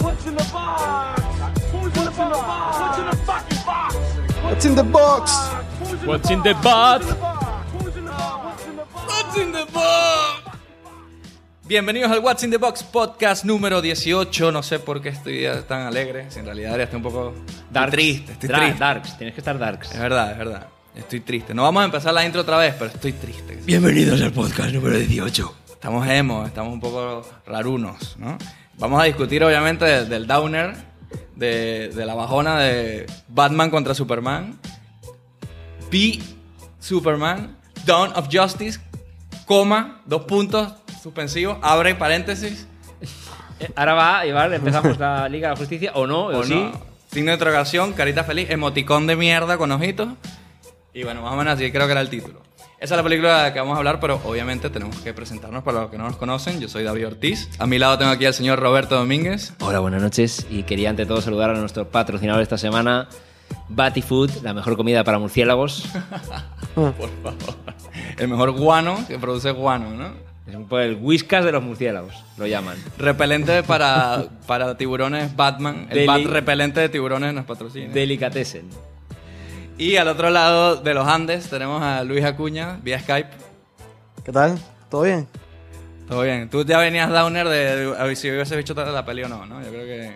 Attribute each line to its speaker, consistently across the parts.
Speaker 1: What's in the box? Who's in the box? What's in the fucking box?
Speaker 2: What's in the box?
Speaker 3: What's in the box?
Speaker 1: Who's in the box? What's in the box?
Speaker 4: Bienvenidos al What's in the Box podcast número 18. No sé por qué estoy día tan alegre. Si en realidad ahora estoy un poco estoy
Speaker 3: Darks.
Speaker 4: triste. Estoy
Speaker 3: Dra-
Speaker 4: triste.
Speaker 3: Darks, tienes que estar Darks.
Speaker 4: Es verdad, es verdad. Estoy triste. No vamos a empezar la intro otra vez, pero estoy triste.
Speaker 3: Bienvenidos al podcast número 18.
Speaker 4: Estamos emo, estamos un poco rarunos, ¿no? Vamos a discutir, obviamente, del, del downer, de, de la bajona de Batman contra Superman. Be Superman, Dawn of Justice, coma, dos puntos suspensivos, abre paréntesis.
Speaker 3: Eh, ahora va, Ibar, empezamos la Liga de la Justicia, o no, o,
Speaker 4: ¿O
Speaker 3: sí.
Speaker 4: no? Signo de interrogación, carita feliz, emoticón de mierda con ojitos. Y bueno, más o menos así creo que era el título. Esa es la película de la que vamos a hablar, pero obviamente tenemos que presentarnos para los que no nos conocen. Yo soy David Ortiz. A mi lado tengo aquí al señor Roberto Domínguez.
Speaker 3: Hola, buenas noches. Y quería ante todo saludar a nuestro patrocinador esta semana, Batifood, la mejor comida para murciélagos.
Speaker 4: El mejor guano que produce guano, ¿no?
Speaker 3: es un poco el whiskas de los murciélagos, lo llaman.
Speaker 4: Repelente para, para tiburones Batman. El
Speaker 3: Deli.
Speaker 4: bat repelente de tiburones nos patrocina.
Speaker 3: Delicatessen.
Speaker 4: Y al otro lado de los Andes tenemos a Luis Acuña vía Skype.
Speaker 2: ¿Qué tal? ¿Todo bien?
Speaker 4: Todo bien. Tú ya venías downer de a ver si hubiese visto toda la peli o no, ¿no? Yo creo que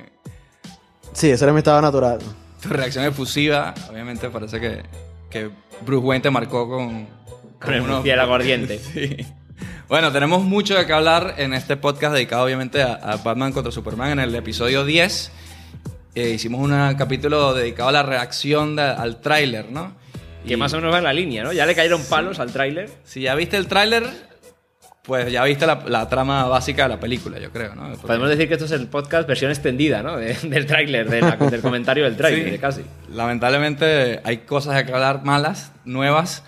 Speaker 2: Sí, ese era mi estado natural.
Speaker 4: tu reacción efusiva, obviamente parece que, que Bruce Wayne te marcó con...
Speaker 3: Con el
Speaker 4: unos-
Speaker 3: murciélago ardiente.
Speaker 4: Sí. Bueno, tenemos mucho de qué hablar en este podcast dedicado obviamente a, a Batman contra Superman. En el episodio 10 eh, hicimos un capítulo dedicado a la reacción de- al tráiler, ¿no?
Speaker 3: Que más o menos va en la línea, ¿no? Ya le cayeron palos al tráiler.
Speaker 4: Si ya viste el tráiler, pues ya viste la, la trama básica de la película, yo creo, ¿no? Porque-
Speaker 3: Podemos decir que esto es el podcast versión extendida, ¿no? De- del tráiler, de la- del comentario del tráiler,
Speaker 4: Sí.
Speaker 3: casi.
Speaker 4: Lamentablemente hay cosas de que hablar malas, nuevas,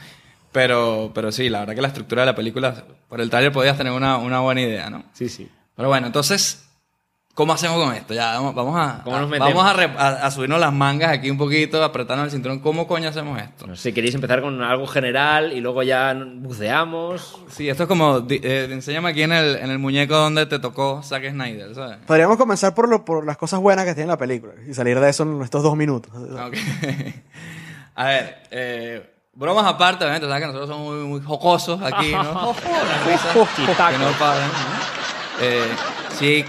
Speaker 4: pero, pero sí, la verdad que la estructura de la película, por el trailer podías tener una, una buena idea, ¿no?
Speaker 3: Sí, sí.
Speaker 4: Pero bueno, entonces, ¿cómo hacemos con esto? Ya, vamos, vamos a,
Speaker 3: ¿Cómo nos
Speaker 4: a-
Speaker 3: metemos?
Speaker 4: vamos a, re- a- a subirnos las mangas aquí un poquito, apretarnos el cinturón. ¿Cómo coño hacemos esto?
Speaker 3: No sé si queréis empezar con algo general y luego ya buceamos.
Speaker 4: Sí, esto es como, di- eh, enséñame aquí en el, en el muñeco donde te tocó Zack Snyder, ¿sabes?
Speaker 2: Podríamos comenzar por, lo, por las cosas buenas que tiene la película y salir de eso en estos dos minutos.
Speaker 4: Ok. A ver, eh, bromas aparte, obviamente, sabes que nosotros somos muy, muy jocosos aquí, ¿no? Las risas que no paran, ¿no? Eh, sí,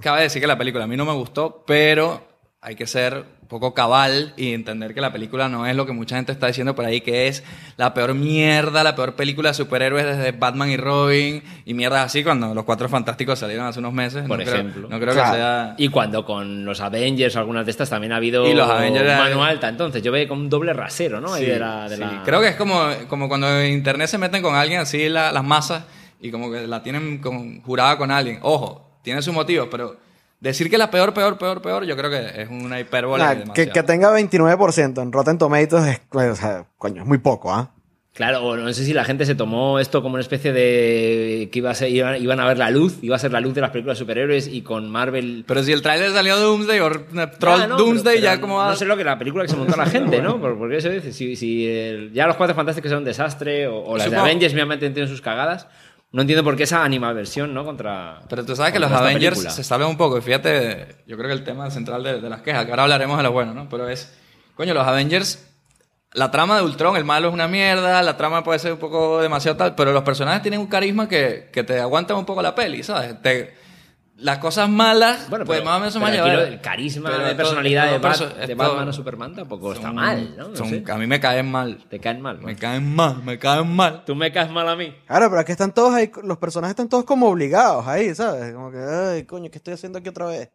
Speaker 4: cabe decir que la película a mí no me gustó, pero hay que ser un poco cabal y entender que la película no es lo que mucha gente está diciendo por ahí, que es la peor mierda, la peor película de superhéroes desde Batman y Robin y mierdas así cuando los Cuatro Fantásticos salieron hace unos meses.
Speaker 3: Por
Speaker 4: no creo-
Speaker 3: ejemplo.
Speaker 4: no creo
Speaker 2: Claro.
Speaker 4: que sea...
Speaker 3: Y cuando con los Avengers o algunas de estas también ha habido
Speaker 4: Y los Avengers eran-
Speaker 3: mano alta, entonces yo veo como un doble rasero, ¿no? Ahí
Speaker 4: Sí,
Speaker 3: de la- de
Speaker 4: sí.
Speaker 3: la-
Speaker 4: Creo que es como, como cuando en internet se meten con alguien así la- las masas y como que la tienen con- jurada con alguien. Ojo, tiene su motivo, pero decir que la peor, peor, peor, peor, yo creo que es una hipérbole.
Speaker 2: Nah,
Speaker 4: demasiado.
Speaker 2: que, que tenga 29% en Rotten Tomatoes es, pues, o sea, coño, es muy poco, ¿ah?
Speaker 3: Claro, o no sé si la gente se tomó esto como una especie de que iba a ser, iban, iban a ver la luz, iba a ser la luz de las películas de superhéroes y con Marvel
Speaker 4: Pero si el tráiler salió Doomsday o Troll
Speaker 3: Ah, no,
Speaker 4: Doomsday,
Speaker 3: pero-
Speaker 4: ya
Speaker 3: pero
Speaker 4: como va...
Speaker 3: No sé lo que la película que se montó la gente, ¿no? Por- Porque eso dice, si, si el- ya los Cuatro Fantásticos son un desastre, o, o las de
Speaker 4: Supongo-
Speaker 3: Avengers me han metido en sus cagadas, no entiendo por qué esa animaversión, ¿no? Contra.
Speaker 4: Pero tú sabes que los
Speaker 3: contra esta
Speaker 4: Avengers
Speaker 3: película.
Speaker 4: se salvan un poco. Y fíjate, yo creo que el tema central de, de las quejas, que ahora hablaremos de lo bueno, ¿no? Pero es, coño, los Avengers, la trama de Ultron, el malo es una mierda, la trama puede ser un poco demasiado tal, pero los personajes tienen un carisma que, que te aguantan un poco la peli, ¿sabes? Te- las cosas malas,
Speaker 3: Bueno,
Speaker 4: pues
Speaker 3: pero-
Speaker 4: más o menos se
Speaker 3: pero
Speaker 4: van a
Speaker 3: aquí
Speaker 4: llevar.
Speaker 3: lo- El carisma
Speaker 4: Pero
Speaker 3: de
Speaker 4: todo-
Speaker 3: personalidad
Speaker 4: todo
Speaker 3: de, Bat-
Speaker 4: perso-
Speaker 3: de
Speaker 4: esto-
Speaker 3: Batman a Superman tampoco está
Speaker 4: son-
Speaker 3: mal, ¿no? No
Speaker 4: son-
Speaker 3: sé.
Speaker 4: A mí me caen mal.
Speaker 3: Te caen mal. ¿no?
Speaker 4: Me caen mal, me caen mal.
Speaker 3: Tú me caes mal a mí.
Speaker 2: Claro, pero aquí están todos ahí, los personajes están todos como obligados ahí, ¿sabes? Como que, ay, coño, ¿qué estoy haciendo aquí otra vez?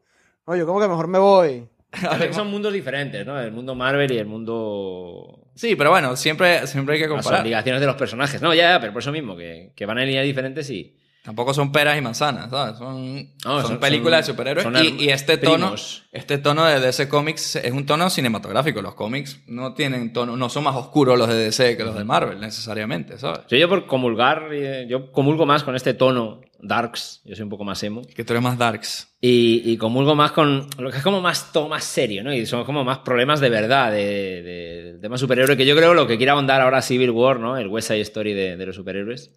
Speaker 2: Oye, como que mejor me voy?
Speaker 3: También son mundos diferentes, ¿no? El mundo Marvel y el mundo.
Speaker 4: Sí, pero bueno, siempre, siempre hay que
Speaker 3: Las
Speaker 4: comparar.
Speaker 3: obligaciones de los personajes. No, ya, ya, pero por eso mismo, que, que van en líneas diferentes y.
Speaker 4: Tampoco son peras y manzanas, ¿sabes? Son,
Speaker 3: No,
Speaker 4: son
Speaker 3: son-
Speaker 4: películas
Speaker 3: son-
Speaker 4: de superhéroes.
Speaker 3: son
Speaker 4: y,
Speaker 3: herma-
Speaker 4: y este tono,
Speaker 3: primos.
Speaker 4: este tono de DC Comics es un tono cinematográfico. Los cómics no tienen tono, no son más oscuros los de DC que los de Marvel, necesariamente, ¿sabes?
Speaker 3: Sí, yo por comulgar, eh, yo comulgo más con este tono darks, yo soy un poco más emo.
Speaker 4: Que tú eres más darks.
Speaker 3: Y, y comulgo más con lo que es como más todo más serio, ¿no? Y son como más problemas de verdad, de, de- del tema superhéroe, que yo creo lo que quiera ahondar ahora Civil War, ¿no? El West Side Story de, de los superhéroes.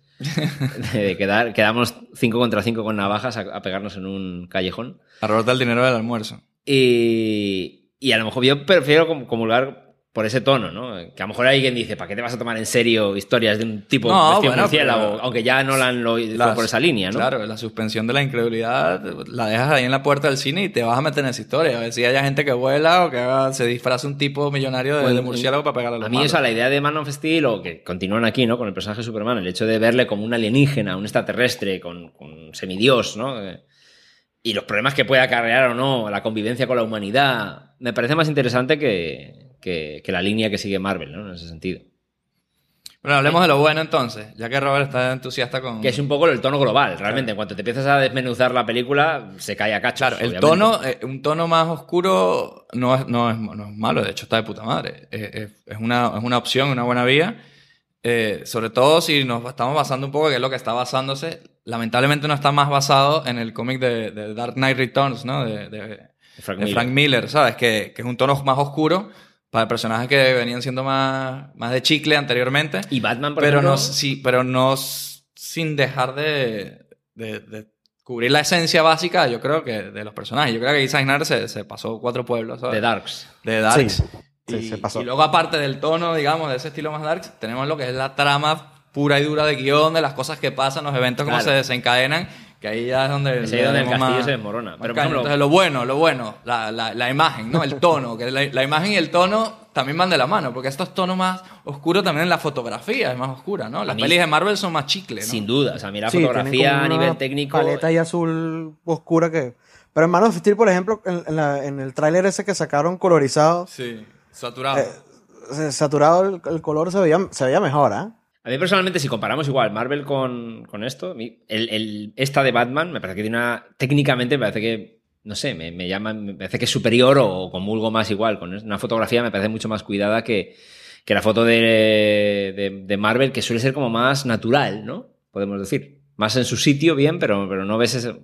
Speaker 3: De, de quedar, quedamos 5 contra 5 con navajas a, a pegarnos en un callejón.
Speaker 4: A robarte el dinero del almuerzo.
Speaker 3: Y, y a lo mejor yo prefiero com- comulgar por ese tono, ¿no? Que a lo mejor hay quien dice, ¿para qué te vas a tomar en serio historias de un tipo
Speaker 4: No,
Speaker 3: vestido de
Speaker 4: bueno,
Speaker 3: murciélago?
Speaker 4: pero-
Speaker 3: Aunque ya Nolan lo fue
Speaker 4: Las-
Speaker 3: por esa línea, ¿no?
Speaker 4: Claro, la suspensión de la incredulidad la dejas ahí en la puerta del cine y te vas a meter en esa historia. A ver si haya gente que vuela o que haga- se disfraza un tipo millonario de,
Speaker 3: Bueno,
Speaker 4: de murciélago para pegarle a los
Speaker 3: A mí, o
Speaker 4: malos.
Speaker 3: sea, la idea de Man of Steel, o que continúan aquí, ¿no? Con el personaje de Superman, el hecho de verle como un alienígena, un extraterrestre, con, con un semidios, ¿no? Eh, Y los problemas que puede acarrear o no, la convivencia con la humanidad, me parece más interesante que, que- que la línea que sigue Marvel, ¿no? En ese sentido.
Speaker 4: Bueno, hablemos de lo bueno entonces, ya que Robert está entusiasta con...
Speaker 3: Que es un poco el tono global, realmente. En cuanto te empiezas a desmenuzar la película, se cae a cachos.
Speaker 4: Claro, el
Speaker 3: obviamente.
Speaker 4: tono, eh, un tono más oscuro no es, no es, no es malo, de hecho está de puta madre. Es, es- es una, es una opción, una buena vía. Eh, sobre todo si nos estamos basando un poco, que es lo que está basándose. Lamentablemente no está más basado en el cómic de, de Dark Knight Returns, ¿no? De, de-
Speaker 3: Frank
Speaker 4: de
Speaker 3: Miller.
Speaker 4: Frank Miller, ¿sabes? Que, que es un tono más oscuro para personajes que venían siendo más, más de chicle anteriormente.
Speaker 3: Y Batman, por
Speaker 4: Pero
Speaker 3: ejemplo,
Speaker 4: no, sí, pero no s- sin dejar de, de- de cubrir la esencia básica, yo creo que de los personajes. Yo creo que Isaac Snyder se, se pasó cuatro pueblos, ¿sabes?
Speaker 3: de Darks.
Speaker 4: De Darks.
Speaker 2: Sí, sí,
Speaker 4: y,
Speaker 2: se pasó.
Speaker 4: y luego, aparte del tono, digamos, de ese estilo más Darks, tenemos lo que es la trama pura y dura de guión, de las cosas que pasan, los eventos, cómo
Speaker 3: Claro.
Speaker 4: se desencadenan, que ahí ya es donde...
Speaker 3: Es
Speaker 4: le
Speaker 3: ahí donde el
Speaker 4: damos
Speaker 3: castillo se desmorona. Pero, por
Speaker 4: caña.
Speaker 3: ejemplo-
Speaker 4: Entonces, lo bueno, lo bueno, la, la- la imagen, ¿no? El tono, que la, la imagen y el tono también van de la mano, porque estos tonos más oscuros también en la fotografía es más oscura, ¿no? Las
Speaker 3: mí-
Speaker 4: pelis de Marvel son más chicle, ¿no?
Speaker 3: Sin duda. O sea, mira la
Speaker 2: Sí, tienen
Speaker 3: fotografía
Speaker 2: como
Speaker 3: a
Speaker 2: una
Speaker 3: nivel técnico.
Speaker 2: Paleta ahí azul oscura que. Pero en Man of Steel, por ejemplo, en, en la- en el tráiler ese que sacaron colorizado,
Speaker 4: Sí, saturado.
Speaker 2: eh, se- saturado el, el color se veía, se veía mejor, ¿ah?
Speaker 3: A mí personalmente, si comparamos igual Marvel con, con esto, a mí el, el- esta de Batman me parece que tiene una... Técnicamente me parece que, no sé, me, me llama, me parece que es superior o comulgo más igual. Con una fotografía me parece mucho más cuidada que, que la foto de, de- de Marvel, que suele ser como más natural, ¿no? Podemos decir. Más en su sitio, bien, pero, pero no ves ese-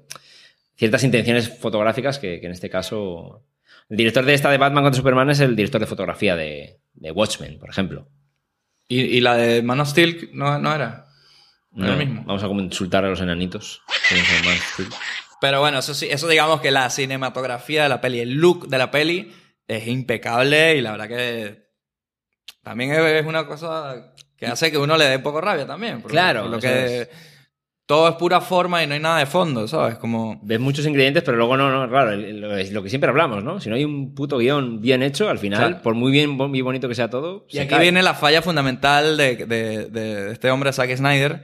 Speaker 3: ciertas intenciones fotográficas que, que en este caso... El director de esta de Batman contra Superman es el director de fotografía de, de Watchmen, por ejemplo.
Speaker 4: Y, y la de Man of Steel no, no era. No,
Speaker 3: No,
Speaker 4: lo mismo.
Speaker 3: Vamos a como insultar a los enanitos.
Speaker 4: Pero bueno, eso sí, eso digamos que la cinematografía de la peli, el look de la peli es impecable y la verdad que también es- es una cosa que hace que uno le dé un poco rabia también. por-
Speaker 3: Claro,
Speaker 4: por lo
Speaker 3: eso
Speaker 4: que
Speaker 3: es.
Speaker 4: todo es pura forma y no hay nada de fondo, ¿sabes? Como
Speaker 3: Ves muchos ingredientes, pero luego no, no, claro, el- lo, es lo que siempre hablamos, ¿no? Si no hay un puto guión bien hecho, al final,
Speaker 4: Claro.
Speaker 3: por muy bien muy bonito que sea todo,
Speaker 4: y
Speaker 3: se
Speaker 4: aquí
Speaker 3: cae.
Speaker 4: viene la falla fundamental de, de- de este hombre Zack Snyder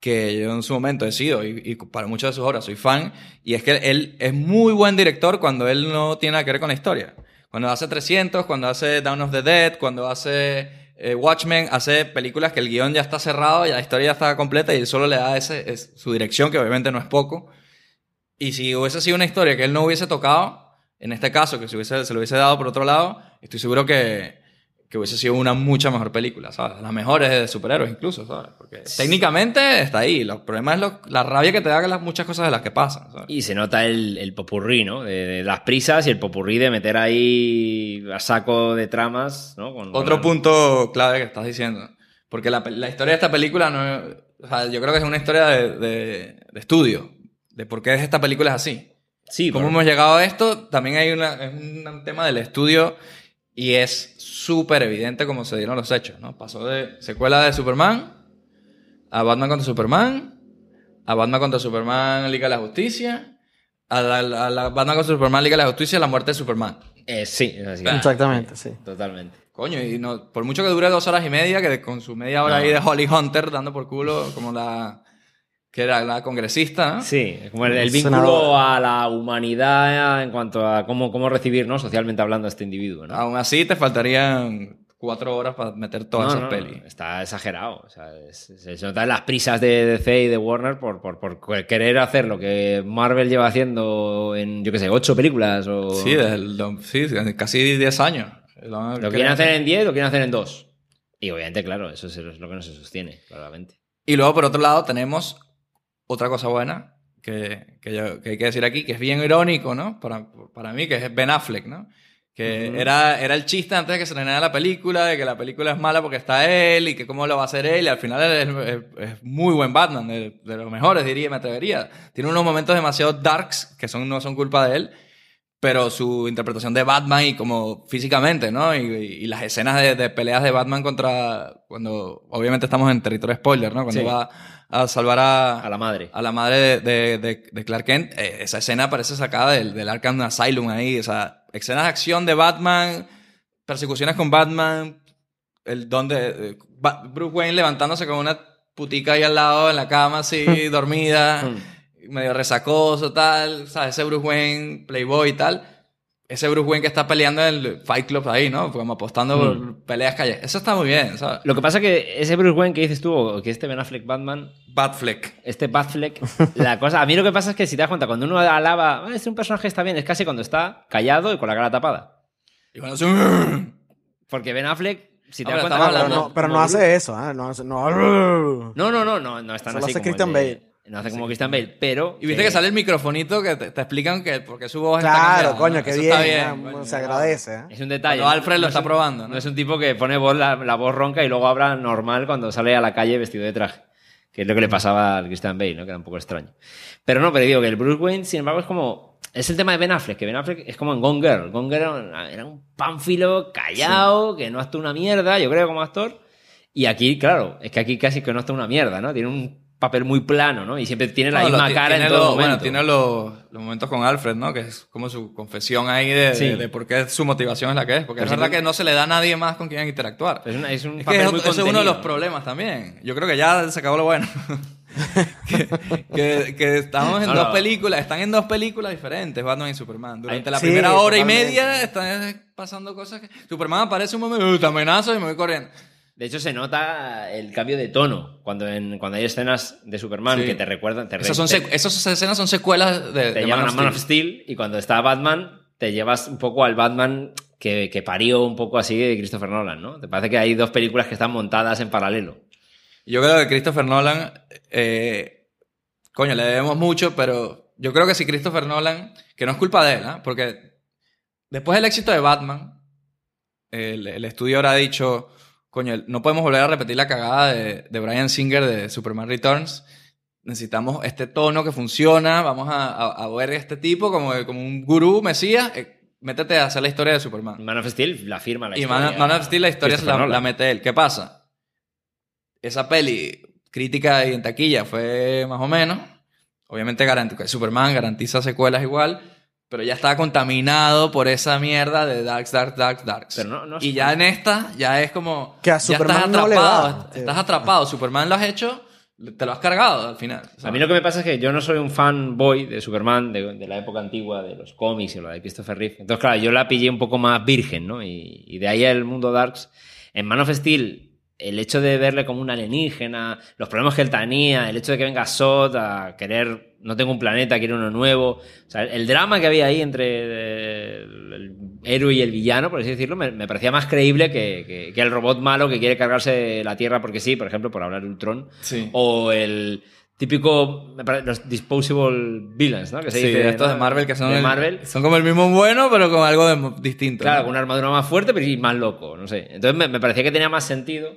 Speaker 4: que yo en su momento he sido y, y para muchas de sus obras soy fan y es que él es muy buen director cuando él no tiene nada que ver con la historia. Cuando hace 300, cuando hace Down of the Dead, cuando hace eh, Watchmen, hace películas que el guión ya está cerrado, ya la historia ya está completa y él solo le da ese, es- su dirección, que obviamente no es poco. Y si hubiese sido una historia que él no hubiese tocado, en este caso, que se, hubiese, se lo hubiese dado por otro lado, estoy seguro que, que hubiese sido una mucha mejor película, ¿sabes? Las mejores de superhéroes incluso, ¿sabes? Porque técnicamente está ahí. Lo- El problema es lo- la rabia que te da con las muchas cosas de las que pasan, ¿sabes?
Speaker 3: Y se nota el, el popurrí, ¿no? De, de las prisas y el popurrí de meter ahí a saco de tramas, ¿no? Con-
Speaker 4: Otro
Speaker 3: con-
Speaker 4: punto clave que estás diciendo. Porque la, pe- la historia de esta película no es- o sea, yo creo que es una historia de, de- de estudio. De por qué esta película es así.
Speaker 3: Sí,
Speaker 4: ¿Cómo
Speaker 3: por-
Speaker 4: hemos llegado a esto? También hay una, es un tema del estudio y es súper evidente cómo se dieron los hechos, ¿no? Pasó de secuela de Superman a Batman contra Superman, a Batman contra Superman Liga de la Justicia, a la, a la Batman contra Superman Liga de la Justicia, la muerte de Superman.
Speaker 3: eh, sí, es así.
Speaker 2: Exactamente, sí.
Speaker 3: Totalmente.
Speaker 4: Coño, y no, por mucho que dure dos horas y media, que con su media hora
Speaker 3: No.
Speaker 4: ahí de Holly Hunter dando por culo como la... que era la congresista, ¿no?
Speaker 3: Sí, es como el, el
Speaker 2: Suena-
Speaker 3: vínculo a la humanidad en cuanto a cómo, cómo recibir, ¿no? Socialmente hablando a este individuo, ¿no?
Speaker 4: Aún así te faltarían cuatro horas para meter todas
Speaker 3: No,
Speaker 4: esas
Speaker 3: no,
Speaker 4: pelis.
Speaker 3: no, Está exagerado. o sea, es- se se notan las prisas de DC y de Warner por, por, por querer hacer lo que Marvel lleva haciendo en, yo qué sé, ocho películas o...
Speaker 4: Sí, desde el do- sí, casi 10 años. Lo han-
Speaker 3: lo quieren hacer en diez, lo quieren hacer en dos. Y obviamente, claro, eso es lo que no se sostiene, claramente.
Speaker 4: Y luego, por otro lado, tenemos Otra cosa buena que, que yo- que hay que decir aquí, que es bien irónico, ¿no? Para, para mí, que es Ben Affleck, ¿no? Que era, era el chiste antes de que se estrenara la película, de que la película es mala porque está él y que cómo lo va a hacer él. Y al final es, es- es muy buen Batman, de, de los mejores, diría, me atrevería. Tiene unos momentos demasiado darks que son, no son culpa de él pero su interpretación de Batman y como físicamente, ¿no? Y, y- y las escenas de, de peleas de Batman contra cuando obviamente estamos en territorio spoiler, ¿no? Cuando
Speaker 3: Sí.
Speaker 4: va a salvar a,
Speaker 3: A la madre.
Speaker 4: a la madre de, de- de- de Clark Kent, eh, esa escena parece sacada del, del Arkham Asylum ahí, o sea, escenas de acción de Batman, persecuciones con Batman, el donde eh, Ba- Bruce Wayne levantándose con una putica ahí al lado en la cama así dormida medio resacoso, tal, o sea, ese Bruce Wayne, Playboy y tal. Ese Bruce Wayne que está peleando en el Fight Club ahí, ¿no? Como apostando por peleas calles. Eso está muy bien, ¿sabes?
Speaker 3: Lo que pasa que ese Bruce Wayne que dices tú, o que este Ben Affleck Batman,
Speaker 4: Batfleck.
Speaker 3: este Batfleck, la cosa. A mí lo que pasa es que si te das cuenta, cuando uno alaba, "Ah, es un personaje está bien, es casi cuando está callado y con la cara tapada.
Speaker 4: Y bueno, ¡mm! es un-
Speaker 3: Porque Ben Affleck, si te
Speaker 4: Ahora
Speaker 3: das cuenta.
Speaker 4: estamos
Speaker 2: Pero
Speaker 4: hablando-
Speaker 2: no, pero no
Speaker 3: como Bruce-
Speaker 2: hace eso, ¿ah? No hace. No.
Speaker 3: No, no, no, no, no están
Speaker 2: Solo
Speaker 3: así
Speaker 2: hace
Speaker 3: como
Speaker 2: Christian
Speaker 3: el de-
Speaker 2: Bale.
Speaker 3: No hace como Christian Bale, pero.
Speaker 4: Y viste que sale el microfonito que te, te explican que porque su voz está
Speaker 2: Claro,
Speaker 4: cambiada,
Speaker 2: coño,
Speaker 4: ¿no?
Speaker 2: qué
Speaker 4: Eso
Speaker 2: bien.
Speaker 4: está
Speaker 2: ah,
Speaker 4: coño.
Speaker 2: se agradece. ¿eh?
Speaker 3: Es un detalle.
Speaker 4: Cuando Alfred lo
Speaker 3: es
Speaker 4: está
Speaker 3: un-
Speaker 4: probando, ¿no?
Speaker 3: No es un tipo que pone voz, la, la voz ronca y luego habla normal cuando sale a la calle vestido de traje. Que es lo que le pasaba al Christian Bale, ¿no? Que era un poco extraño. Pero no, pero digo que el Bruce Wayne, sin embargo, es como. Es el tema de Ben Affleck, que Ben Affleck es como en Gone Girl. Gone Girl era un- era un pánfilo callado, que no actúa una mierda, yo creo, como actor. Y aquí, claro, es que aquí casi que no actúa una mierda, ¿no? Tiene un papel muy plano, ¿no? Y siempre tiene la
Speaker 4: No, lo
Speaker 3: misma
Speaker 4: ti-
Speaker 3: cara en
Speaker 4: tiene
Speaker 3: todo
Speaker 4: lo-
Speaker 3: momento.
Speaker 4: Bueno, tiene los, los momentos con Alfred, ¿no? Que es como su confesión ahí de,
Speaker 3: Sí.
Speaker 4: de, de por qué su motivación es la que es. Porque
Speaker 3: Pero
Speaker 4: es
Speaker 3: si
Speaker 4: verdad
Speaker 3: tú-
Speaker 4: que no se le da a nadie más con quien interactuar.
Speaker 3: Es, una- es un
Speaker 4: Es que
Speaker 3: papel
Speaker 4: es
Speaker 3: muy
Speaker 4: otro- ese es uno de los
Speaker 3: contenido.
Speaker 4: problemas también. Yo creo que ya se acabó lo bueno. que, que- que estamos en
Speaker 3: No,
Speaker 4: dos
Speaker 3: no.
Speaker 4: películas, están en dos películas diferentes, Batman y Superman. Durante
Speaker 3: Ahí-
Speaker 4: la
Speaker 2: Sí,
Speaker 4: primera hora y
Speaker 2: totalmente.
Speaker 4: media están eh, pasando cosas que... Superman aparece un momento, "Uh, te amenazo y me voy corriendo.
Speaker 3: De hecho, se nota el cambio de tono cuando, en, cuando hay escenas de Superman
Speaker 4: Sí.
Speaker 3: que te recuerdan. Te, re-
Speaker 4: Esas, son
Speaker 3: te-
Speaker 4: sec- esas escenas son secuelas de,
Speaker 3: te
Speaker 4: de
Speaker 3: llaman
Speaker 4: Man
Speaker 3: a
Speaker 4: of
Speaker 3: Man of
Speaker 4: Steel.
Speaker 3: Steel y cuando está Batman, te llevas un poco al Batman que, que parió un poco así de Christopher Nolan, ¿no? Te parece que hay dos películas que están montadas en paralelo.
Speaker 4: Yo creo que Christopher Nolan, eh, coño, le debemos mucho, pero yo creo que si Christopher Nolan, que no es culpa de él, ¿ah? porque después del éxito de Batman, el, el estudio ahora ha dicho, coño, no podemos volver a repetir la cagada de, de Brian Singer de Superman Returns. Necesitamos este tono que funciona, vamos a, a- a ver a este tipo como, como un gurú, mesías, eh, métete a hacer la historia de Superman.
Speaker 3: Man of Steel la firma la
Speaker 4: Y
Speaker 3: historia.
Speaker 4: Man, Man of Steel, la historia se
Speaker 3: Christopher
Speaker 4: la,
Speaker 3: Nolan.
Speaker 4: la mete él. ¿Qué pasa? Esa peli, crítica y en taquilla, fue más o menos. Obviamente garanti- Superman garantiza secuelas igual, pero ya estaba contaminado por esa mierda de Darks, Darks, Darks, Darks.
Speaker 3: Pero no- no-
Speaker 4: y ya en esta, ya es como...
Speaker 2: Que a
Speaker 4: ya
Speaker 2: Superman
Speaker 4: estás
Speaker 2: no le Eh.
Speaker 4: atrapado.
Speaker 2: da.
Speaker 4: est- Estás atrapado. Superman lo has hecho, te lo has cargado al final.
Speaker 3: A mí lo que me pasa es que yo no soy un fanboy de Superman, de, de la época antigua, de los cómics y lo de Christopher Reeve. Entonces, claro, yo la pillé un poco más virgen, ¿no? Y, y de ahí el mundo Darks. En Man of Steel, el hecho de verle como un alienígena, los problemas que él tenía, el hecho de que venga Sot a querer, no tengo un planeta, quiero uno nuevo. O sea, el drama que había ahí entre el, el héroe y el villano, por así decirlo, me, me parecía más creíble que, que- que el robot malo que quiere cargarse la Tierra porque sí, por ejemplo, por hablar de Ultron.
Speaker 4: Sí.
Speaker 3: O el típico, me parece, los disposable villains, ¿no? Que se
Speaker 4: Sí,
Speaker 3: dice,
Speaker 4: estos
Speaker 3: ¿no?
Speaker 4: de Marvel que son,
Speaker 3: De
Speaker 4: el-
Speaker 3: Marvel.
Speaker 4: son como el mismo bueno, pero con algo de- distinto.
Speaker 3: Claro,
Speaker 4: ¿no?
Speaker 3: con una armadura más fuerte, pero y más loco, no sé. Entonces me, me parecía que tenía más sentido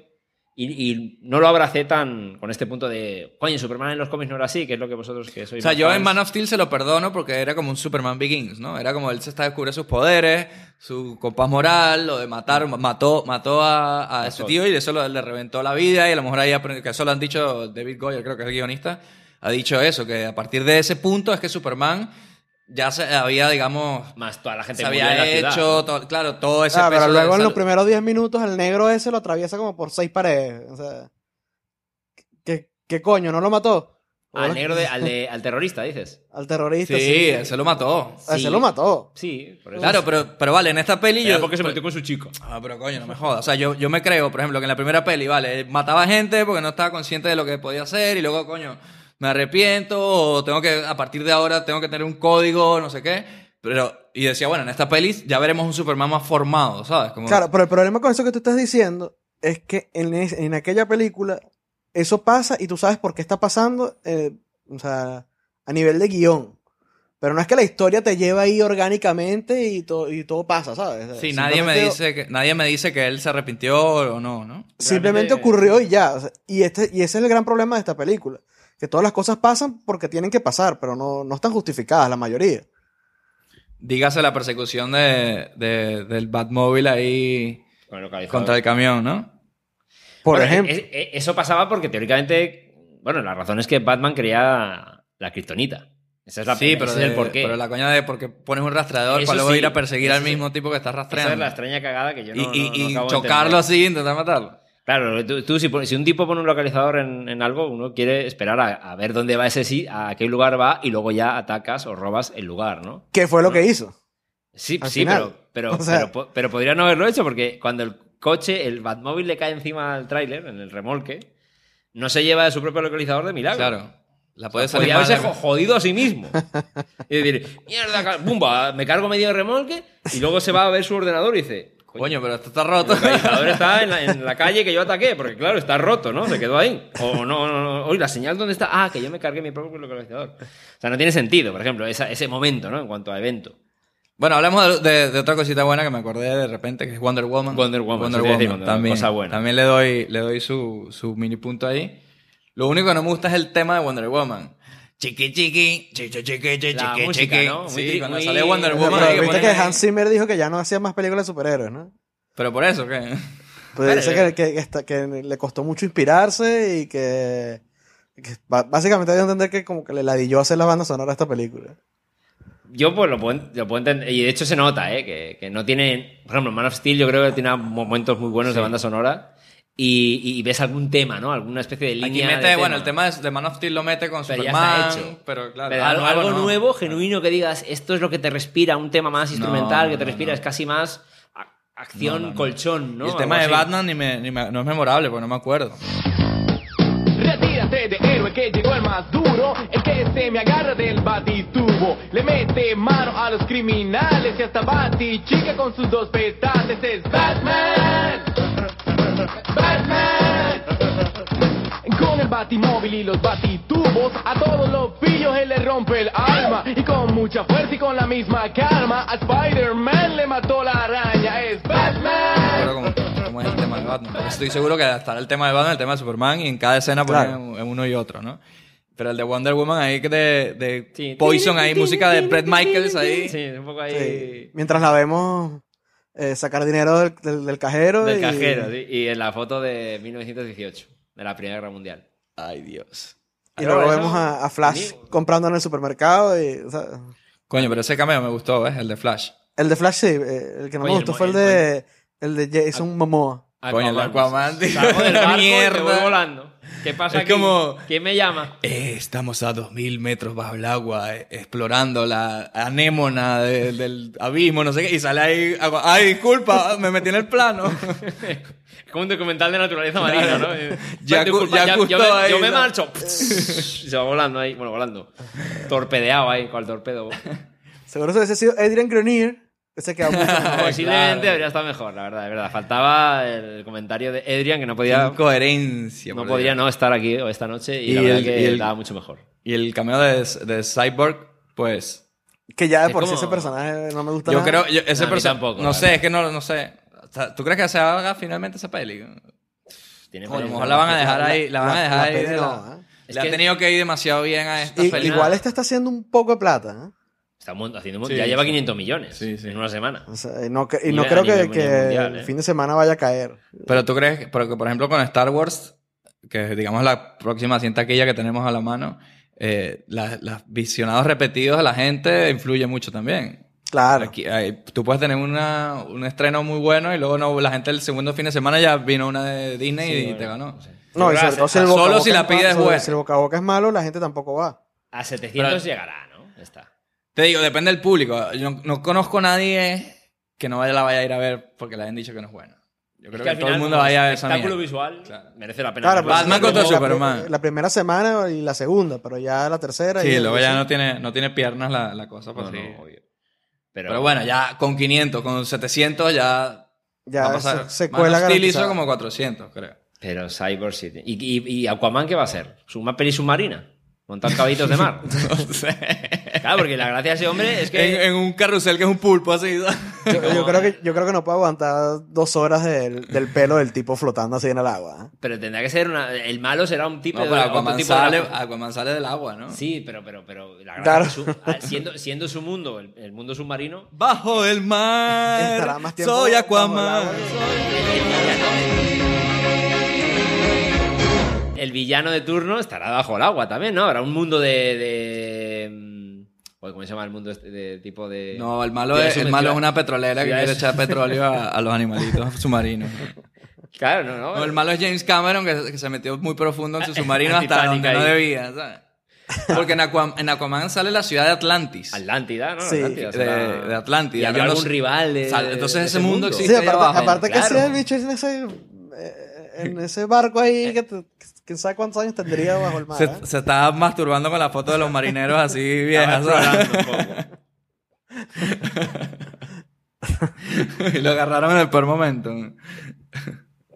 Speaker 3: y, y no lo abracé tan con este punto de, coño, Superman en los cómics no era así, que es lo que vosotros que
Speaker 4: O
Speaker 3: sois.
Speaker 4: sea,
Speaker 3: más
Speaker 4: yo en
Speaker 3: fans".
Speaker 4: Man of Steel se lo perdono porque era como un Superman Begins, ¿no? Era como él se está descubriendo sus poderes, su compás moral, lo de matar, mató, mató a, a ese
Speaker 3: Sol.
Speaker 4: tío y eso lo- le reventó la vida y a lo mejor ahí aprendió, que eso lo han dicho David Goyer, creo que es el guionista, ha dicho eso, que a partir de ese punto es que Superman ya se había, digamos,
Speaker 3: Más toda la gente
Speaker 4: se
Speaker 3: que murió en
Speaker 4: había
Speaker 3: la ciudad,
Speaker 4: hecho,
Speaker 3: ¿no?
Speaker 4: to- claro, todo ese
Speaker 2: Ah, pero
Speaker 4: peso de
Speaker 2: luego en
Speaker 4: esa-
Speaker 2: los primeros 10 minutos el negro ese lo atraviesa como por seis paredes. O sea, ¿qué, qué coño? ¿No lo mató?
Speaker 3: Al negro, de- al, de- al terrorista, dices.
Speaker 2: Al terrorista.
Speaker 4: Sí, él se lo mató.
Speaker 2: Ah,
Speaker 3: sí.
Speaker 2: Se lo mató.
Speaker 3: Sí, por eso.
Speaker 4: Claro, pero, pero vale, en esta peli
Speaker 3: Era
Speaker 4: yo...
Speaker 3: porque se metió con su chico.
Speaker 4: Ah, pero coño, no me jodas. O sea, yo, yo me creo, por ejemplo, que en la primera peli, vale, él mataba gente porque no estaba consciente de lo que podía hacer y luego, coño, me arrepiento o tengo que, a partir de ahora, tengo que tener un código, no sé qué. Pero, y decía, bueno, en esta peli ya veremos un Superman más formado, ¿sabes? Como,
Speaker 2: Claro, pero el problema con eso que tú estás diciendo es que en, es- en aquella película eso pasa y tú sabes por qué está pasando eh, O sea, a nivel de guión. Pero no es que la historia te lleva ahí orgánicamente y, to- y todo pasa, ¿sabes? O sea,
Speaker 4: Sí, nadie me,
Speaker 2: simplemente-
Speaker 4: dice que, nadie me dice que él se arrepintió o no, ¿no?
Speaker 2: Simplemente ocurrió y ya. O sea, y, este, y ese es el gran problema de esta película. Que todas las cosas pasan porque tienen que pasar, pero no, no están justificadas la mayoría.
Speaker 4: Dígase la persecución de, de- del Batmóvil ahí
Speaker 3: Con el localizador.
Speaker 4: contra el camión, ¿no?
Speaker 2: Por
Speaker 3: Bueno,
Speaker 2: ejemplo.
Speaker 3: e- e- eso pasaba porque teóricamente, bueno, la razón es que Batman creía la kriptonita. Esa es la
Speaker 4: sí, pero,
Speaker 3: ese
Speaker 4: de-
Speaker 3: es el porqué.
Speaker 4: pero la coña de porque pones un rastreador
Speaker 3: Eso
Speaker 4: para luego
Speaker 3: sí,
Speaker 4: ir a perseguir
Speaker 3: eso
Speaker 4: al
Speaker 3: sí.
Speaker 4: mismo tipo que estás rastreando.
Speaker 3: Esa es la extraña cagada que yo no,
Speaker 4: y y-
Speaker 3: no-
Speaker 4: y
Speaker 3: no acabo de
Speaker 4: chocarlo
Speaker 3: entender.
Speaker 4: así e intentar matarlo.
Speaker 3: Claro, tú, tú si, pon- si un tipo pone un localizador en, en algo, uno quiere esperar a, a ver dónde va ese sí, a qué lugar va y luego ya atacas o robas el lugar, ¿no?
Speaker 2: ¿Qué fue lo que hizo?
Speaker 3: Sí,
Speaker 2: Al
Speaker 3: sí,
Speaker 2: final.
Speaker 3: pero, pero,
Speaker 2: O sea-
Speaker 3: pero po- pero podría no haberlo hecho porque cuando el coche, el Batmóvil le cae encima al tráiler, en el remolque, no se lleva de su propio localizador de milagro.
Speaker 4: Claro. La puede salir
Speaker 3: Podría
Speaker 4: mal
Speaker 3: haberse
Speaker 4: la-
Speaker 3: jo- jodido a sí mismo. Y decir, mierda, ca- bumba, me cargo medio remolque y luego se va a ver su ordenador y dice, coño,
Speaker 4: Coño, pero esto está
Speaker 3: el
Speaker 4: roto.
Speaker 3: localizador está en la, en la calle que yo ataqué, porque claro, está roto, ¿no? Se quedó ahí. O no, no, no, oye, la señal dónde está. Ah, que yo me cargué mi propio localizador. O sea, no tiene sentido, por ejemplo, esa- ese momento, ¿no? En cuanto a evento.
Speaker 4: Bueno, hablemos de, de- de otra cosita buena que me acordé de repente, que es Wonder Woman.
Speaker 3: Wonder Woman, sí, te iba a decir, Wonder Woman,
Speaker 4: también,
Speaker 3: cosa buena.
Speaker 4: también le doy, le doy su, su mini punto ahí. Lo único que no me gusta es el tema de Wonder Woman. Chiqui, chiqui, chiqui, chiqui, chiqui,
Speaker 3: La
Speaker 4: chiqui,
Speaker 3: música,
Speaker 4: chiqui.
Speaker 3: ¿no? Muy
Speaker 4: Sí,
Speaker 3: tri-
Speaker 4: cuando
Speaker 3: muy-
Speaker 4: sale Wonder
Speaker 3: Pero
Speaker 2: Pero,
Speaker 4: Woman.
Speaker 3: bueno,
Speaker 4: hay que
Speaker 2: viste que
Speaker 4: poner ahí-
Speaker 2: Hans Zimmer dijo que ya no hacía más películas de superhéroes, ¿no?
Speaker 4: Pero por eso, ¿qué?
Speaker 2: Pues
Speaker 3: Claro,
Speaker 2: dice
Speaker 3: yo-
Speaker 2: que, que- que está- que le costó mucho inspirarse y que, que ba- básicamente hay que entender que como que le ladilló hacer la banda sonora a esta película.
Speaker 3: Yo pues lo puedo, en- lo puedo entender, y de hecho se nota, ¿eh? que, que no tiene, por ejemplo, Man of Steel yo creo que tiene momentos muy buenos de banda sonora y, y ves algún tema, ¿no? Alguna especie de
Speaker 4: Aquí
Speaker 3: línea
Speaker 4: mete,
Speaker 3: de
Speaker 4: bueno, el tema de, de Man of Steel lo mete con
Speaker 3: Pero ya
Speaker 4: Superman.
Speaker 3: está hecho.
Speaker 4: Pero claro, ah,
Speaker 3: Pero algo, algo nuevo, genuino, que digas, esto es lo que te respira, un tema más instrumental, que te respira, es casi más a- acción
Speaker 4: No, no, no.
Speaker 3: colchón, ¿no?
Speaker 4: Y el
Speaker 3: Algo
Speaker 4: tema de
Speaker 3: así.
Speaker 4: Batman ni me- ni me- no es memorable, porque no me acuerdo.
Speaker 5: Retírate de héroe que llegó el más duro, el que se me agarra del batitubo. Le mete mano a los criminales y hasta Bati chica con sus dos petates es Batman. Batman. Con el batimóvil y los batitubos a todos los pillos él le rompe el alma y con mucha fuerza y con la misma calma a Spider-Man le mató la araña es
Speaker 4: No me
Speaker 5: Batman.
Speaker 4: acuerdo cómo, cómo es el tema de Batman. porque estoy seguro que estará el tema de Batman, el tema de Superman, y en cada escena
Speaker 2: Claro.
Speaker 4: ponen un- uno y otro, ¿no? Pero el de Wonder Woman ahí que de, de
Speaker 3: Sí.
Speaker 4: Poison, ahí música de Brett Michaels ahí.
Speaker 3: Sí, un poco ahí.
Speaker 2: Sí. Mientras la vemos eh, sacar dinero del, del- del cajero.
Speaker 3: Del
Speaker 2: y-
Speaker 3: cajero, sí. Y en la foto de 1918, de la Primera Guerra Mundial.
Speaker 4: Ay, Dios.
Speaker 2: Y
Speaker 3: Pero
Speaker 2: luego
Speaker 3: Ah, eso-
Speaker 2: vemos a, a Flash comprando en el supermercado. Y, o sea,
Speaker 4: Coño, pero ese cameo me gustó, ¿ves? El de Flash.
Speaker 2: el de Flash, sí. eh, el que no
Speaker 3: Oye,
Speaker 2: me
Speaker 3: el
Speaker 2: gustó
Speaker 3: mo- Ah.
Speaker 2: fue el
Speaker 3: el-
Speaker 2: de, el de Jason Momoa.
Speaker 4: Coño, el Aquaman, tío.
Speaker 3: Salgo del barco y
Speaker 4: Mierda.
Speaker 3: me voy volando. ¿Qué pasa
Speaker 4: Es
Speaker 3: aquí?
Speaker 4: como-
Speaker 3: ¿Quién me llama?
Speaker 4: Eh, estamos a 2000 metros bajo el agua, eh, explorando la anémona de- del abismo, no sé qué, y sale ahí. agua- Ay, disculpa, me metí en el plano.
Speaker 3: Es como un documental de naturaleza marina, ¿no? Eh,
Speaker 4: Ya
Speaker 3: pues,
Speaker 4: cu- ya
Speaker 3: disculpa, yo,
Speaker 4: justo
Speaker 3: me,
Speaker 4: ahí,
Speaker 3: yo me
Speaker 4: ¿no?
Speaker 3: marcho. Se va volando ahí, bueno, volando. Torpedeado ahí, cual torpedo.
Speaker 2: Seguro si hubiese sido Adrian Grenier. Ese quedó mucho mejor.
Speaker 3: Posiblemente
Speaker 4: claro.
Speaker 3: habría estado mejor, la verdad, de verdad. Faltaba el comentario de Adrian que no podía,
Speaker 4: Incoherencia.
Speaker 3: no
Speaker 4: por
Speaker 3: podía
Speaker 4: Dios.
Speaker 3: no estar aquí hoy esta noche y, la
Speaker 4: Y
Speaker 3: verdad
Speaker 4: el-
Speaker 3: que
Speaker 4: y el-
Speaker 3: estaba mucho mejor.
Speaker 4: Y el cameo de, de Cyborg, pues.
Speaker 2: que ya de
Speaker 3: Es
Speaker 2: por
Speaker 3: como-
Speaker 2: sí ese personaje no me gusta
Speaker 4: Yo
Speaker 2: nada.
Speaker 4: creo, yo- ese
Speaker 3: No, a mí
Speaker 4: perso-
Speaker 3: tampoco, la
Speaker 4: No sé,
Speaker 3: verdad.
Speaker 4: es que no, no sé. O sea, ¿Tú crees que se haga finalmente esa peli?
Speaker 3: Tiene
Speaker 4: Coño, a lo mejor la
Speaker 3: varias
Speaker 4: van a
Speaker 3: formas.
Speaker 4: dejar ahí. La van a
Speaker 2: la-
Speaker 4: dejar
Speaker 2: la
Speaker 4: ahí.
Speaker 2: peli
Speaker 4: de
Speaker 2: no,
Speaker 4: la-
Speaker 2: ¿eh?
Speaker 3: Es
Speaker 4: Le ha
Speaker 3: que-
Speaker 4: tenido que ir demasiado bien a esta
Speaker 2: Y-
Speaker 4: peli.
Speaker 2: igual esta está haciendo un poco de plata. ¿eh?
Speaker 3: Está un mon- haciendo un mon-
Speaker 4: Sí,
Speaker 3: ya lleva
Speaker 4: sí.
Speaker 3: 500 millones
Speaker 4: Sí, sí.
Speaker 3: en una semana.
Speaker 2: O sea, y no, que- y
Speaker 3: Mira,
Speaker 2: no
Speaker 3: a
Speaker 2: creo que,
Speaker 3: nivel
Speaker 2: que
Speaker 3: mundial, ¿eh?
Speaker 2: el fin de semana vaya a caer.
Speaker 4: Pero tú crees, que- pero que, por ejemplo con Star Wars, que es, digamos la próxima cinta aquella que tenemos a la mano, eh, la- las visionados repetidos de la gente influye mucho también.
Speaker 2: Claro.
Speaker 4: Aquí- ahí- tú puedes tener una, un estreno muy bueno y luego no, la gente el segundo fin de semana ya vino una de Disney y te ganó.
Speaker 2: No, y sobre
Speaker 3: Pero a-
Speaker 2: todo si
Speaker 4: a-
Speaker 2: el boca a
Speaker 4: solo
Speaker 2: boca
Speaker 4: si la
Speaker 2: es malo-
Speaker 4: pida es
Speaker 2: sobre-
Speaker 4: buena.
Speaker 2: Si el boca a boca es malo, la gente tampoco va.
Speaker 3: A 700
Speaker 4: Pero-
Speaker 3: llegará, ¿no? Ya Está.
Speaker 4: Te digo, depende del público. Yo no, no conozco a nadie que no vaya, la vaya a ir a ver porque le han dicho que no es buena. Yo creo
Speaker 3: Es
Speaker 4: que,
Speaker 3: al
Speaker 4: todo
Speaker 3: final,
Speaker 4: el mundo
Speaker 3: como
Speaker 4: vaya a ver esa
Speaker 3: espectáculo
Speaker 4: mierda.
Speaker 3: visual
Speaker 4: Claro.
Speaker 3: merece la pena.
Speaker 2: Claro,
Speaker 3: verlo.
Speaker 2: pues,
Speaker 4: Batman
Speaker 2: la
Speaker 4: contra
Speaker 2: primera-
Speaker 4: Superman.
Speaker 2: La, primera semana y la segunda, pero ya la tercera.
Speaker 4: Sí,
Speaker 2: y
Speaker 4: luego ya no tiene, no tiene piernas la, la cosa. pues
Speaker 3: No,
Speaker 4: sí.
Speaker 3: no, obvio. Pero,
Speaker 4: Pero, bueno, ya con 500, con 700 ya,
Speaker 2: ya
Speaker 4: va a
Speaker 2: se-
Speaker 4: pasar.
Speaker 2: se,
Speaker 4: Man
Speaker 2: cuela
Speaker 4: of Steel hizo
Speaker 2: garantizada.
Speaker 4: como 400, creo.
Speaker 3: Pero Cyborg City. ¿Y, y, y Aquaman qué va a ser? ¿Una peli submarina? Montar caballitos de mar.
Speaker 4: No sé.
Speaker 3: Claro, porque la gracia de ese hombre es que.
Speaker 4: En, en un carrusel que es un pulpo así. ¿sabes?
Speaker 2: Yo, yo creo
Speaker 4: eh.
Speaker 2: que, yo creo que no puedo aguantar dos horas del, del pelo del tipo flotando así en el agua. ¿eh?
Speaker 3: Pero tendrá que ser una. El malo será un tipo
Speaker 4: No,
Speaker 3: de.
Speaker 4: pero
Speaker 3: otro
Speaker 4: Aquaman
Speaker 3: tipo de-
Speaker 4: sale, ah. Aquaman sale del agua, ¿no?
Speaker 3: Sí, pero, pero, pero. La gracia
Speaker 2: Claro.
Speaker 3: es su- ah, siendo, siendo su mundo, el, el mundo submarino.
Speaker 4: Bajo el
Speaker 2: Estará
Speaker 4: mar.
Speaker 2: más tiempo
Speaker 4: Soy
Speaker 2: bajo el agua.
Speaker 4: Aquaman.
Speaker 3: El villano de turno estará bajo el agua también, ¿no? Habrá un mundo de. de, mm, joder, ¿Cómo se llama el mundo este de tipo de.?
Speaker 4: No, el malo,
Speaker 3: de
Speaker 4: es, el malo es una petrolera que
Speaker 3: ciudades-
Speaker 4: quiere echar petróleo a, a los animalitos submarinos.
Speaker 3: Claro, no, no.
Speaker 4: No, el malo es James Cameron que, que se metió muy profundo en su submarino hasta
Speaker 3: Titanic
Speaker 4: donde no
Speaker 3: ahí.
Speaker 4: debía, ¿sabes? Porque en, Aquam- en Aquaman sale la ciudad de Atlantis.
Speaker 3: Atlántida, ¿no?
Speaker 2: Sí,
Speaker 3: Atlántida,
Speaker 4: de-
Speaker 3: será-
Speaker 4: de Atlántida.
Speaker 3: Y
Speaker 4: Yo
Speaker 3: habrá
Speaker 4: no
Speaker 3: algún
Speaker 4: sé-
Speaker 3: rival de.
Speaker 4: Sal- entonces
Speaker 3: de
Speaker 4: ese mundo
Speaker 2: Sí,
Speaker 4: existe ahí
Speaker 2: aparte,
Speaker 4: abajo,
Speaker 2: aparte que
Speaker 3: claro.
Speaker 2: sea el bicho en ese, eh, en ese barco ahí que te- quién sabe cuántos años tendría bajo el mar. ¿eh?
Speaker 4: Se, se está masturbando con la foto de los marineros así viejas. ¿sabes?
Speaker 3: Explorando un poco.
Speaker 4: y lo agarraron en el peor momento.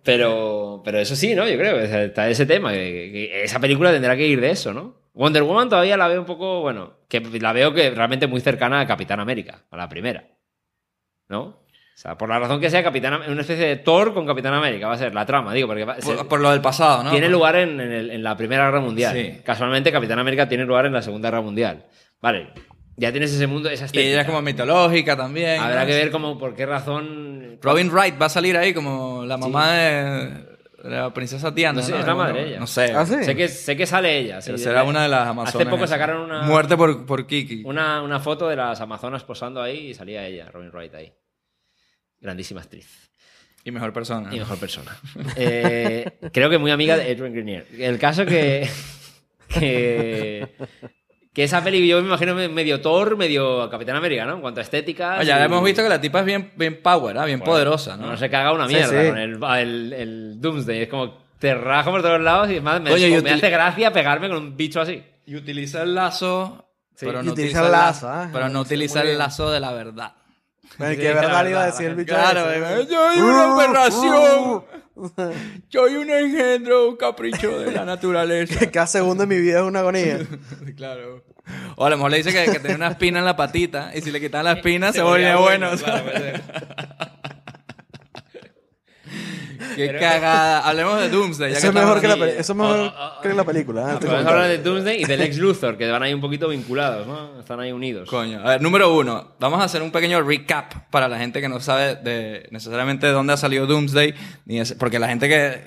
Speaker 3: Pero, pero eso sí, ¿no? Yo creo que está ese tema. que- que esa película tendrá que ir de eso, ¿no? Wonder Woman todavía la veo un poco, bueno, que la veo que realmente muy cercana a Capitán América, a la primera. ¿No? O sea, por la razón que sea, Capitán, Am- una especie de Thor con Capitán América va a ser la trama, digo, porque va- se-
Speaker 4: Por, por lo del pasado, ¿no?
Speaker 3: tiene lugar en, en el- en la Primera Guerra Mundial.
Speaker 4: Sí.
Speaker 3: Casualmente, Capitán América tiene lugar en la Segunda Guerra Mundial. Vale, ya tienes ese mundo,
Speaker 4: Y ella
Speaker 3: esa estética.
Speaker 4: es como mitológica también.
Speaker 3: Habrá
Speaker 4: ¿no?
Speaker 3: que ver como por qué razón
Speaker 4: Robin Wright va a salir ahí como la mamá de de la princesa Tiana.
Speaker 3: No sé,
Speaker 4: ¿no?
Speaker 3: es la madre
Speaker 4: Bueno,
Speaker 3: ella.
Speaker 4: No sé.
Speaker 2: Ah, sí.
Speaker 3: Sé que, sé que sale ella.
Speaker 4: Pero
Speaker 3: sí,
Speaker 4: será
Speaker 3: de-
Speaker 4: una de las amazonas.
Speaker 3: Hace poco
Speaker 4: esas.
Speaker 3: sacaron una,
Speaker 4: Muerte por, por Kiki.
Speaker 3: una, una foto de las amazonas posando ahí y salía ella, Robin Wright ahí. Grandísima actriz
Speaker 4: Y mejor persona.
Speaker 3: y mejor persona. Eh, creo que muy amiga de Edwin Grenier. El caso que... que que esa peli yo me imagino me- medio Thor, medio Capitán América, ¿no? En cuanto a estética.
Speaker 4: Ah, ya
Speaker 3: y-
Speaker 4: hemos visto que la tipa es bien, bien power, ¿ah? bien
Speaker 3: Bueno,
Speaker 4: poderosa, ¿no?
Speaker 3: No se caga una
Speaker 2: Sí,
Speaker 3: mierda
Speaker 2: sí.
Speaker 3: con el, el, el Doomsday. Es como te rajo por todos lados y además me,
Speaker 4: Oye,
Speaker 3: me
Speaker 4: yo te-
Speaker 3: hace gracia pegarme con un bicho así.
Speaker 4: Y utiliza el lazo,
Speaker 3: Sí.
Speaker 4: pero
Speaker 2: Y utiliza
Speaker 4: no utiliza el
Speaker 2: el
Speaker 4: lazo,
Speaker 2: lazo, ah.
Speaker 4: pero no
Speaker 2: Sí,
Speaker 4: utiliza
Speaker 2: muy
Speaker 4: el
Speaker 2: bien.
Speaker 4: lazo de la verdad.
Speaker 2: Ay,
Speaker 3: Sí,
Speaker 2: que
Speaker 3: la
Speaker 2: verdad le
Speaker 3: verdad,
Speaker 2: iba a
Speaker 3: la
Speaker 2: decir el bicho. Uh,
Speaker 4: Claro, eh, yo hay una aberración. Yo hay un engendro, un capricho de la naturaleza.
Speaker 2: ese. Cada segundo de mi vida es una agonía.
Speaker 4: claro. O a lo mejor le dice que, que tenía una espina en la patita y si le quitan la espina se
Speaker 3: volvía
Speaker 4: volvía bueno.
Speaker 3: bueno, claro,
Speaker 4: ¿sabes? Qué cagada. Hablemos de Doomsday. ya
Speaker 2: Eso es mejor,
Speaker 4: estamos
Speaker 2: que la,
Speaker 4: aquí. oh,
Speaker 2: pe- eso es mejor que la película. ¿eh? Este
Speaker 3: Vamos a
Speaker 2: comentario.
Speaker 3: hablar de Doomsday y del ex Luthor, que van ahí un poquito vinculados, ¿no? Están ahí unidos.
Speaker 4: Coño. A ver, número uno. Vamos a hacer un pequeño recap para la gente que no sabe de, necesariamente de dónde ha salido Doomsday. ni ese- porque la gente que.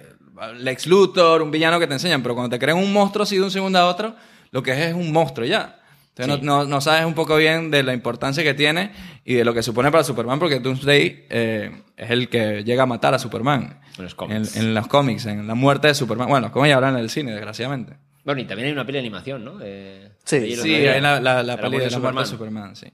Speaker 4: Lex Luthor, un villano que te enseñan, pero cuando te crean un monstruo así de un segundo a otro, lo que es es un monstruo ya. Entonces
Speaker 3: Sí.
Speaker 4: no, no- no sabes un poco bien de la importancia que tiene y de lo que supone para Superman, porque Doomsday eh, es el que llega a matar a Superman.
Speaker 3: En los cómics.
Speaker 4: En, en los cómics, en la muerte de Superman. Bueno, como ya hablan en el cine, desgraciadamente.
Speaker 3: Bueno, y también hay una peli de animación, ¿no? De-
Speaker 2: Sí,
Speaker 3: de Hielo
Speaker 4: Sí,
Speaker 3: Negro.
Speaker 4: hay la, la, la
Speaker 3: De
Speaker 4: peli
Speaker 3: muerte
Speaker 4: de la muerte de Superman, sí.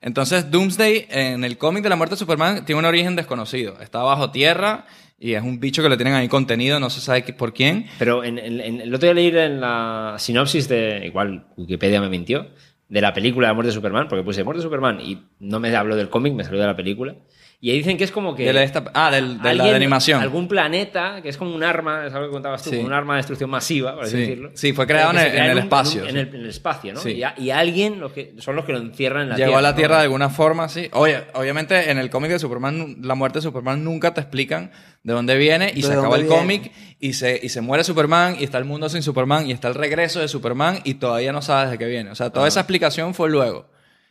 Speaker 4: Entonces, Doomsday, en el cómic de la muerte de Superman, tiene un origen desconocido. Está bajo tierra y es un bicho que lo tienen ahí contenido, no se sabe qué- por quién.
Speaker 3: Pero en, en- en- el otro día leí en la sinopsis de. Igual Wikipedia me mintió. De la película de la muerte de Superman, porque puse muerte de Superman y no me habló del cómic, me salió de la película. Y ahí dicen que es como que.
Speaker 4: De la esta- ah, del- de la de
Speaker 3: alguien-
Speaker 4: animación.
Speaker 3: Algún planeta, que es como un arma, es algo que contabas tú,
Speaker 4: Sí.
Speaker 3: como un arma de destrucción masiva, por así
Speaker 4: Sí.
Speaker 3: decirlo.
Speaker 4: Sí, fue creado
Speaker 3: Pero que
Speaker 4: en el-
Speaker 3: se
Speaker 4: en
Speaker 3: crea
Speaker 4: el
Speaker 3: un-
Speaker 4: espacio,
Speaker 3: En,
Speaker 4: sí.
Speaker 3: el, en el espacio, ¿no?
Speaker 4: Sí.
Speaker 3: Y, a- y alguien los que, son los que lo encierran en la
Speaker 4: Llegó
Speaker 3: Tierra.
Speaker 4: a la
Speaker 3: ¿no?
Speaker 4: Tierra de alguna forma, sí. Oye, obviamente en el cómic de Superman, la muerte de Superman nunca te explican de dónde viene y
Speaker 2: ¿De
Speaker 4: se acaba
Speaker 2: dónde
Speaker 4: el
Speaker 2: viene?
Speaker 4: cómic y se, y se muere Superman y está el mundo sin Superman y está el regreso de Superman y todavía no sabes de qué viene. O sea,
Speaker 3: Ah.
Speaker 4: toda esa explicación fue luego.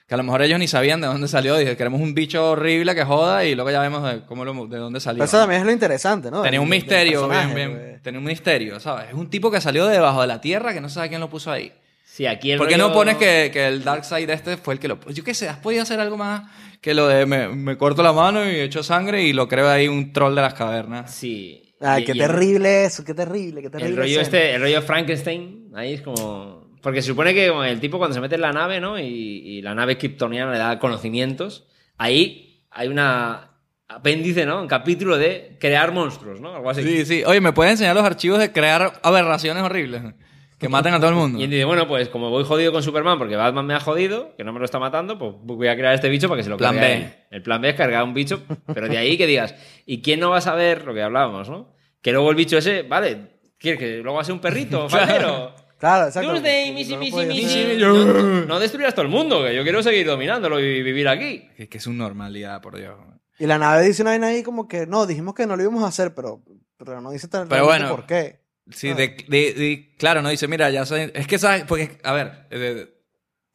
Speaker 4: Que a lo mejor ellos ni sabían de dónde salió. Dije, queremos un bicho horrible que joda y luego ya vemos de, cómo lo- de dónde salió.
Speaker 2: Pero eso también es lo interesante, ¿no?
Speaker 4: Tenía un
Speaker 2: Del- del
Speaker 4: misterio, bien,
Speaker 2: personaje, pues.
Speaker 4: bien.
Speaker 2: güey.
Speaker 4: Tenía un misterio, ¿sabes? Es un tipo que salió de debajo de la tierra que no sabe quién lo puso ahí.
Speaker 3: Sí, aquí el
Speaker 4: ¿Por qué
Speaker 3: rollo-
Speaker 4: no pones que, que el Dark Side este fue el que lo puso? Yo qué sé, has podido hacer algo más que lo de me, me corto la mano y echo sangre y lo creo ahí un troll de las cavernas.
Speaker 3: Sí.
Speaker 2: Ay,
Speaker 3: Y-
Speaker 2: Ah, qué
Speaker 3: y el-
Speaker 2: terrible eso, qué terrible, qué terrible.
Speaker 3: El rollo,
Speaker 2: escena.
Speaker 3: este, el rollo Frankenstein, ahí es como... Porque se supone que como el tipo cuando se mete en la nave, ¿no? Y, y la nave kryptoniana le da conocimientos, ahí hay una apéndice, ¿no? Un capítulo de crear monstruos, ¿no? Algo así.
Speaker 4: Sí, sí. Oye, ¿me puedes enseñar los archivos de crear aberraciones horribles? Que maten a todo el mundo.
Speaker 3: Y él dice, bueno, pues como voy jodido con Superman porque Batman me ha jodido, que no me lo está matando, pues voy a crear este bicho para que se lo
Speaker 4: Plan
Speaker 3: cargue
Speaker 4: B.
Speaker 3: a él. El plan B es cargar un bicho, pero de ahí que digas, ¿y quién no va a saber lo que hablábamos, no? Que luego el bicho ese, vale, ¿quieres que luego va a ser un perrito, faldero?
Speaker 2: Claro, exacto.
Speaker 3: Tuesday,
Speaker 2: No
Speaker 3: missy,
Speaker 2: lo
Speaker 3: missy,
Speaker 2: podía
Speaker 3: missy.
Speaker 2: hacer.
Speaker 3: No, no destruyas todo el mundo, que yo quiero seguir dominándolo y vivir aquí.
Speaker 4: Que, que es una normalidad, por Dios.
Speaker 2: Y la nave dice una vaina ahí como que no, dijimos que no lo íbamos a hacer, pero, pero no dice tan
Speaker 4: Pero
Speaker 2: realmente
Speaker 4: bueno.
Speaker 2: por qué.
Speaker 4: Sí,
Speaker 2: Ah.
Speaker 4: de, de- de- claro, no dice, mira, ya sabes, es que sabes, porque, a ver, eh, de-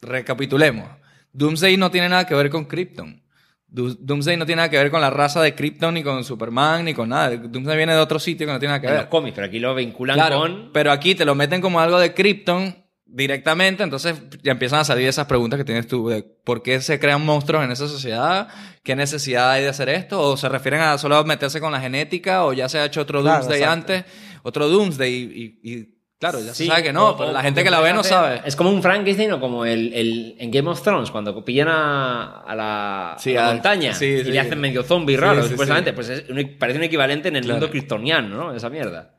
Speaker 4: recapitulemos. Doomsday no tiene nada que ver con Krypton. Du- Doomsday no tiene nada que ver con la raza de Krypton, ni con Superman, ni con nada. Doomsday viene de otro sitio que no tiene nada que
Speaker 3: En los
Speaker 4: ver.
Speaker 3: cómics, pero aquí lo vinculan
Speaker 4: Claro,
Speaker 3: con.
Speaker 4: pero aquí te lo meten como algo de Krypton directamente, entonces ya empiezan a salir esas preguntas que tienes tú de por qué se crean monstruos en esa sociedad, qué necesidad hay de hacer esto, o se refieren a solo meterse con la genética, o ya se ha hecho otro
Speaker 2: Claro,
Speaker 4: Doomsday
Speaker 2: exacto.
Speaker 4: antes, otro Doomsday, y, y- y, claro, ya
Speaker 3: Sí,
Speaker 4: se sabe que no,
Speaker 3: o-
Speaker 4: pero
Speaker 3: o-
Speaker 4: la gente que la ve no sabe.
Speaker 3: Es como un Frankenstein o como el, el- en Game of Thrones, cuando pillan a, a la,
Speaker 4: Sí,
Speaker 3: a la
Speaker 4: a-
Speaker 3: montaña
Speaker 4: sí,
Speaker 3: y
Speaker 4: sí.
Speaker 3: le hacen medio zombie
Speaker 4: Sí,
Speaker 3: raro,
Speaker 4: sí,
Speaker 3: supuestamente.
Speaker 4: sí.
Speaker 3: Pues es un- parece un equivalente en el
Speaker 4: Claro.
Speaker 3: mundo kryptoniano, ¿no? Esa mierda.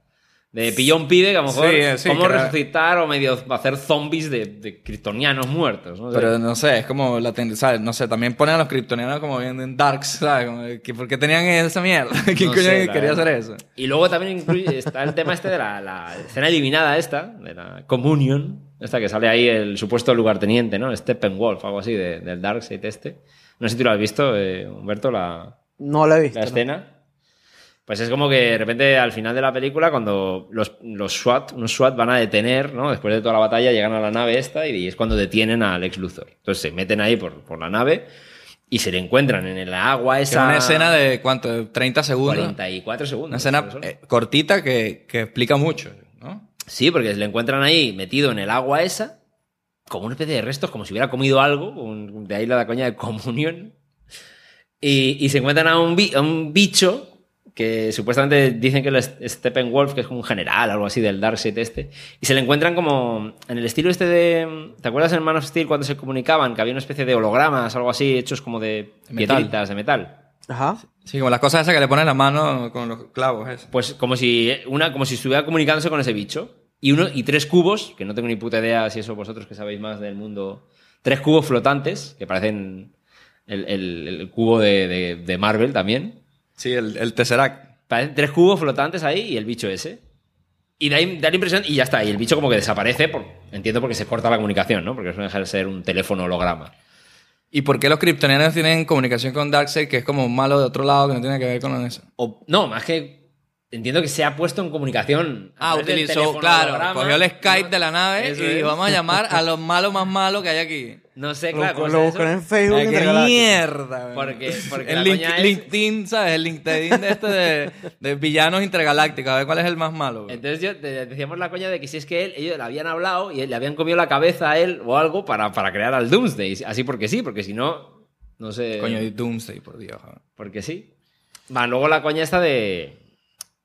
Speaker 3: De pillón pibe, que a lo mejor,
Speaker 4: Sí, sí,
Speaker 3: cómo
Speaker 4: que era-
Speaker 3: resucitar o medio hacer zombies de, de kryptonianos muertos. ¿no?
Speaker 4: Pero no sé, es como la tendencia, ¿sabes? no sé, también ponen a los kryptonianos como bien en Darks, ¿sabes? Como que, ¿Por qué tenían esa mierda? ¿Quién
Speaker 3: No
Speaker 4: coño
Speaker 3: sé, la
Speaker 4: quería
Speaker 3: verdad.
Speaker 4: hacer eso?
Speaker 3: Y luego también incluye, está el tema este de la, la escena eliminada esta, de la Communion, esta que sale ahí el supuesto lugarteniente, ¿no? Steppenwolf, algo así, de- del Darkseid este. No sé si tú lo has visto, eh, Humberto, la,
Speaker 2: No lo he visto.
Speaker 3: la
Speaker 2: ¿no?
Speaker 3: escena. Pues es como que de repente al final de la película, cuando los, los SWAT, unos SWAT van a detener, ¿no? Después de toda la batalla, llegan a la nave esta y es cuando detienen a Lex Luthor. Entonces se meten ahí por, por la nave y se le encuentran en el agua
Speaker 4: Es
Speaker 3: esa.
Speaker 4: una escena de, ¿cuánto? de 30 segundos.
Speaker 3: 44 segundos.
Speaker 4: Una escena
Speaker 3: creo que son.
Speaker 4: eh, cortita que, que explica mucho, ¿no?
Speaker 3: Sí, porque le encuentran ahí metido en el agua esa, como una especie de restos, como si hubiera comido algo, un- de ahí la coña de comunión. Y, y se encuentran a un, bi- a un bicho que supuestamente dicen que es el Steppenwolf, que es como un general, algo así del Darkseid este, y se le encuentran como en el estilo este de... ¿Te acuerdas en Man of Steel cuando se comunicaban que había una especie de hologramas, algo así, hechos como de
Speaker 4: De metal.
Speaker 3: piedritas de metal?
Speaker 2: Ajá.
Speaker 4: Sí, como las cosas esas que le ponen la mano con los clavos. esas.
Speaker 3: Pues como si una, como si estuviera comunicándose con ese bicho. Y uno, y tres cubos, que no tengo ni puta idea si eso vosotros que sabéis más del mundo. Tres cubos flotantes, que parecen el, el- el cubo de, de- de Marvel también.
Speaker 4: Sí, el, el Tesseract.
Speaker 3: Parecen tres cubos flotantes ahí y el bicho ese. Y da, im- da la impresión, y ya está. Y el bicho como que desaparece, por- entiendo porque se corta la comunicación, ¿no? Porque eso deja de ser un teléfono holograma.
Speaker 4: ¿Y por qué los kryptonianos tienen comunicación con Darkseid, que es como un malo de otro lado que no tiene que ver con eso?
Speaker 3: O- no, más que entiendo que se ha puesto en comunicación. a
Speaker 4: Ah,
Speaker 3: través del
Speaker 4: utilizó,
Speaker 3: teléfono
Speaker 4: claro,
Speaker 3: holograma.
Speaker 4: cogió el Skype de la nave
Speaker 3: Eso
Speaker 4: y
Speaker 3: es.
Speaker 4: vamos a llamar a los malos más malos que hay aquí.
Speaker 3: No sé,
Speaker 2: Lo,
Speaker 3: claro. ¿cómo
Speaker 2: lo
Speaker 3: se dice
Speaker 2: buscan
Speaker 3: eso?
Speaker 2: en Facebook.
Speaker 4: Ay, ¡Qué
Speaker 2: intergaláctico.
Speaker 4: mierda! güey.
Speaker 3: Porque- porque la
Speaker 4: el link-
Speaker 3: coña es-
Speaker 4: LinkedIn, ¿sabes? El LinkedIn de este de, de villanos intergalácticos. A ver cuál es el más malo. güey.
Speaker 3: Entonces yo te decíamos la coña de que si es que él, ellos le habían hablado y le habían comido la cabeza a él o algo para, para crear al Doomsday. Así porque sí, porque si no, no sé.
Speaker 4: Coño, y Doomsday, por Dios. güey.
Speaker 3: Porque sí. Más luego la coña esta de.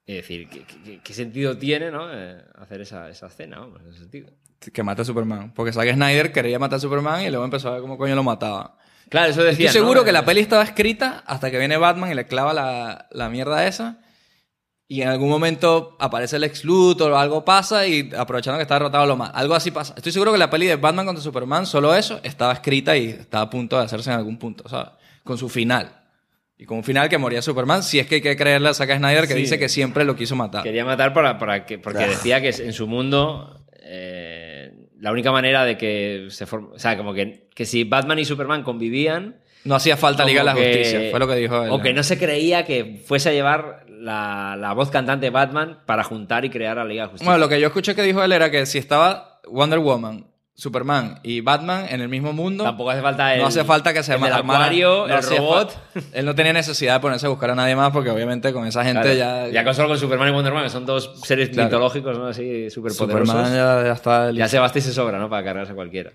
Speaker 3: Es decir, ¿qué, qué- qué- qué sentido tiene, ¿no? Eh, hacer esa, esa escena, vamos, en ese sentido.
Speaker 4: que mata a Superman. Porque Zack Snyder quería matar a Superman y luego empezó a ver cómo coño lo mataba.
Speaker 3: Claro, eso Eh, decía.
Speaker 4: Estoy seguro que la peli estaba escrita hasta que viene Batman y le clava la, la mierda esa. Y en algún momento aparece el ex Luthor o algo pasa y aprovechando que está derrotado lo más. Algo así pasa. Estoy seguro que la peli de Batman contra Superman, solo eso, estaba escrita y estaba a punto de hacerse en algún punto, ¿sabes? Con su final. Y con un final que moría Superman, si es que hay que creerle a Zack Snyder que
Speaker 3: Sí.
Speaker 4: dice que siempre lo quiso matar.
Speaker 3: Quería matar para, para que, porque
Speaker 4: Ah.
Speaker 3: decía que en su mundo eh, la única manera de que se form- O sea, como que, que si Batman y Superman convivían,
Speaker 4: No hacía falta Liga de la
Speaker 3: Como que-
Speaker 4: Justicia, fue lo que dijo él.
Speaker 3: O que no se creía que fuese a llevar la, la voz cantante de Batman para juntar y crear a la Liga de Justicia.
Speaker 4: Bueno, lo que yo escuché que dijo él era que si estaba Wonder Woman, Superman y Batman en el mismo mundo,
Speaker 3: Tampoco hace falta el,
Speaker 4: no hace falta que se
Speaker 3: el del
Speaker 4: armara- no
Speaker 3: acuario, el
Speaker 4: hacía fa-
Speaker 3: robot.
Speaker 4: Él no tenía necesidad de ponerse a buscar a nadie más porque obviamente con esa gente
Speaker 3: Claro.
Speaker 4: ya...
Speaker 3: con solo con Superman y Wonder Woman, que son dos seres
Speaker 4: Claro.
Speaker 3: mitológicos, ¿no? Así superpoderosos.
Speaker 4: Superman ya, ya está...
Speaker 3: Ya se basta y se sobra, ¿no? Para cargarse a cualquiera.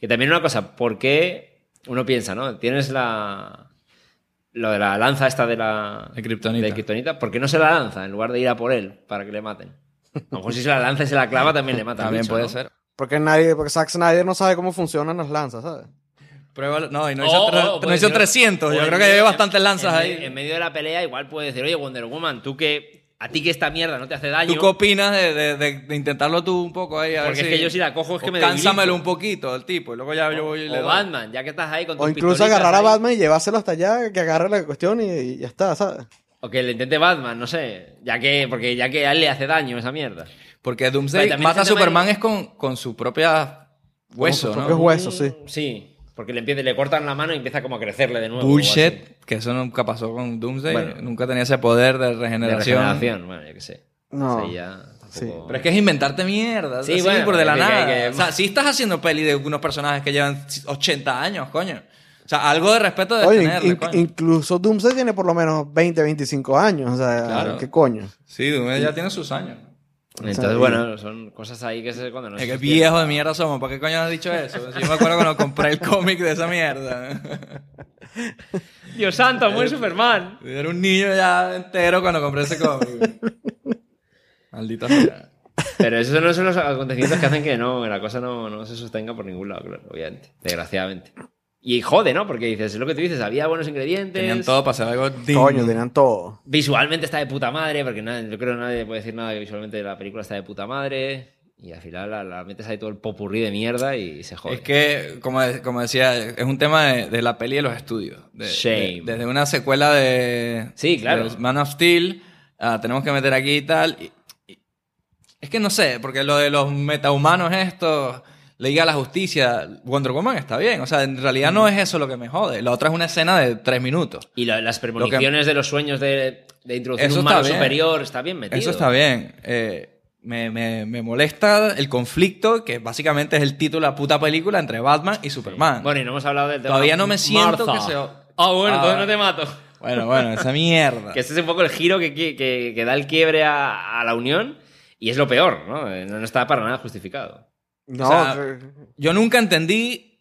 Speaker 3: Y también una cosa, ¿por qué uno piensa, ¿no? Tienes la. Lo de la lanza esta de la.
Speaker 4: De kriptonita.
Speaker 3: de kriptonita, ¿Por qué no se la lanza en lugar de ir a por él para que le maten? A lo mejor si se la lanza y se la clava también le mata. al
Speaker 4: También
Speaker 3: bicho,
Speaker 4: puede
Speaker 3: ¿no?
Speaker 4: ser.
Speaker 2: Porque nadie, porque Zack Snyder no sabe cómo funcionan las lanzas, ¿sabes?
Speaker 4: Pruébalo. No, y no
Speaker 3: O-
Speaker 4: hizo,
Speaker 3: o-
Speaker 4: tre-
Speaker 3: o
Speaker 4: no
Speaker 3: puede
Speaker 4: hizo
Speaker 3: ser-
Speaker 4: 300.
Speaker 3: o
Speaker 4: Yo
Speaker 3: pues en
Speaker 4: creo que
Speaker 3: medio-
Speaker 4: hay bastantes
Speaker 3: en-
Speaker 4: lanzas
Speaker 3: en
Speaker 4: ahí.
Speaker 3: medio- En medio de la pelea, igual puede decir, oye, Wonder Woman, tú que. A ti que esta mierda no te hace daño.
Speaker 4: ¿Tú qué opinas de, de- de- de intentarlo tú un poco ahí? A ver
Speaker 3: Porque es que yo si la cojo es que
Speaker 4: o
Speaker 3: me
Speaker 4: Cánsamelo
Speaker 3: debilito.
Speaker 4: un poquito al tipo y luego ya yo voy y le
Speaker 3: o
Speaker 4: doy.
Speaker 3: Batman, ya que estás ahí con
Speaker 2: O
Speaker 3: tus
Speaker 2: incluso
Speaker 3: pistolitas
Speaker 2: agarrar a
Speaker 3: ahí.
Speaker 2: Batman y llevárselo hasta allá, que agarre la cuestión y, y ya está, ¿sabes?
Speaker 3: O que le intente Batman, no sé. Ya que, porque ya que a él le hace daño esa mierda.
Speaker 4: Porque
Speaker 3: Pero
Speaker 4: Doomsday
Speaker 3: también
Speaker 4: mata a
Speaker 3: ese tema
Speaker 4: Superman
Speaker 3: ahí-
Speaker 4: es con, con su propia hueso,
Speaker 2: sus
Speaker 4: ¿no?
Speaker 2: propios huesos, Ah, sí.
Speaker 3: Mm, Sí. Porque le, empieza, le cortan la mano y empieza como a crecerle de nuevo. o así.
Speaker 4: Bullshit, que eso nunca pasó con Doomsday.
Speaker 3: Bueno.
Speaker 4: nunca tenía ese poder de
Speaker 3: De
Speaker 4: regeneración.
Speaker 3: regeneración, bueno, yo qué sé.
Speaker 2: No.
Speaker 3: Ahí ya tampoco-
Speaker 2: Sí.
Speaker 4: Pero es que es inventarte mierda.
Speaker 3: Sí,
Speaker 4: Sí,
Speaker 3: bueno,
Speaker 4: por de la
Speaker 3: es que-
Speaker 4: nada.
Speaker 3: que-
Speaker 4: O sea, si estás haciendo peli de unos personajes que llevan 80 años, coño. O sea, algo de respeto de
Speaker 2: Oye,
Speaker 4: tenerle,
Speaker 2: in-
Speaker 4: coño.
Speaker 2: incluso Doomsday tiene por lo menos 20, 25 años. O sea,
Speaker 4: Claro.
Speaker 2: ¿qué coño?
Speaker 4: Sí, Doomsday ya tiene sus años.
Speaker 3: Entonces, bueno, son cosas ahí que se cuando no
Speaker 4: Es que
Speaker 3: se
Speaker 4: viejo de mierda somos. ¿Para qué coño has dicho eso? Si yo me acuerdo cuando compré el cómic de esa mierda.
Speaker 3: sostienen. Dios santo,
Speaker 6: Eh,
Speaker 3: muy Superman.
Speaker 4: Yo Era un niño ya entero cuando compré ese cómic. Maldita sea.
Speaker 3: Pero esos no son los acontecimientos que hacen que no, la cosa no, no se sostenga por ningún lado, claro, obviamente. Desgraciadamente. Y jode, ¿no? Porque dices, es lo que tú dices, había buenos ingredientes.
Speaker 4: Tenían todo para hacer algo digno.
Speaker 2: Coño, tenían todo.
Speaker 3: Visualmente está de puta madre, porque nadie- yo creo que nadie puede decir nada que visualmente la película está de puta madre. Y al final la, la metes ahí todo el popurrí de mierda y se jode.
Speaker 4: Es que, como, de- como decía, es un tema de, de la peli de los estudios. De-
Speaker 3: Shame.
Speaker 4: de- desde una secuela de,
Speaker 3: Sí, claro.
Speaker 4: de Man of Steel, ah, tenemos que meter aquí y tal. y- y- es que no sé, porque lo de los metahumanos estos, Liga a la Justicia, Wonder Woman está bien. O sea, en realidad no es eso lo que me jode. La otra es una escena de tres minutos.
Speaker 3: Y la- las premoniciones de los sueños de, de introducir
Speaker 4: Eso
Speaker 3: un
Speaker 4: está
Speaker 3: malo
Speaker 4: bien.
Speaker 3: superior está bien metido.
Speaker 4: Eso está bien. Eh, me, me- me molesta el conflicto, que básicamente es el título de la puta película entre Batman y Superman.
Speaker 3: Bueno, y no hemos hablado del tema.
Speaker 4: Todavía no me siento
Speaker 3: Martha.
Speaker 4: que se-
Speaker 3: Ah,
Speaker 4: Ah,
Speaker 3: bueno, entonces
Speaker 4: bueno.
Speaker 3: no te mato.
Speaker 4: Bueno, bueno, esa mierda.
Speaker 3: Que ese es un poco el giro que, que- que- que da el quiebre a, a la unión y es lo peor, ¿no? Eh, No no está para nada justificado.
Speaker 2: No,
Speaker 4: O sea,
Speaker 2: que-
Speaker 4: Yo nunca entendí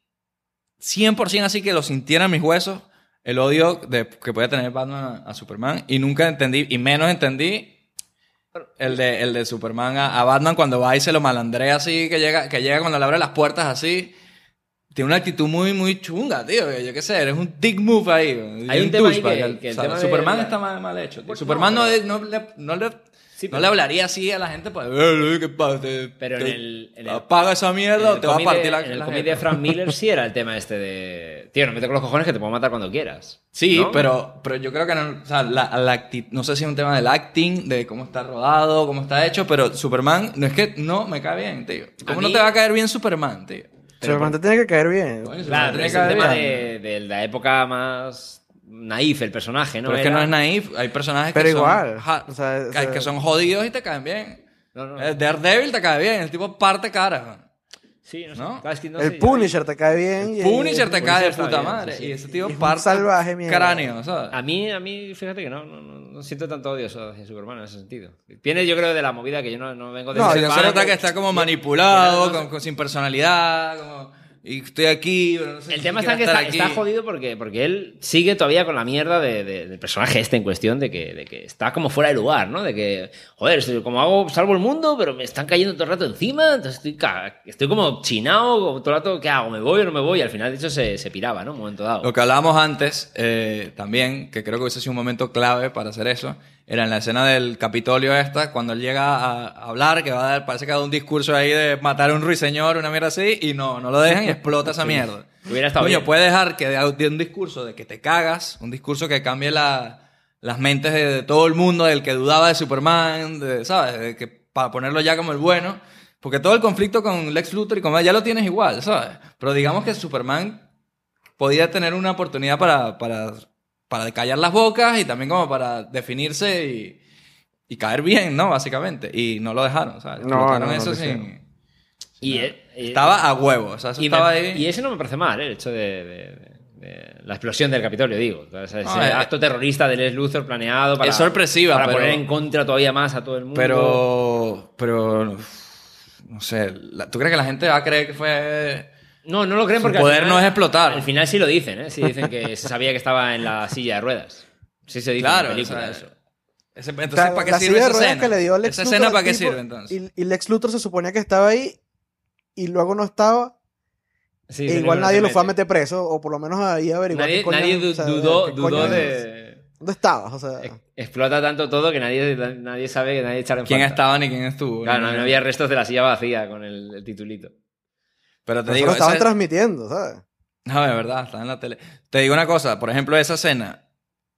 Speaker 4: 100% así que lo sintieran mis huesos el odio de- que puede tener Batman a, a Superman y nunca entendí, y menos entendí el de, el de Superman a, a Batman cuando va y se lo malandrea así, que llega, que llega cuando le abre las puertas así. Tiene una actitud muy, muy chunga, tío. que Yo qué sé, eres un dick move ahí.
Speaker 3: Hay un tema ahí
Speaker 4: douchebag.
Speaker 3: que- que el
Speaker 4: O sea,
Speaker 3: tema de-
Speaker 4: Superman está mal, mal hecho. tío.
Speaker 3: Pues no,
Speaker 4: Superman no,
Speaker 3: pero-
Speaker 4: no, le, no, le,
Speaker 3: Sí,
Speaker 4: no
Speaker 3: pero-
Speaker 4: le hablaría así a la gente. Pues, "Eh, ¿qué pasa? Te-
Speaker 3: Pero en
Speaker 4: te-
Speaker 3: el- en el-
Speaker 4: Apaga esa
Speaker 3: En
Speaker 4: mierda o
Speaker 3: el
Speaker 4: te va a
Speaker 3: cómic
Speaker 4: partir
Speaker 3: de-
Speaker 4: la
Speaker 3: En el
Speaker 4: la
Speaker 3: cómic
Speaker 4: jeta.
Speaker 3: de Frank Miller sí era el tema este de... Tío, no me toques los cojones que te puedo matar cuando quieras.
Speaker 4: Sí,
Speaker 3: ¿no?
Speaker 4: pero, pero yo creo que no, o sea, la, la acti- no sé si es un tema del acting, de cómo está rodado, cómo está hecho, pero Superman no es que no me cae bien, tío. ¿Cómo
Speaker 3: A
Speaker 4: no
Speaker 3: mí-
Speaker 4: te va a caer bien Superman, tío?
Speaker 2: Superman te tiene que caer bien.
Speaker 4: Coño, Superman
Speaker 3: Claro,
Speaker 4: tiene
Speaker 3: es
Speaker 4: que
Speaker 3: el
Speaker 4: caer
Speaker 3: tema
Speaker 4: bien.
Speaker 3: de, de la época más naif, el personaje, ¿no?
Speaker 4: Pero es que
Speaker 3: Era-
Speaker 4: no es naif, hay personajes
Speaker 2: Pero
Speaker 4: que,
Speaker 2: igual,
Speaker 4: son, ja-
Speaker 2: o sea, o
Speaker 4: que-
Speaker 2: sea-
Speaker 4: que son jodidos y te caen bien.
Speaker 3: No, no.
Speaker 4: Eh, Daredevil te cae bien, el tipo parte cara. man.
Speaker 3: Sí, no,
Speaker 4: ¿no?
Speaker 3: sé. Claro, es que no sé,
Speaker 2: El
Speaker 3: yo-
Speaker 2: Punisher te cae bien. y-
Speaker 4: Punisher te
Speaker 3: Punisher
Speaker 4: cae de
Speaker 3: está
Speaker 4: puta
Speaker 3: bien,
Speaker 4: madre
Speaker 3: sí, sí.
Speaker 4: y ese tío
Speaker 2: Y es un
Speaker 4: parte
Speaker 2: salvaje, mierda.
Speaker 4: cráneo, ¿sabes?
Speaker 3: A mí, a mí, fíjate que no, no, no, no siento tanto odio hacia Superman en ese sentido. Tiene, yo creo, de la movida que yo no, no vengo de...
Speaker 2: No,
Speaker 4: No,
Speaker 2: y
Speaker 4: se
Speaker 2: yo
Speaker 3: Superman,
Speaker 4: se nota
Speaker 3: que-
Speaker 4: que está como manipulado,
Speaker 3: no sé.
Speaker 4: con- con- sin personalidad, como, y estoy aquí, pero no sé
Speaker 3: El
Speaker 4: si
Speaker 3: tema está
Speaker 4: quiero
Speaker 3: en que
Speaker 4: estar
Speaker 3: está,
Speaker 4: aquí.
Speaker 3: está jodido porque, porque él sigue todavía con la mierda de- de- del personaje este en cuestión, de que, de que está como fuera de lugar, ¿no? De que, joder, estoy- como hago, salvo el mundo, pero me están cayendo todo el rato encima, entonces estoy, ca- estoy como chinado, como todo el rato, ¿qué hago? ¿Me voy o no me voy? Y al final, de hecho, se, se piraba, ¿no? Un momento dado.
Speaker 4: Lo que hablábamos antes, eh, también, que creo que hubiese sido un momento clave para hacer eso, era en la escena del Capitolio esta, cuando él llega a a hablar, que va a dar, parece que da un discurso ahí de matar a un ruiseñor, una mierda así, y no, no lo dejan y explota esa mierda.
Speaker 3: Hubiera estado
Speaker 4: Coño,
Speaker 3: bien.
Speaker 4: puede dejar que de- de un discurso de que te cagas, un discurso que cambie la- las mentes de, de todo el mundo, del que dudaba de Superman, de, ¿sabes? De que, para ponerlo ya como el bueno. Porque todo el conflicto con Lex Luthor y con ya lo tienes igual, ¿sabes? Pero digamos que Superman podía tener una oportunidad para, para, para callar las bocas y también como para definirse y, y caer bien, ¿no? Básicamente. Y no lo dejaron, ¿sabes?
Speaker 2: No,
Speaker 4: Explotaron
Speaker 2: no, no
Speaker 4: eso
Speaker 2: lo
Speaker 4: sin-
Speaker 3: y, eh, eh,
Speaker 4: Estaba a huevo, o sea, eso
Speaker 3: y me-
Speaker 4: estaba ahí.
Speaker 3: y eso no me parece mal, ¿eh? el hecho de, de- de la explosión del Capitolio, digo. O sea, ese
Speaker 4: No, eh,
Speaker 3: acto terrorista del Les Luthor planeado para,
Speaker 4: es sorpresiva,
Speaker 3: para
Speaker 4: pero-
Speaker 3: poner en contra todavía más a todo el mundo.
Speaker 4: Pero, pero, no sé, la- ¿tú crees que la gente va a creer que fue...
Speaker 3: No, no lo creen
Speaker 4: Su
Speaker 3: porque.
Speaker 4: poder
Speaker 3: al
Speaker 4: no es explotar.
Speaker 3: Al final sí lo dicen, ¿eh? Sí dicen que se sabía que estaba en la silla de ruedas. Sí se dice
Speaker 4: Claro,
Speaker 3: en la película
Speaker 4: o sea,
Speaker 3: eso.
Speaker 4: Ese- entonces,
Speaker 2: O sea,
Speaker 4: ¿para qué
Speaker 2: la
Speaker 4: sirve
Speaker 2: silla de
Speaker 4: esa
Speaker 2: ruedas
Speaker 4: escena?
Speaker 2: que le dio Lex
Speaker 4: ¿Esa
Speaker 2: Luthor
Speaker 4: escena
Speaker 2: al
Speaker 4: para qué
Speaker 2: tipo,
Speaker 4: sirve entonces?
Speaker 2: Y, y Lex Luthor se suponía que estaba ahí y luego no estaba.
Speaker 3: Sí,
Speaker 2: e
Speaker 3: sí,
Speaker 2: igual
Speaker 3: no
Speaker 2: nadie
Speaker 3: se
Speaker 2: lo fue a
Speaker 3: mete.
Speaker 2: meter preso o por lo menos ahí averiguar.
Speaker 3: Nadie,
Speaker 2: qué coño-
Speaker 3: nadie du-
Speaker 2: o sea,
Speaker 3: dudó,
Speaker 2: qué coño
Speaker 3: dudó
Speaker 2: es.
Speaker 3: de.
Speaker 2: ¿Dónde estabas? O sea,
Speaker 3: e- Explota tanto todo que nadie, nadie sabe que nadie echaron
Speaker 4: ¿Quién
Speaker 3: falta.
Speaker 4: estaba ni quién estuvo?
Speaker 3: Claro, no, no había restos de la silla vacía con el, el titulito.
Speaker 4: Pero te
Speaker 2: nosotros
Speaker 4: digo,
Speaker 2: estaban
Speaker 4: esa-
Speaker 2: transmitiendo, ¿sabes?
Speaker 4: No, de verdad, está en la tele. Te digo una cosa, por ejemplo, esa escena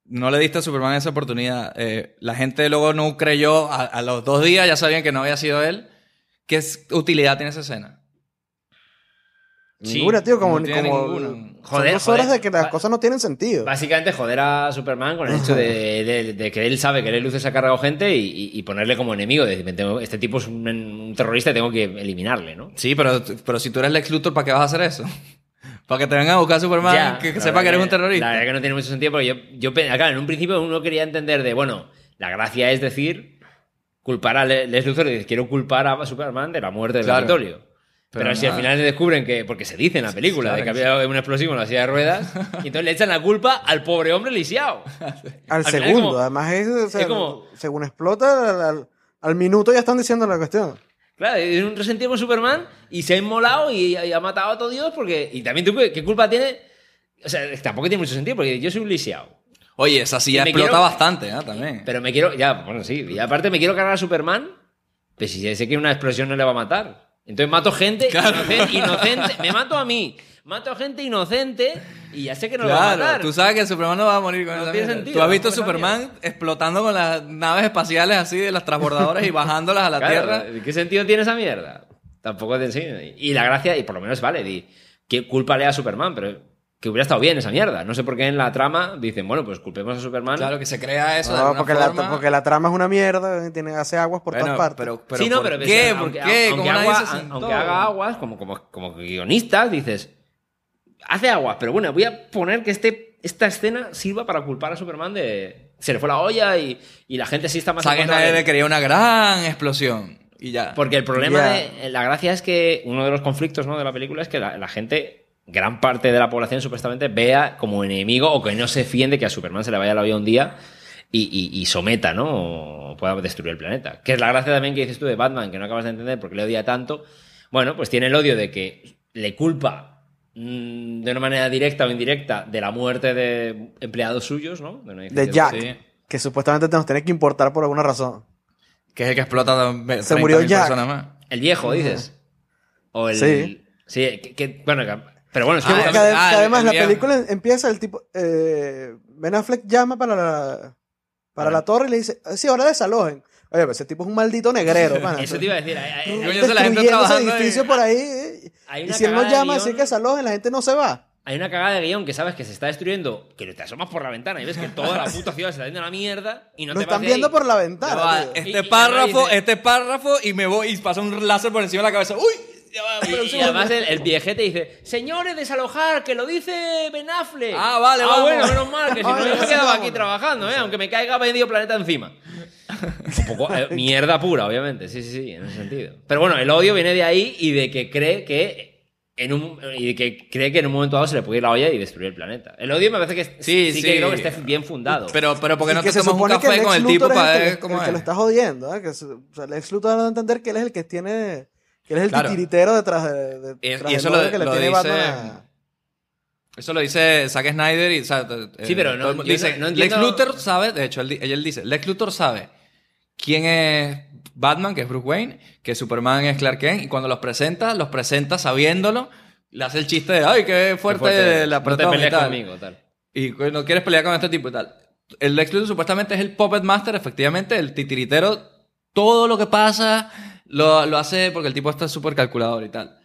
Speaker 4: no le diste a Superman esa oportunidad. Eh, la gente luego no creyó, a, a los dos días ya sabían que no había sido él. ¿Qué es- utilidad tiene esa escena?
Speaker 3: Sí.
Speaker 2: Ninguna, tío, como,
Speaker 4: No tiene
Speaker 2: como
Speaker 4: ninguna.
Speaker 2: son
Speaker 3: Joder,
Speaker 2: dos
Speaker 3: joder.
Speaker 2: horas de que las
Speaker 3: Va-
Speaker 2: cosas no tienen sentido.
Speaker 3: Básicamente joder a Superman con el hecho de, de- de que él sabe que él luce esa carga gente y, y- y ponerle como enemigo. De decir, tengo- este tipo es un, un terrorista y tengo que eliminarle, ¿no?
Speaker 4: Sí, pero, pero si tú eres Lex Luthor, ¿para qué vas a hacer eso? Para que te vengan a buscar a Superman,
Speaker 3: Ya,
Speaker 4: que, que
Speaker 3: la
Speaker 4: sepa que
Speaker 3: verdad
Speaker 4: eres un terrorista.
Speaker 3: La verdad que no tiene mucho sentido porque yo, yo pe- claro, en un principio uno quería entender de, bueno, la gracia es decir, culpar a Le- Les Luthor y decir, quiero culpar a Superman de la muerte del
Speaker 4: Claro.
Speaker 3: Capitolio. Pero,
Speaker 4: Pero
Speaker 3: si al
Speaker 4: nada.
Speaker 3: final descubren que, porque se dice en la película,
Speaker 4: claro
Speaker 3: de que
Speaker 4: que
Speaker 3: había un explosivo en la silla de ruedas, y entonces le echan la culpa al pobre hombre lisiado.
Speaker 2: Al
Speaker 3: Al final es
Speaker 2: segundo,
Speaker 3: como-
Speaker 2: además es, o sea,
Speaker 3: es como-
Speaker 2: según explota, al, al- al minuto ya están diciendo la cuestión.
Speaker 3: Claro, es un resentido con Superman y se ha inmolado y, y ha matado a todo Dios porque... Y también tú, ¿qué qué culpa tiene? O sea, tampoco tiene mucho sentido porque yo soy un lisiado.
Speaker 4: Oye, esa silla
Speaker 3: Y me
Speaker 4: explota
Speaker 3: quiero-
Speaker 4: bastante, ¿eh? También.
Speaker 3: Pero me quiero. Ya, bueno, sí. Y aparte me quiero cargar a Superman. Pero si ya sé que una explosión no le va a matar. Entonces mato gente inocente, inocente. Me mato a mí. Mato a gente inocente y ya sé que no le va a matar.
Speaker 4: Claro, tú sabes que Superman no va a morir con
Speaker 3: No
Speaker 4: esa
Speaker 3: tiene
Speaker 4: mierda.
Speaker 3: sentido,
Speaker 4: Tú has visto
Speaker 3: no,
Speaker 4: Superman
Speaker 3: esa
Speaker 4: explotando con las naves espaciales así de las transbordadoras y bajándolas a la
Speaker 3: Claro,
Speaker 4: Tierra.
Speaker 3: ¿Qué sentido tiene esa mierda? Tampoco te enseño. Y la gracia, y por lo menos vale, di, que culpa le da a Superman, pero que hubiera estado bien esa mierda. No sé por qué en la trama dicen, bueno, pues culpemos a Superman.
Speaker 4: Claro que se crea eso.
Speaker 2: No,
Speaker 4: de alguna
Speaker 2: Ah, porque,
Speaker 4: forma.
Speaker 2: la, porque la trama es una mierda, tiene, hace aguas por
Speaker 4: Bueno,
Speaker 2: todas partes.
Speaker 4: Pero, pero
Speaker 3: sí, no,
Speaker 4: ¿por
Speaker 3: pero
Speaker 4: qué?
Speaker 3: pensé,
Speaker 4: ¿Por
Speaker 3: aunque-
Speaker 4: qué?
Speaker 3: Aunque,
Speaker 4: ¿Cómo nadie
Speaker 3: agua-
Speaker 4: se sentó?
Speaker 3: aunque haga aguas, como, como, como guionistas, dices, hace aguas, pero bueno, voy a poner que este, esta escena sirva para culpar a Superman de... Se le fue la olla y, y la gente sí está más... en
Speaker 4: Zack
Speaker 3: contra de
Speaker 4: Snyder le
Speaker 3: él.
Speaker 4: quería una gran explosión. Y ya.
Speaker 3: Porque el problema
Speaker 2: Ya.
Speaker 3: de... La gracia es que uno de los conflictos ¿no? de la película es que la, la gente, gran parte de la población supuestamente, vea como enemigo o que no se fiende que a Superman se le vaya la olla un día y, y- y someta, ¿no? O pueda destruir el planeta. Que es la gracia también que dices tú de Batman, que no acabas de entender porque le odia tanto. Bueno, pues tiene el odio de que le culpa mm, de una manera directa o indirecta de la muerte de empleados suyos, ¿no? De, un
Speaker 2: de
Speaker 3: edificio.
Speaker 2: Jack,
Speaker 4: sí.
Speaker 2: que supuestamente nos tiene que importar por alguna razón.
Speaker 4: Que es el que explota.
Speaker 2: Se murió Jack.
Speaker 4: Personas más.
Speaker 3: El viejo, dices. O el.
Speaker 2: Sí.
Speaker 3: Sí, que, que- bueno, que- pero bueno, es que.
Speaker 4: Ah,
Speaker 2: Que
Speaker 4: el-
Speaker 2: adem- que
Speaker 4: ah, el-
Speaker 2: además
Speaker 4: el
Speaker 2: la
Speaker 4: viejo.
Speaker 2: película em- empieza el tipo... Eh, ben Affleck llama para la, para la torre y le dice, "Ah, sí, ahora desalojen. Oye, pero ese tipo es un maldito negrero. pana.
Speaker 3: eso te iba a decir. Hay, hay-
Speaker 4: Coño,
Speaker 3: hay-
Speaker 4: esa es la
Speaker 2: Destruyendo
Speaker 4: gente
Speaker 2: ese
Speaker 4: trabajando ahí.
Speaker 2: edificio por ahí. eh,
Speaker 3: Hay
Speaker 2: Y
Speaker 3: una
Speaker 2: si él no
Speaker 3: cagada de
Speaker 2: llama, si es
Speaker 3: guión.
Speaker 2: que desalojen, la gente no se va.
Speaker 3: hay una cagada de guión que sabes que se está destruyendo, que te asomas por la ventana y ves que toda la puta ciudad se está yendo a la mierda y no
Speaker 2: Lo
Speaker 3: te vas
Speaker 2: están
Speaker 3: de
Speaker 2: viendo
Speaker 3: ahí.
Speaker 2: por la
Speaker 4: Ya
Speaker 2: ventana.
Speaker 4: va,
Speaker 2: tío.
Speaker 3: Y- y
Speaker 4: este
Speaker 3: además
Speaker 4: párrafo,
Speaker 3: dice-
Speaker 4: este párrafo, y me voy y pasa un láser por encima de la cabeza. ¡Uy! Ya va,
Speaker 3: Y-
Speaker 4: pero un
Speaker 3: Y,
Speaker 4: segundo.
Speaker 3: además el, el viejete dice, señores, desalojar, que lo dice Benafle.
Speaker 4: Ah, vale, vamos.
Speaker 3: bueno, menos mal, que si no
Speaker 2: Vale,
Speaker 3: yo me
Speaker 2: sí,
Speaker 3: quedaba
Speaker 2: vámonos.
Speaker 3: aquí trabajando, ¿eh? aunque me caiga medio planeta encima. Un poco eh, mierda pura, obviamente, sí, sí, sí, en ese sentido. Pero bueno, el odio viene de ahí y de que cree que... En un, y de que cree que en un momento dado se le puede ir la olla y destruir el planeta. El odio me parece que
Speaker 4: Sí,
Speaker 3: sí,
Speaker 4: sí.
Speaker 3: que creo que está bien fundado.
Speaker 4: Pero, pero porque
Speaker 2: Y
Speaker 4: no
Speaker 2: que
Speaker 4: te
Speaker 2: se
Speaker 4: tomas un
Speaker 2: supone que
Speaker 4: café
Speaker 2: Lex
Speaker 4: con el tipo
Speaker 2: Luthor es
Speaker 4: para
Speaker 2: el que-
Speaker 4: ver cómo
Speaker 2: el que lo
Speaker 4: es.
Speaker 2: está jodiendo, ¿eh? Que se- o sea, Lex Luthor da a entender que él es el que tiene... Que él es el
Speaker 4: Claro.
Speaker 2: titiritero detrás de... de-
Speaker 4: Y- y
Speaker 2: tras
Speaker 4: eso
Speaker 2: del
Speaker 4: lo-
Speaker 2: novio que le
Speaker 4: lo
Speaker 2: tiene
Speaker 4: dice-
Speaker 2: Batman
Speaker 4: Eso lo dice Zack Snyder y... o sea, t-
Speaker 3: Sí,
Speaker 4: eh,
Speaker 3: pero no-
Speaker 4: todo el mundo-
Speaker 3: yo
Speaker 4: dice,
Speaker 3: no- no
Speaker 4: Lex
Speaker 3: entiendo-
Speaker 4: Luthor sabe, de hecho, él, di- él dice, Lex Luthor sabe quién es Batman, que es Bruce Wayne, que Superman es Clark Kent, y cuando los presenta, los presenta sabiéndolo, le hace el chiste de, ay, qué
Speaker 3: Qué
Speaker 4: fuerte, la
Speaker 3: no te
Speaker 4: apretón", y
Speaker 3: pelees
Speaker 4: tal.
Speaker 3: conmigo, tal.
Speaker 4: Y pues, no quieres pelear con este tipo y tal. El Lex Luthor supuestamente es el Puppet Master, efectivamente, el titiritero. Todo lo que pasa lo, lo hace porque el tipo está súper calculador y tal.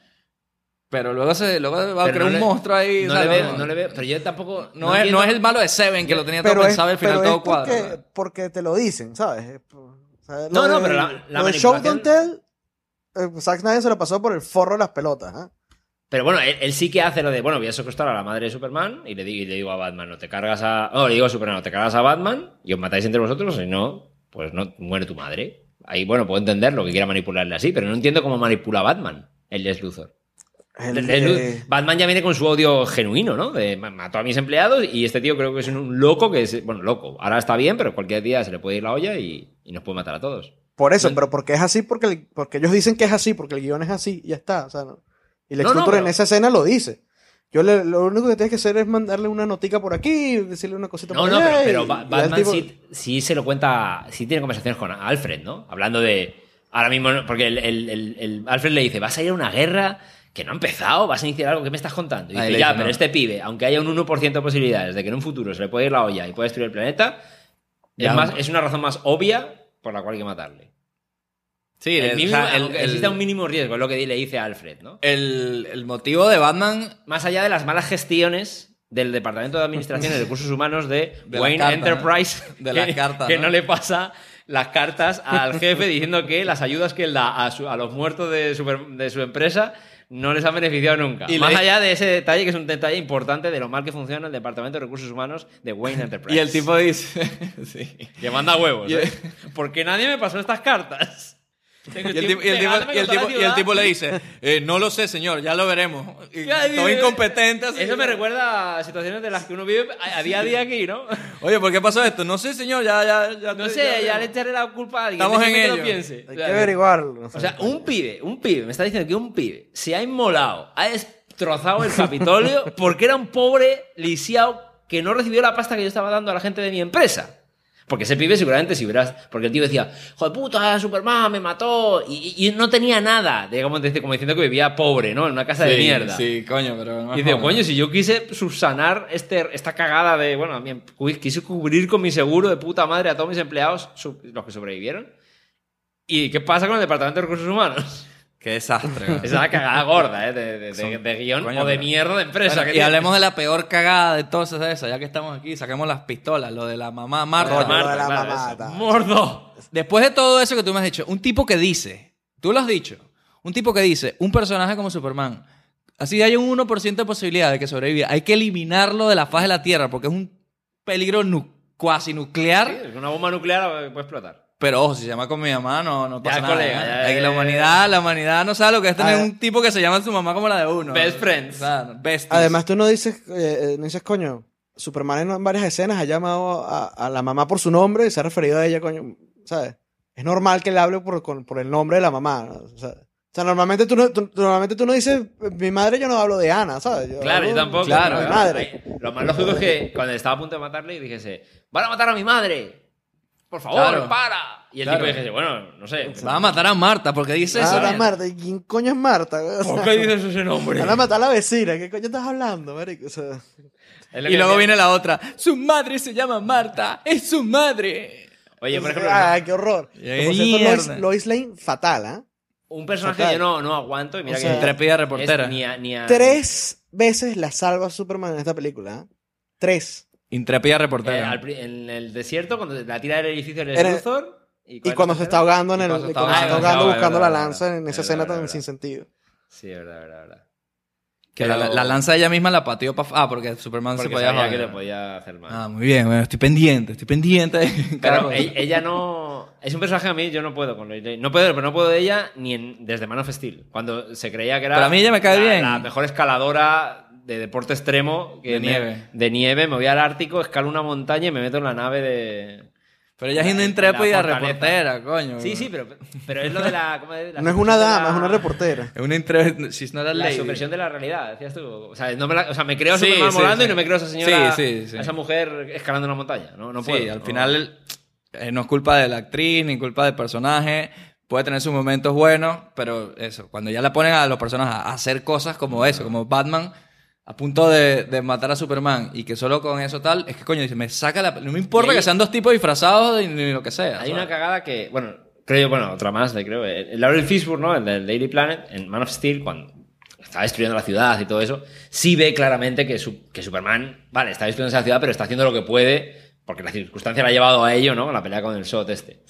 Speaker 4: Pero luego, se, luego va a
Speaker 3: Pero
Speaker 4: crear
Speaker 3: no
Speaker 4: un
Speaker 3: le-
Speaker 4: monstruo ahí.
Speaker 3: No le
Speaker 4: ¿sabes?
Speaker 3: veo, no le veo. Pero yo tampoco.
Speaker 4: No es, no
Speaker 3: entiendo-
Speaker 4: es el malo de Seven que lo tenía todo
Speaker 2: pero es,
Speaker 4: pensado y al pues, final
Speaker 2: pero
Speaker 4: todo
Speaker 2: es porque,
Speaker 4: cuadra.
Speaker 2: porque te lo dicen, ¿sabes? O sea,
Speaker 3: No,
Speaker 2: lo
Speaker 3: no,
Speaker 2: de-
Speaker 3: pero la- la
Speaker 2: lo de Show Don't
Speaker 3: manipulación-
Speaker 2: Tell, eh, Zack Snyder se lo pasó por el forro de las pelotas. ¿eh?
Speaker 3: Pero bueno, él, él sí que hace lo de, bueno, voy a secuestrar a la madre de Superman y le, di- y le digo a Batman, no te cargas a... No, le digo a Superman, no te cargas a Batman y os matáis entre vosotros, si no, pues no, muere tu madre. Ahí, bueno, puedo entender lo que quiera manipularle así, pero no entiendo cómo manipula a Batman el Les Luthor.
Speaker 2: El
Speaker 3: Les Lu-
Speaker 2: de-
Speaker 3: Batman ya viene con su odio genuino, ¿no? De "Ma- mató a mis empleados y este tío creo que es un, un loco que es... Bueno, loco. Ahora está bien, pero cualquier día se le puede ir la olla y, y nos puede matar a todos.
Speaker 2: Por eso, pero porque es así, porque, el- porque ellos dicen que es así, porque el guión es así, y ya está. O sea, no- Y Lex
Speaker 3: No, no,
Speaker 2: Luthor en
Speaker 3: pero-
Speaker 2: esa escena lo dice. Yo le- lo único que tienes que hacer es mandarle una notica por aquí, decirle una cosita
Speaker 3: No,
Speaker 2: por
Speaker 3: no,
Speaker 2: allá.
Speaker 3: pero,
Speaker 2: y-
Speaker 3: pero
Speaker 2: y
Speaker 3: Ba-
Speaker 2: el
Speaker 3: Batman
Speaker 2: tipo-
Speaker 3: sí, sí se lo cuenta, sí tiene conversaciones con Alfred, ¿no? Hablando de. Ahora mismo, no- porque el, el- el- el Alfred le dice, vas a ir a una guerra que no ha empezado, vas a iniciar algo, ¿qué me estás contando? Y
Speaker 4: Ahí
Speaker 3: dice,
Speaker 4: le
Speaker 3: ya,
Speaker 4: dice,
Speaker 3: pero
Speaker 4: no.
Speaker 3: este pibe, aunque haya un 1% de posibilidades de que en un futuro se le puede ir la olla y pueda destruir el planeta,
Speaker 4: Ya.
Speaker 3: es, más, es una razón más obvia por la cual hay que matarle.
Speaker 4: Sí,
Speaker 3: El
Speaker 4: el-
Speaker 3: mínimo-
Speaker 4: o sea, el-
Speaker 3: aunque
Speaker 4: el-
Speaker 3: exista un mínimo riesgo, es lo que le dice Alfred, ¿no?
Speaker 4: el- el motivo de Batman
Speaker 3: Más allá de las malas gestiones del Departamento de Administración y Recursos Humanos de,
Speaker 4: De la
Speaker 3: Wayne
Speaker 4: carta, ¿no?
Speaker 3: Enterprise,
Speaker 4: De la
Speaker 3: que,
Speaker 4: carta,
Speaker 3: que
Speaker 4: ¿no?
Speaker 3: ¿no? le pasa las cartas al jefe diciendo que las ayudas que él da a, su- a los muertos de, super- de su empresa no les han beneficiado nunca.
Speaker 4: Y
Speaker 3: Más
Speaker 4: le-
Speaker 3: allá de ese detalle, que es un detalle importante de lo mal que funciona el Departamento de Recursos Humanos de Wayne Enterprise.
Speaker 4: Y el tipo dice. sí.
Speaker 3: Que manda huevos.
Speaker 4: Y el-
Speaker 3: ¿eh? Porque nadie me pasó estas cartas. Y
Speaker 4: Y el tipo, y el tipo- y el tipo- y el tipo le dice: eh, No lo sé, señor, ya lo veremos. Y
Speaker 3: Ya,
Speaker 4: todo
Speaker 3: dice-
Speaker 4: incompetente. así.
Speaker 3: Eso me recuerda a situaciones de las que uno vive a a día a día aquí, ¿no?
Speaker 4: Oye, ¿por qué pasó esto? No sé, señor, ya. ya, ya
Speaker 3: No sé, ya le echaré la culpa a alguien.
Speaker 4: Estamos
Speaker 3: déjeme
Speaker 4: en
Speaker 3: que
Speaker 4: ello.
Speaker 3: Lo piense.
Speaker 2: Hay
Speaker 3: O
Speaker 2: que
Speaker 3: sea,
Speaker 2: averiguarlo.
Speaker 3: o sea, un pibe, un pibe, me está diciendo que un pibe se ha inmolado, ha destrozado el Capitolio porque era un pobre lisiado que no recibió la pasta que yo estaba dando a la gente de mi empresa. Porque ese pibe seguramente si hubieras... Porque el tío decía, joder puta, Superman me mató y, y- y no tenía nada. Digamos, dice- como diciendo que vivía pobre, ¿no? En una casa de mierda.
Speaker 4: Sí, coño, pero. no
Speaker 3: Y digo,
Speaker 4: jodas.
Speaker 3: coño, si yo quise subsanar este, esta cagada de, bueno, a mí, cu- quise cubrir con mi seguro de puta madre a todos mis empleados, su- los que sobrevivieron. ¿Y qué pasa con el Departamento de Recursos Humanos?
Speaker 4: Qué desastre.
Speaker 3: Esa
Speaker 4: güey.
Speaker 3: es una cagada gorda, ¿eh? De, de- de-
Speaker 4: Son-
Speaker 3: de guión
Speaker 4: coño,
Speaker 3: o de
Speaker 4: pero-
Speaker 3: mierda de empresa.
Speaker 4: Bueno,
Speaker 3: que
Speaker 4: y
Speaker 3: tiene.
Speaker 4: hablemos de la peor cagada de todas esas, ya que estamos aquí, saquemos las pistolas, lo de la mamá Marta.
Speaker 2: Coño,
Speaker 3: Marta,
Speaker 2: lo de la
Speaker 3: claro,
Speaker 2: mamata.
Speaker 3: eso. ¡Mordo!
Speaker 4: Después de todo eso que tú me has dicho, un tipo que dice, tú lo has dicho, un tipo que dice, un personaje como Superman, así hay un 1% de posibilidad de que sobreviva, hay que eliminarlo de la faz de la Tierra porque es un peligro nu- cuasi
Speaker 3: Sí,
Speaker 4: nuclear.
Speaker 3: es una bomba nuclear eh, puede explotar.
Speaker 4: Pero ojo, si se llama con mi mamá, no, no
Speaker 3: Ya,
Speaker 4: pasa nada.
Speaker 3: colega,
Speaker 4: ¿eh?
Speaker 3: ya,
Speaker 4: Hay
Speaker 3: ya,
Speaker 4: que la
Speaker 3: ya, ya.
Speaker 4: humanidad, la humanidad no sabe lo que es tener
Speaker 2: Ade-
Speaker 4: un tipo que se llama a su mamá como la de uno.
Speaker 3: Best friends.
Speaker 4: O sea, besties.
Speaker 2: Además, tú no dices, eh, eh, no dices, coño, Superman en varias escenas ha llamado a, a la mamá por su nombre y se ha referido a ella, coño, ¿sabes? Es normal que le hable por, con- por el nombre de la mamá, ¿no? o sea... o sea, normalmente tú, no, tú- normalmente tú no dices, mi madre, yo no hablo de Ana, ¿sabes?
Speaker 3: Claro,
Speaker 2: hablo
Speaker 3: yo tampoco.
Speaker 2: de mi
Speaker 3: pero,
Speaker 2: madre.
Speaker 3: ay, Lo más lógico es que cuando estaba a punto de matarle, dijese, van a matar a mi madre. Por favor,
Speaker 4: Claro.
Speaker 3: para. Y el
Speaker 4: Claro.
Speaker 3: tipo dijese, bueno, no sé.
Speaker 4: Va a matar a Marta porque dice eso.
Speaker 2: Ahora Marta, ¿y Ah, quién coño es Marta? güey? O sea,
Speaker 3: ¿Por qué dices ese nombre?
Speaker 2: Van a matar a la vecina, ¿qué coño estás hablando, marico? O sea,
Speaker 3: Es lo
Speaker 4: Y
Speaker 3: que
Speaker 4: luego
Speaker 3: decía.
Speaker 4: viene la otra. Su madre se llama Marta. Es su madre.
Speaker 3: Oye, por ejemplo,
Speaker 2: ¡ay, ah, qué horror!
Speaker 4: Y
Speaker 2: Que, Por cierto, Lois,
Speaker 4: mierda.
Speaker 2: Lois Lane, fatal, ¿ah?
Speaker 3: un personaje
Speaker 2: Fatal.
Speaker 3: que yo no, no aguanto y mira
Speaker 2: O
Speaker 3: que
Speaker 2: sea,
Speaker 4: Intrépida reportera.
Speaker 3: es ni a- ni a-
Speaker 2: Tres veces la salva Superman en esta película. ¿eh? Tres.
Speaker 4: Intrépida
Speaker 3: eh,
Speaker 4: reportera.
Speaker 3: al pri- en el desierto cuando la tira del edificio del
Speaker 2: Era-
Speaker 3: Luthor
Speaker 2: Y cuando se está ahogando en
Speaker 4: Y
Speaker 2: el.
Speaker 4: cuando se
Speaker 2: y
Speaker 4: está
Speaker 2: cuando se está ahogando
Speaker 3: ahogando. Ah, es
Speaker 2: buscando
Speaker 3: verdad,
Speaker 2: la
Speaker 3: es
Speaker 2: lanza
Speaker 3: verdad.
Speaker 2: en esa
Speaker 3: Es
Speaker 2: escena
Speaker 3: verdad,
Speaker 2: tan
Speaker 3: es
Speaker 2: sin
Speaker 3: verdad.
Speaker 2: sentido.
Speaker 3: Sí, es verdad, verdad, verdad.
Speaker 4: que la,
Speaker 3: pero-
Speaker 4: la lanza ella misma la pateó para. Ah, porque Superman se
Speaker 3: Porque
Speaker 4: podía
Speaker 3: sabía
Speaker 4: joder.
Speaker 3: que le podía hacer mal.
Speaker 4: Ah, muy bien. Bueno, estoy pendiente. Estoy pendiente. de cada
Speaker 3: Pero
Speaker 4: cosa.
Speaker 3: e- ella no. Es un personaje que a mí yo no puedo con Lois Lane. No puedo, pero no puedo de ella ni en- desde Man of Steel. Cuando se creía que era.
Speaker 4: Pero a mí ella me cae
Speaker 3: la,
Speaker 4: bien.
Speaker 3: La mejor escaladora de deporte extremo. Que
Speaker 4: De
Speaker 3: me-
Speaker 4: nieve.
Speaker 3: de nieve. Me voy al Ártico, escalo una montaña y me meto en la nave de.
Speaker 4: Pero ella es una
Speaker 3: la-
Speaker 4: intrépida
Speaker 3: la fortaleza.
Speaker 4: reportera, coño.
Speaker 3: Sí, sí, pero, pero es lo de la. ¿cómo es? La
Speaker 2: No es una
Speaker 3: supresión de
Speaker 2: dama,
Speaker 3: la-
Speaker 2: es una reportera.
Speaker 4: Es una intrépida. She's not a
Speaker 3: La
Speaker 4: lady.
Speaker 3: supresión de la realidad, decías tú. O sea, no me, la- o sea, me creo a
Speaker 4: Sí,
Speaker 3: Superman
Speaker 4: sí, sí.
Speaker 3: volando y no me creo a esa señora.
Speaker 4: Sí, sí, sí.
Speaker 3: a esa mujer escalando una montaña. No, no
Speaker 4: sí,
Speaker 3: puedo.
Speaker 4: al
Speaker 3: no.
Speaker 4: final el- eh, no es culpa de la actriz ni culpa del personaje. Puede tener sus momentos buenos, pero eso, cuando ya la ponen a los personajes a hacer cosas como eso, como Batman a punto de, de matar a Superman y que solo con eso tal, es que coño, dice, me saca la... No me importa
Speaker 3: Y ahí-
Speaker 4: que sean dos tipos disfrazados y- ni lo que sea.
Speaker 3: Hay
Speaker 4: ¿sabes?
Speaker 3: una cagada que, bueno, creo yo, bueno, otra más, de, creo. eh, El el Laurel Fishburne, ¿no? El del Daily Planet, en Man of Steel, cuando está destruyendo la ciudad y todo eso, sí ve claramente que, su- que Superman, vale, está destruyendo esa ciudad, pero está haciendo lo que puede, porque la circunstancia la ha llevado a ello, ¿no? La pelea con el SOT este.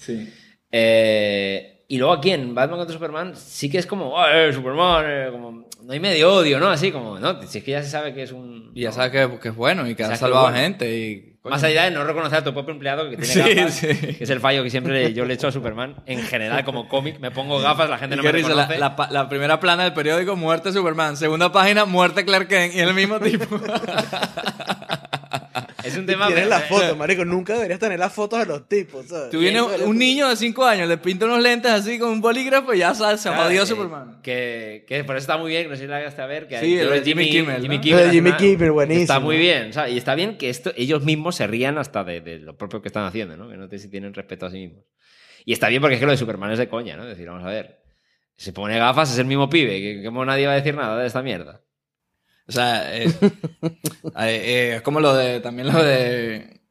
Speaker 3: Eh, y luego aquí en Batman contra Superman sí que es como, "Ah, eh, Superman, eh", como, no hay medio odio, ¿no? Así como, no, si es que ya se sabe que es un...
Speaker 4: Y ya
Speaker 3: no.
Speaker 4: sabes que, que es bueno y que
Speaker 3: O sea,
Speaker 4: ha
Speaker 3: que
Speaker 4: salvado
Speaker 3: bueno.
Speaker 4: gente y... coño.
Speaker 3: Más allá de no reconocer a tu propio empleado que tiene
Speaker 4: Sí,
Speaker 3: gafas,
Speaker 4: sí.
Speaker 3: que es el fallo que siempre yo le echo a Superman, en general como cómic, me pongo gafas, la gente
Speaker 4: Y
Speaker 3: no
Speaker 4: qué
Speaker 3: me
Speaker 4: risa, la,
Speaker 3: reconoce.
Speaker 4: la pa- la primera plana del periódico, muerte Superman. Segunda página, muerte Clark Kent. Y el mismo tipo.
Speaker 3: Es un tema...
Speaker 2: Tienes las
Speaker 3: eh,
Speaker 2: fotos, marico. Nunca deberías tener las fotos de los tipos, ¿sabes?
Speaker 4: Tú vienes
Speaker 2: Nunca
Speaker 4: un
Speaker 2: deberías-
Speaker 4: niño de 5 años, le pinta unos lentes así con un bolígrafo y ya sabes, se
Speaker 3: claro,
Speaker 4: jodió
Speaker 3: que-
Speaker 4: Superman.
Speaker 3: Que, que por eso está muy bien, que no sé si la llegaste a ver, que
Speaker 4: Sí,
Speaker 3: hay-
Speaker 4: el
Speaker 3: lo de
Speaker 4: de Jimmy Kimmel, ¿no?
Speaker 2: Lo de Jimmy
Speaker 3: al final,
Speaker 2: Kimmel, buenísimo.
Speaker 3: Está muy bien, o sea, y está bien que esto, ellos mismos se rían hasta de, de lo propio que están haciendo, ¿no? Que no sé si tienen respeto a sí mismos. Y está bien porque es que lo de Superman es de coña, ¿no? Es decir, vamos a ver. Se pone gafas, es el mismo pibe. que- que Como nadie va a decir nada de esta mierda.
Speaker 4: O sea, eh, eh, eh, es como lo de. También lo de.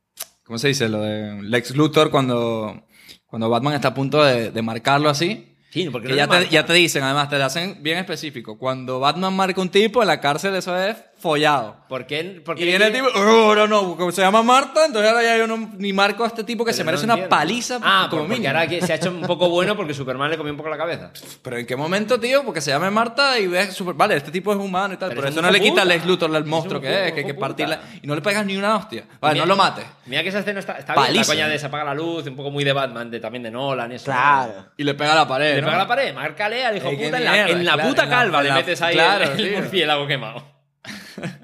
Speaker 4: ¿Cómo se dice? Lo de Lex Luthor cuando, cuando Batman está a punto de, de marcarlo así.
Speaker 3: Sí, porque
Speaker 4: Que ya, te, ya te dicen, además, te lo hacen bien específico. Cuando Batman marca un tipo en la cárcel, eso es follado.
Speaker 3: ¿Por qué? por qué
Speaker 4: Y viene el tipo, "Oh, no, no, como se llama Marta, entonces ahora ya yo no, ni marco a este tipo que
Speaker 3: Pero
Speaker 4: se
Speaker 3: no
Speaker 4: merece una
Speaker 3: entiendo.
Speaker 4: paliza
Speaker 3: Ah,
Speaker 4: como
Speaker 3: por- porque
Speaker 4: mínimo".
Speaker 3: ahora que se ha hecho un poco bueno porque Superman le comió un poco la cabeza.
Speaker 4: Pero ¿en qué momento, tío? Porque se llama Marta y ves super... Vale, este tipo es humano y tal, pero,
Speaker 3: Pero es
Speaker 4: eso
Speaker 3: un
Speaker 4: no le
Speaker 3: hijo
Speaker 4: quita al
Speaker 3: puta.
Speaker 4: Lex Luthor al
Speaker 3: Es
Speaker 4: monstruo
Speaker 3: un
Speaker 4: que
Speaker 3: hijo-
Speaker 4: es, que hay que
Speaker 3: hijo puta.
Speaker 4: partirla y no le pegas ni una hostia. Vale,
Speaker 3: Mira-
Speaker 4: no lo mates.
Speaker 3: Mira que esa escena está, está bien. La
Speaker 4: Paliza.
Speaker 3: coña de se apaga la luz, un poco muy de Batman, de, también de Nolan. Eso,
Speaker 2: Claro.
Speaker 4: Y le pega a la pared.
Speaker 3: Le
Speaker 4: ¿no?
Speaker 3: pega la pared, márcale al hijo
Speaker 4: Eh, qué
Speaker 3: puta en la,
Speaker 4: mierda,
Speaker 3: en la
Speaker 4: claro,
Speaker 3: puta
Speaker 4: en la-
Speaker 3: calva.
Speaker 4: en
Speaker 3: le
Speaker 4: la-
Speaker 3: metes ahí
Speaker 4: claro,
Speaker 3: el, el
Speaker 4: tío.
Speaker 3: murciélago quemado.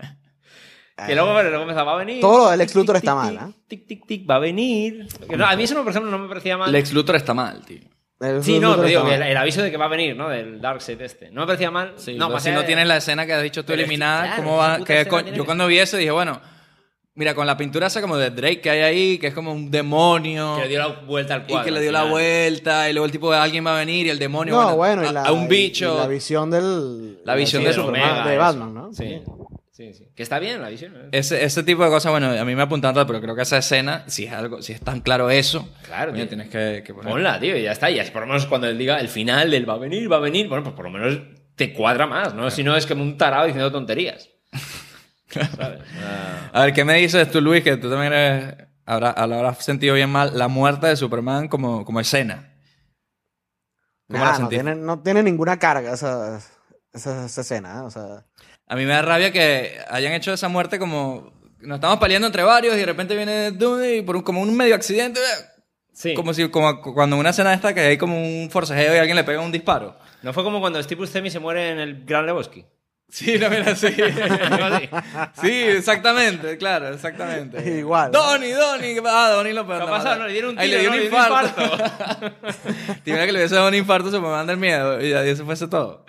Speaker 3: que luego, bueno, luego empezaba a venir.
Speaker 2: Todo lo del Lex
Speaker 3: Tic,
Speaker 2: Luthor
Speaker 3: tic,
Speaker 2: está
Speaker 3: tic,
Speaker 2: mal, ¿eh?
Speaker 3: Tic, tic, tic, va a venir. Que no, a mí eso, no, por ejemplo, no me parecía mal.
Speaker 4: Lex Luthor está mal, tío.
Speaker 2: El
Speaker 3: Sí, no,
Speaker 2: Luthor
Speaker 3: te digo,
Speaker 2: está
Speaker 3: que
Speaker 2: mal.
Speaker 3: el, el aviso de que va a venir, ¿no? Del Darkseid este. No me parecía mal.
Speaker 4: Sí,
Speaker 3: no,
Speaker 4: no,
Speaker 3: más
Speaker 4: si
Speaker 3: allá
Speaker 4: no
Speaker 3: de-
Speaker 4: tienes la escena que has dicho tú
Speaker 3: pues Pero es que,
Speaker 4: eliminada,
Speaker 3: claro,
Speaker 4: ¿cómo
Speaker 3: esa
Speaker 4: va?
Speaker 3: puta
Speaker 4: que
Speaker 3: escena
Speaker 4: co-
Speaker 3: tiene
Speaker 4: yo
Speaker 3: que-
Speaker 4: cuando vi eso dije, bueno, mira, con la pintura esa como de Drake que hay ahí, que es como un demonio.
Speaker 3: Que le dio la vuelta al
Speaker 4: y
Speaker 3: cuadro.
Speaker 4: que le
Speaker 3: al
Speaker 4: dio la
Speaker 3: final.
Speaker 4: vuelta, y luego el tipo de alguien va a venir y el demonio
Speaker 2: No, bueno,
Speaker 4: a,
Speaker 2: y la,
Speaker 4: a un
Speaker 2: y-
Speaker 4: bicho.
Speaker 2: y la visión del.
Speaker 4: La visión
Speaker 3: Sí,
Speaker 4: de
Speaker 3: del
Speaker 4: Superman,
Speaker 3: Omega,
Speaker 2: de
Speaker 3: eso.
Speaker 2: Batman, ¿no?
Speaker 3: Sí. sí, sí. Que está bien la visión. ¿eh?
Speaker 4: Ese, ese tipo de cosas, bueno, a mí me apuntan tanto, pero creo que esa escena, si es algo, si es tan claro eso,
Speaker 3: Claro,
Speaker 4: coño,
Speaker 3: tío.
Speaker 4: tienes que, que poner-
Speaker 3: Ponla, tío, y ya está. Y así por lo menos cuando él diga el final del va a venir, va a venir, bueno, pues por lo menos te cuadra más, ¿no? Si no es como un tarado diciendo tonterías. ¿Sabes? Ah,
Speaker 4: A ver, ¿qué me dices tú, Luis? Que tú también eres, habrá, la habrás sentido bien mal la muerte de Superman como, como escena.
Speaker 2: Nah,
Speaker 4: ¿Cómo la
Speaker 2: Ah, no,
Speaker 4: sentiste?
Speaker 2: tiene, no tiene ninguna carga esa, esa, esa escena, ¿eh? O sea.
Speaker 4: A mí me da rabia que hayan hecho esa muerte como. Nos estamos peleando entre varios y de repente viene Dune y por un, como un medio accidente.
Speaker 3: sí.
Speaker 4: Como si como cuando en una escena esta que hay como un forcejeo y alguien le pega un disparo.
Speaker 3: No fue como cuando Steve Buscemi se muere en el Gran Lebowski.
Speaker 4: Sí, no, mira, sí.
Speaker 3: Algo así.
Speaker 4: Sí, exactamente, claro, exactamente.
Speaker 2: Igual.
Speaker 4: Donny, Donny. Ah, Donny lo
Speaker 3: ¿Qué
Speaker 4: perdió.
Speaker 3: ha pasado? No, le dieron un tiro,
Speaker 4: Ay, le dio
Speaker 3: ¿no?
Speaker 4: un infarto. Te imaginas que le hubiese dado un infarto a Superman del miedo y ya- y eso fuese todo.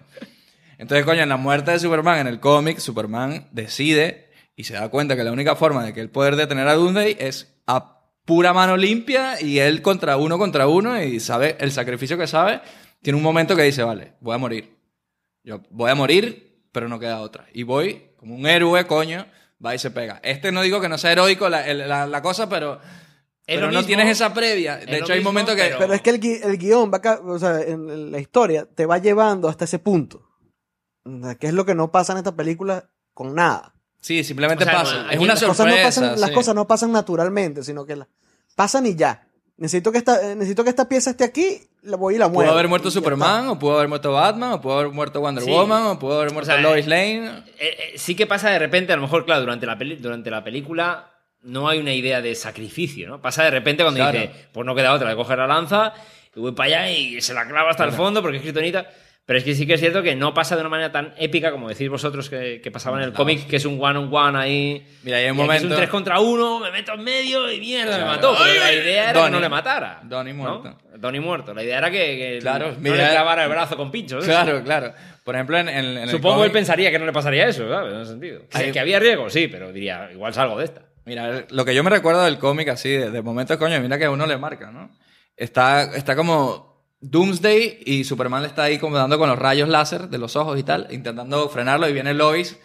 Speaker 4: Entonces, coño, en la muerte de Superman en el cómic, Superman decide y se da cuenta que la única forma de que él poder detener a Doomsday es a pura mano limpia y él contra uno contra uno y sabe el sacrificio que sabe. Tiene un momento que dice, vale, voy a morir. Yo voy a morir, pero no queda otra. Y voy como un héroe, coño, va y se pega. Este no digo que no sea heroico la, el- la- la cosa, pero,
Speaker 3: Es
Speaker 4: pero
Speaker 3: lo
Speaker 4: no
Speaker 3: mismo-
Speaker 4: tienes esa previa.
Speaker 3: es
Speaker 4: De
Speaker 3: lo
Speaker 4: hecho, hay
Speaker 3: mismo,
Speaker 4: momentos que...
Speaker 3: pero-
Speaker 2: Pero es que el, gui- el guión, va ca- o sea, en en la historia, te va llevando hasta ese punto. O sea, Que es lo que no pasa en esta película con nada.
Speaker 4: Sí, simplemente
Speaker 3: O sea,
Speaker 4: pasa.
Speaker 3: no,
Speaker 4: es
Speaker 3: aquí
Speaker 4: una
Speaker 3: las
Speaker 4: sorpresa.
Speaker 2: cosas no pasan, Las
Speaker 4: sí.
Speaker 2: cosas no pasan naturalmente, sino que las pasan y ya. Necesito que esta, eh, necesito que esta pieza esté aquí, la voy y la muevo.
Speaker 4: Pudo haber muerto
Speaker 2: Y ya
Speaker 4: Superman, o pudo haber muerto Batman, o pudo haber muerto Wonder
Speaker 3: Sí.
Speaker 4: Woman, o pudo haber muerto
Speaker 3: sea,
Speaker 4: Lois Lane.
Speaker 3: Eh, eh, sí que pasa de repente, a lo mejor, claro, durante la, peli- durante la película no hay una idea de sacrificio, ¿no? Pasa de repente cuando
Speaker 4: Claro.
Speaker 3: dice, pues no queda otra, de coger la lanza y voy para allá y se la clava hasta el fondo porque es criptonita. Pero es que sí que es cierto que no pasa de una manera tan épica como decís vosotros que, que pasaba en el
Speaker 4: Claro.
Speaker 3: cómic, que es un one on one ahí.
Speaker 4: Mira, hay un
Speaker 3: y aquí Es
Speaker 4: momento-
Speaker 3: un 3 contra 1, me meto en medio y mierda,
Speaker 4: Claro.
Speaker 3: me mató. Pero
Speaker 4: Ay,
Speaker 3: la
Speaker 4: ay,
Speaker 3: idea era
Speaker 4: Donnie.
Speaker 3: que no le matara.
Speaker 4: Donnie muerto.
Speaker 3: ¿no? Donnie muerto. La idea era que, que
Speaker 4: Claro,
Speaker 3: no
Speaker 4: mira,
Speaker 3: le clavara el brazo con pinchos. ¿eh?
Speaker 4: Claro, claro. Por ejemplo, en, en- en el
Speaker 3: Supongo
Speaker 4: cómic-
Speaker 3: él pensaría que no le pasaría eso, ¿sabes? En ese sentido. Que-
Speaker 4: Ahí-
Speaker 3: Que había riesgo, sí, pero diría, igual salgo de esta.
Speaker 4: Mira, lo que yo me recuerdo del cómic así, de, de momentos, coño, mira que a uno le marca, ¿no? Está, está como Doomsday y Superman le está ahí como dando con los rayos láser de los ojos y tal, intentando frenarlo y viene Lois,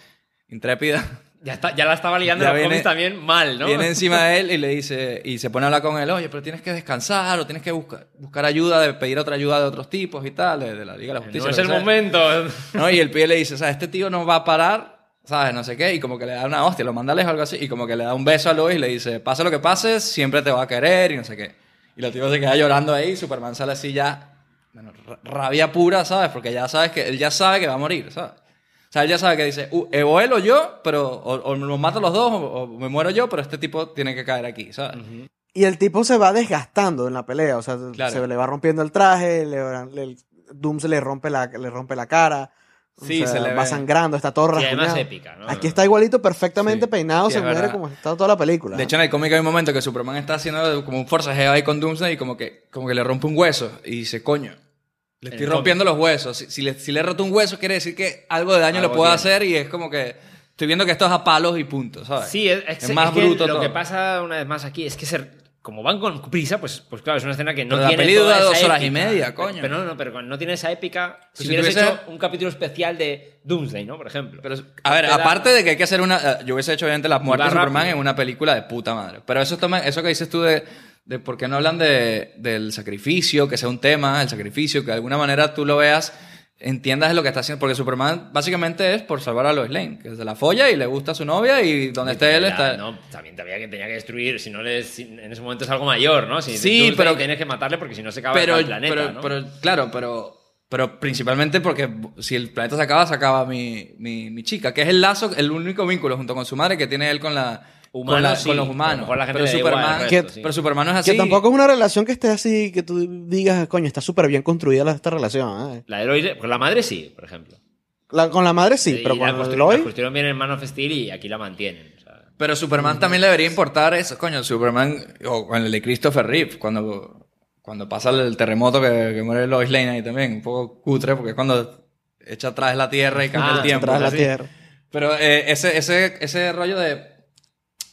Speaker 4: intrépida,
Speaker 3: Ya, está, ya la estaba liando
Speaker 4: Ya
Speaker 3: en los
Speaker 4: viene-
Speaker 3: cómics también mal, ¿no?
Speaker 4: Viene encima de él y le dice, y se pone a hablar con él, oye, pero tienes que descansar o tienes que buscar, buscar ayuda, de pedir otra ayuda de otros tipos y tal, de, de la Liga de la Justicia.
Speaker 3: no es
Speaker 4: lo
Speaker 3: el
Speaker 4: que sea".
Speaker 3: momento.
Speaker 4: ¿No? Y el pibe le dice, o sea, este tío no va a parar, ¿sabes? No sé qué, y como que le da una hostia, lo manda lejos o algo así, y como que le da un beso a Lois y le dice, pase lo que pase, siempre te va a querer y no sé qué. Y la tío se queda llorando ahí, Superman sale así ya, bueno, ra- rabia pura, ¿sabes? Porque ya sabes que, él ya sabe que va a morir, ¿sabes? O sea, él ya sabe que dice, "Uh, eh, o él o yo, pero, o, o nos mato los dos, o, o me muero yo, pero este tipo tiene que caer aquí, ¿sabes?
Speaker 2: Y el tipo se va desgastando en la pelea, o sea,
Speaker 4: Claro.
Speaker 2: se le va rompiendo el traje, le, le- el Doom se le rompe la, le rompe la cara, o
Speaker 4: Sí,
Speaker 2: sea,
Speaker 4: se le
Speaker 2: va
Speaker 4: ve.
Speaker 2: sangrando, está todo
Speaker 3: Y además
Speaker 2: rasguñado.
Speaker 3: épica, ¿no?
Speaker 2: Aquí está igualito, perfectamente
Speaker 4: Sí,
Speaker 2: peinado,
Speaker 4: sí,
Speaker 2: se
Speaker 4: es
Speaker 2: muere
Speaker 4: verdad.
Speaker 2: como está toda la película.
Speaker 4: De hecho, en el cómic hay un momento que Superman está haciendo como un forcejeo ahí con Doomsday y como que, como que le rompe un hueso y dice, coño, le
Speaker 3: En
Speaker 4: estoy
Speaker 3: el
Speaker 4: rompiendo los huesos. Si, si le, si le he roto un hueso quiere decir que algo de daño le
Speaker 3: Algo
Speaker 4: puedo
Speaker 3: tiene.
Speaker 4: hacer y es como que estoy viendo que esto es a palos y punto, ¿sabes?
Speaker 3: Sí, es, es-
Speaker 4: más
Speaker 3: es que
Speaker 4: bruto
Speaker 3: Lo
Speaker 4: todo.
Speaker 3: que pasa una vez más aquí es que se, como van con prisa, pues, pues claro, es una escena que no
Speaker 4: Pero la
Speaker 3: tiene.
Speaker 4: peli
Speaker 3: toda
Speaker 4: dura
Speaker 3: esa
Speaker 4: dos horas y
Speaker 3: épica.
Speaker 4: media, coño. Pues
Speaker 3: Pero no, no, pero no tiene esa épica. si,
Speaker 4: si
Speaker 3: hubieras
Speaker 4: tuviese-
Speaker 3: hecho un capítulo especial de Doomsday, ¿no? Por ejemplo.
Speaker 4: Pero, a ver,
Speaker 3: Te da-
Speaker 4: aparte de que hay que hacer una. eh, Yo hubiese hecho, obviamente, las muertes
Speaker 3: Va
Speaker 4: de Superman
Speaker 3: rápido.
Speaker 4: en una película de puta madre. Pero eso, toma- eso que dices tú de, de por qué no hablan de, del sacrificio, que sea un tema, el sacrificio, que de alguna manera tú lo veas, entiendas lo que está haciendo. Porque Superman básicamente es por salvar a Lois Lane, que se la folla y le gusta a su novia y donde esté él
Speaker 3: Ya,
Speaker 4: está.
Speaker 3: No, también te había que tenía que destruir, si no le- si- en ese momento es algo mayor, ¿no? Si
Speaker 4: Sí,
Speaker 3: Doomsday
Speaker 4: pero-
Speaker 3: tienes que matarle porque si no se acaba
Speaker 4: pero,
Speaker 3: el planeta,
Speaker 4: pero,
Speaker 3: ¿no?
Speaker 4: pero, claro, pero, pero principalmente porque si el planeta se acaba, se acaba mi, mi, mi chica, que es el lazo, el único vínculo junto con su madre que tiene él con, la,
Speaker 3: Humanos,
Speaker 4: con, la-
Speaker 3: sí.
Speaker 4: con los
Speaker 3: A lo
Speaker 4: humanos.
Speaker 3: mejor la gente
Speaker 4: pero,
Speaker 3: le da igual al
Speaker 4: Superman,
Speaker 3: resto, sí.
Speaker 4: pero Superman no es así.
Speaker 2: Que tampoco es una relación que esté así, que tú digas, coño, está súper bien construida la- esta relación. ¿eh?
Speaker 3: La de Lois, pues la madre sí, por ejemplo.
Speaker 2: La- con la madre sí,
Speaker 3: Y
Speaker 2: pero
Speaker 3: la
Speaker 2: con
Speaker 3: constru- La
Speaker 2: Lois...
Speaker 3: construyeron bien en Man of Steel y aquí la mantienen. o sea.
Speaker 4: Pero Superman también le debería importar eso, coño, Superman, o con el de Christopher Reeve, cuando, cuando pasa el terremoto que, que muere Lois Lane ahí también, un poco cutre, porque es cuando echa atrás la Tierra y cambia
Speaker 3: Ah,
Speaker 4: el tiempo.
Speaker 2: Tras la
Speaker 4: así.
Speaker 2: tierra.
Speaker 4: Pero eh, ese, ese, ese rollo de.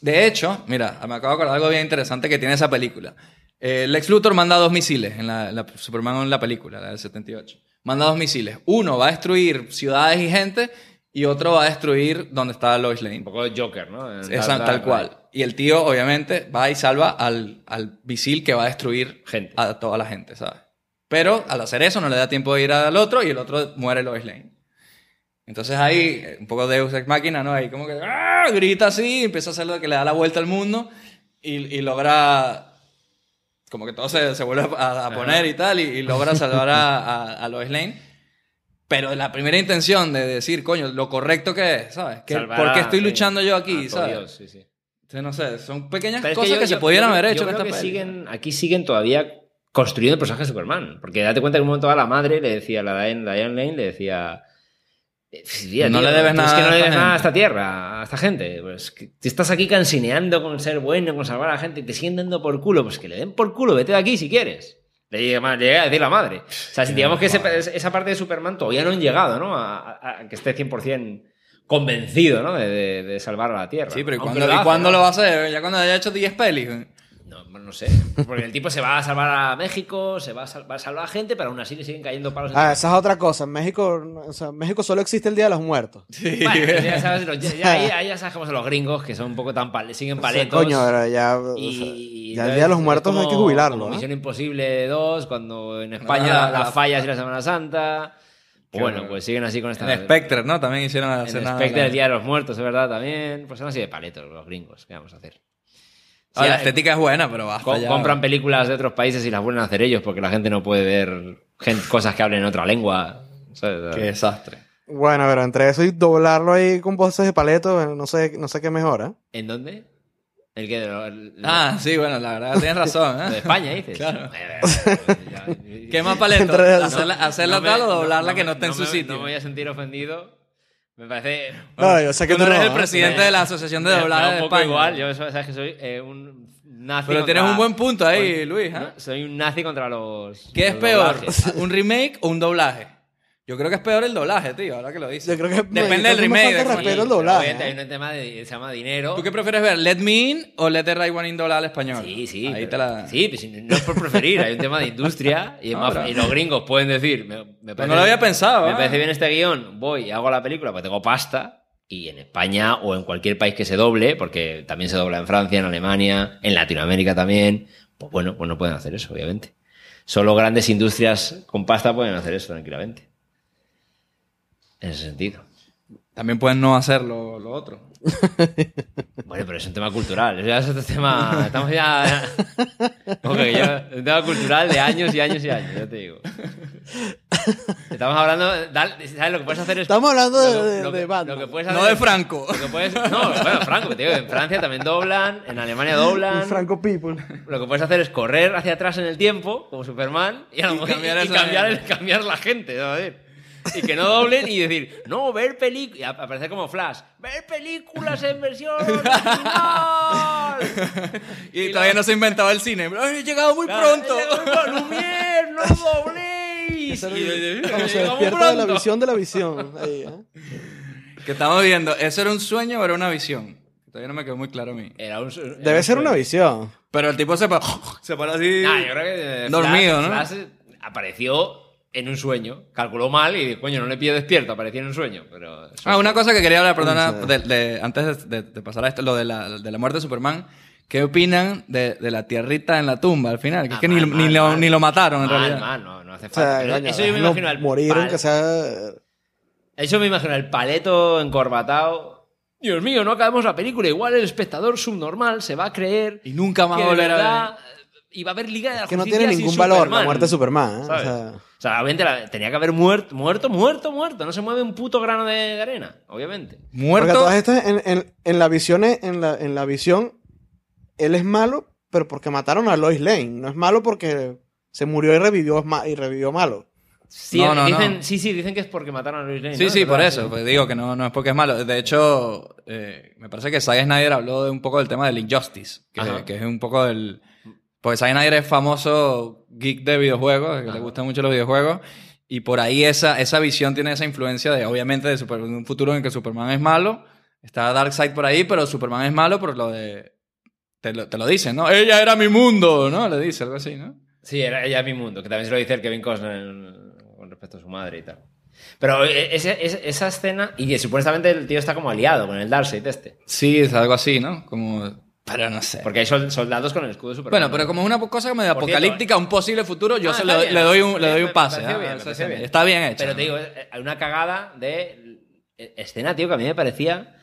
Speaker 4: De hecho, mira, me acabo de acordar de algo bien interesante que tiene esa película. Eh, Lex Luthor manda dos misiles en la, la- Superman en la película, la del 78. Manda dos misiles. Uno va a destruir ciudades y gente y otro va a destruir donde está Lois Lane.
Speaker 3: Un poco Joker, ¿no?
Speaker 4: Esa- tal, cual. Y el tío, obviamente, va y salva al, al misil que va a destruir
Speaker 3: Gente.
Speaker 4: a toda la gente, ¿sabes? Pero al hacer eso no le da tiempo de ir al otro y el otro muere Lois Lane. Entonces ahí, eh, un poco de Deus Ex Machina, ¿no? Ahí como que ¡ah! grita así, empieza a hacer lo que le da la vuelta al mundo y, y logra... Como que todo se, se vuelve a, a poner y tal, y, y logra salvar a, a- a Lois Lane. Pero la primera intención de decir, coño, lo correcto que es, ¿sabes? Que,
Speaker 3: Salvar
Speaker 4: ¿Por qué
Speaker 3: a-
Speaker 4: estoy
Speaker 3: sí.
Speaker 4: luchando yo
Speaker 3: Ah,
Speaker 4: aquí,
Speaker 3: por
Speaker 4: ¿sabes?
Speaker 3: Dios, sí, sí.
Speaker 4: Sí, no sé, son pequeñas
Speaker 3: Pero es
Speaker 4: cosas
Speaker 3: yo-
Speaker 4: que se
Speaker 3: yo-
Speaker 4: pudieran
Speaker 3: yo creo-
Speaker 4: haber hecho
Speaker 3: yo
Speaker 4: en
Speaker 3: creo
Speaker 4: esta
Speaker 3: que
Speaker 4: peli.
Speaker 3: siguen, aquí siguen todavía construyendo el personaje de Superman. Porque date cuenta que en un momento a la madre le decía, la Diane, Diane Lane le decía. eh, tía,
Speaker 4: No
Speaker 3: tío,
Speaker 4: le debes
Speaker 3: tú
Speaker 4: nada
Speaker 3: Es que no
Speaker 4: a
Speaker 3: le
Speaker 4: esta
Speaker 3: debes nada a
Speaker 4: gente".
Speaker 3: esta tierra, a esta gente. Pues que te estás aquí cansineando con ser bueno, con salvar a la gente y te siguen dando por culo. Pues que le den por culo, vete de aquí si quieres. Le llega ma- le llega a decir la madre. O sea, si digamos que ese- esa parte de Superman todavía no han llegado, ¿no? A, a- a que esté 100% convencido, ¿no? De, de- de salvar a la Tierra.
Speaker 4: Sí, pero ¿y
Speaker 3: Aunque
Speaker 4: cuándo,
Speaker 3: hace,
Speaker 4: ¿y cuándo
Speaker 3: ¿no?
Speaker 4: lo va a hacer? Ya cuando haya hecho 10 pelis. güey.
Speaker 3: No, no sé. Porque el tipo se va a salvar a México, se va a, sal- va a salvar a gente, pero aún así le siguen cayendo palos. en-
Speaker 2: Ah, esa es otra cosa. En México, no- o sea, en México solo existe el Día de los Muertos.
Speaker 3: Bueno, ya sabes, los- ya- ya- ahí- ahí ya sabes cómo son los gringos, que son un poco tan pal- siguen
Speaker 2: O sea,
Speaker 3: paletos.
Speaker 2: coño, ahora ya, o sea,
Speaker 3: y,
Speaker 2: ya el Día de los
Speaker 3: es
Speaker 2: Muertos
Speaker 3: como-
Speaker 2: hay que jubilarlo.
Speaker 3: como
Speaker 2: ¿no?
Speaker 3: Misión Imposible 2, cuando en España
Speaker 4: Ah,
Speaker 3: las
Speaker 4: la-
Speaker 3: fallas y la Semana Santa. Pues bueno,
Speaker 4: Claro.
Speaker 3: pues siguen así con esta.
Speaker 4: En Spectre, ¿no? También hicieron
Speaker 3: En
Speaker 4: hacer nada.
Speaker 3: Spectre, el Día de los Muertos, es verdad, también. Pues son así de paletos los gringos. ¿Qué vamos a hacer?
Speaker 4: Ah,
Speaker 3: Sí,
Speaker 4: la
Speaker 3: hay-
Speaker 4: estética es buena, pero basta
Speaker 3: Co-
Speaker 4: ya.
Speaker 3: compran películas de otros países y las vuelven a hacer ellos porque la gente no puede ver gen- cosas que hablen en otra lengua. ¿sabes?
Speaker 4: Qué desastre.
Speaker 2: Bueno, pero entre eso y doblarlo ahí con voces de paleto, bueno, no sé, no sé qué ¿eh? mejora.
Speaker 3: ¿En dónde? ¿El que de, lo- el-
Speaker 4: Ah, sí, bueno, la verdad tienes razón.
Speaker 3: lo de
Speaker 4: ¿eh?
Speaker 3: España, dices?
Speaker 4: Claro.
Speaker 3: Eh, eh,
Speaker 4: ¿Qué más paleto?
Speaker 2: Entre-
Speaker 4: ¿Hacerla, hacerla
Speaker 3: me-
Speaker 4: tal o doblarla
Speaker 3: me-
Speaker 4: que no esté en su
Speaker 3: me-
Speaker 4: sitio?
Speaker 3: No me voy a sentir ofendido. Me parece.
Speaker 2: No, yo sé que
Speaker 4: Tú no
Speaker 2: tú
Speaker 4: eres
Speaker 2: no,
Speaker 4: el
Speaker 2: ¿eh?
Speaker 4: presidente de la Asociación de
Speaker 3: me- me da
Speaker 4: Doblaje
Speaker 3: un
Speaker 4: de
Speaker 3: poco
Speaker 4: España.
Speaker 3: igual. Yo sabes que soy eh, un nazi.
Speaker 4: Pero tienes
Speaker 3: contra-
Speaker 4: un buen punto ahí, Luis. ¿eh?
Speaker 3: No, Soy un nazi contra los.
Speaker 4: ¿Qué es
Speaker 3: los
Speaker 4: peor?
Speaker 3: doblajes.
Speaker 4: ¿Un remake o un doblaje? Yo creo que es peor el doblaje, tío, ahora que lo dices.
Speaker 2: Yo creo que
Speaker 4: Depende del
Speaker 2: yo creo que me
Speaker 4: remake.
Speaker 2: falta
Speaker 4: de cómo-
Speaker 2: respeto al
Speaker 3: pero
Speaker 2: doblaje,
Speaker 3: obviamente
Speaker 2: ¿eh?
Speaker 3: Hay un tema de, se llama dinero.
Speaker 4: ¿Tú qué prefieres ver? ¿Let Me In o Let the Right One In doblada al español?
Speaker 3: Sí, sí.
Speaker 4: Ahí
Speaker 3: pero-
Speaker 4: te la...
Speaker 3: Sí, pues, no es por preferir, hay un tema de industria y, es
Speaker 4: No,
Speaker 3: más-
Speaker 4: pero-
Speaker 3: y los gringos pueden decir, me, me parece-
Speaker 4: no lo había pensado,
Speaker 3: Me
Speaker 4: ah.
Speaker 3: parece bien este guión, voy, hago la película, pues tengo pasta. Y en España o en cualquier país que se doble, porque también se dobla en Francia, en Alemania, en Latinoamérica también, pues bueno, pues no pueden hacer eso, obviamente. Solo grandes industrias con pasta pueden hacer eso tranquilamente. En ese sentido.
Speaker 4: También pueden no hacer lo, lo otro.
Speaker 3: Bueno, pero es un tema cultural. Ya es otro tema. Estamos ya. Ok, ya- un tema cultural de años y años y años, ya te digo. Estamos hablando. dal- ¿Sabes? Lo que puedes hacer es.
Speaker 2: Estamos hablando de- de-
Speaker 3: que-
Speaker 2: de Batman.
Speaker 3: que puedes
Speaker 4: No
Speaker 3: hacer
Speaker 4: de
Speaker 3: es-
Speaker 4: Franco.
Speaker 3: lo que puedes- no, bueno, Franco, que te digo, en Francia también doblan, en Alemania doblan.
Speaker 2: Un Franco People.
Speaker 3: Lo que puedes hacer es correr hacia atrás en el tiempo, como Superman, y, a lo
Speaker 4: Y
Speaker 3: mejor-
Speaker 4: cambiar
Speaker 3: y
Speaker 4: esa-
Speaker 3: cambiar, el- cambiar la gente, joder. Y que no doblen y decir, no, ver películas. Aparecer como Flash, ver películas en versión original.
Speaker 4: Y, todavía no se inventaba el cine. Pero, "Ay, he llegado muy pronto.
Speaker 3: Lumière, no dobléis.
Speaker 2: Eso es
Speaker 3: Y-
Speaker 2: Cuando se
Speaker 3: llegamos
Speaker 2: despierta de la
Speaker 3: pronto.
Speaker 2: visión de la visión. ahí, ¿eh?
Speaker 4: que estamos viendo, ¿eso era un sueño o era una visión? Todavía no me quedó muy claro a mí.
Speaker 3: Era un, era
Speaker 2: Debe
Speaker 3: un
Speaker 2: ser una
Speaker 3: sueño.
Speaker 2: visión.
Speaker 4: Pero el tipo se, pa- se para así.
Speaker 3: Ah, yo creo que. eh,
Speaker 4: Dormido,
Speaker 3: Flash-
Speaker 4: ¿no?
Speaker 3: Flash apareció en un sueño. Calculó mal y, coño, no le pide despierto. Apareció en un sueño. Pero.
Speaker 4: Ah, una cosa que quería hablar, perdona,
Speaker 2: Sí.
Speaker 4: de- de- antes de, de- de pasar a esto, lo de la, de la muerte de Superman. ¿Qué opinan de, de la tierrita en la tumba al final? Que es
Speaker 3: Ah,
Speaker 4: que
Speaker 3: mal,
Speaker 4: ni, ni
Speaker 3: mal,
Speaker 4: lo,
Speaker 3: mal.
Speaker 4: ni lo mataron en
Speaker 3: Mal,
Speaker 4: realidad.
Speaker 3: mal, no, no hace
Speaker 2: O sea,
Speaker 3: falta. Ah, Pero
Speaker 2: coño,
Speaker 3: eso yo me
Speaker 2: no
Speaker 3: imagino al
Speaker 2: murieron,
Speaker 3: pal-
Speaker 2: que sea.
Speaker 3: Eso me imagino, el paleto encorbatado. Dios mío, no acabemos la película. Igual el espectador subnormal se va a creer.
Speaker 4: Y nunca más
Speaker 3: que de
Speaker 4: va a volver a ver. eh.
Speaker 3: verdad, Y va a haber Liga de la
Speaker 2: Que no
Speaker 3: Justicia
Speaker 2: tiene
Speaker 3: sin
Speaker 2: ningún valor la
Speaker 3: Superman.
Speaker 2: muerte de Superman. ¿eh? O
Speaker 3: ¿Sabes?
Speaker 2: sea,
Speaker 3: O sea, obviamente la- tenía que haber muerto, muerto, muerto, muerto. No se mueve un puto grano de arena, obviamente.
Speaker 2: porque a
Speaker 4: Muerto.
Speaker 2: todas estas, en, en, en la visión, es- en la, en la visión, él es malo, pero porque mataron a Lois Lane. No es malo porque se murió y revivió, es ma- y revivió malo.
Speaker 3: Sí,
Speaker 4: No, no,
Speaker 3: dicen,
Speaker 4: no.
Speaker 3: Sí, sí, dicen que es porque mataron a Luis Lane.
Speaker 4: Sí,
Speaker 3: ¿no?
Speaker 4: sí, por
Speaker 3: ¿Verdad?
Speaker 4: eso. Pues digo que no, no es porque es malo. De hecho, eh, me parece que Zack Snyder habló de un poco del tema del Injustice, que,
Speaker 3: Ajá.
Speaker 4: que es un poco del... Porque Zack Snyder es famoso geek de videojuegos, que le
Speaker 3: Ajá.
Speaker 4: gustan mucho los videojuegos, y por ahí esa, esa visión tiene esa influencia de, obviamente, de, super- de un futuro en el que Superman es malo, está Darkseid por ahí, pero Superman es malo por lo de... Te lo, te lo dicen, ¿no? Ella era mi mundo, ¿no? Le dice algo así, ¿no?
Speaker 3: Sí, era ella mi mundo, que también se lo dice el Kevin Costner en- con respecto a su madre y tal. Pero eh, ese- ese- esa escena, y que supuestamente el tío está como aliado con el Darkseid este.
Speaker 4: Sí, es algo así, ¿no? Como... Pero no sé.
Speaker 3: Porque hay sol- soldados con el escudo de Superman.
Speaker 4: Bueno, pero como es una cosa medio
Speaker 3: Por cierto,
Speaker 4: apocalíptica, un posible futuro, yo
Speaker 3: Ah,
Speaker 4: se
Speaker 3: está
Speaker 4: lo-
Speaker 3: bien.
Speaker 4: le doy un, le doy
Speaker 3: Me- me
Speaker 4: un pase.
Speaker 3: pareció
Speaker 4: ¿ah?
Speaker 3: bien, me
Speaker 4: O sea,
Speaker 3: pareció bien.
Speaker 4: Está bien hecho.
Speaker 3: Pero te digo, eh, hay una cagada de eh, escena, tío, que a mí me parecía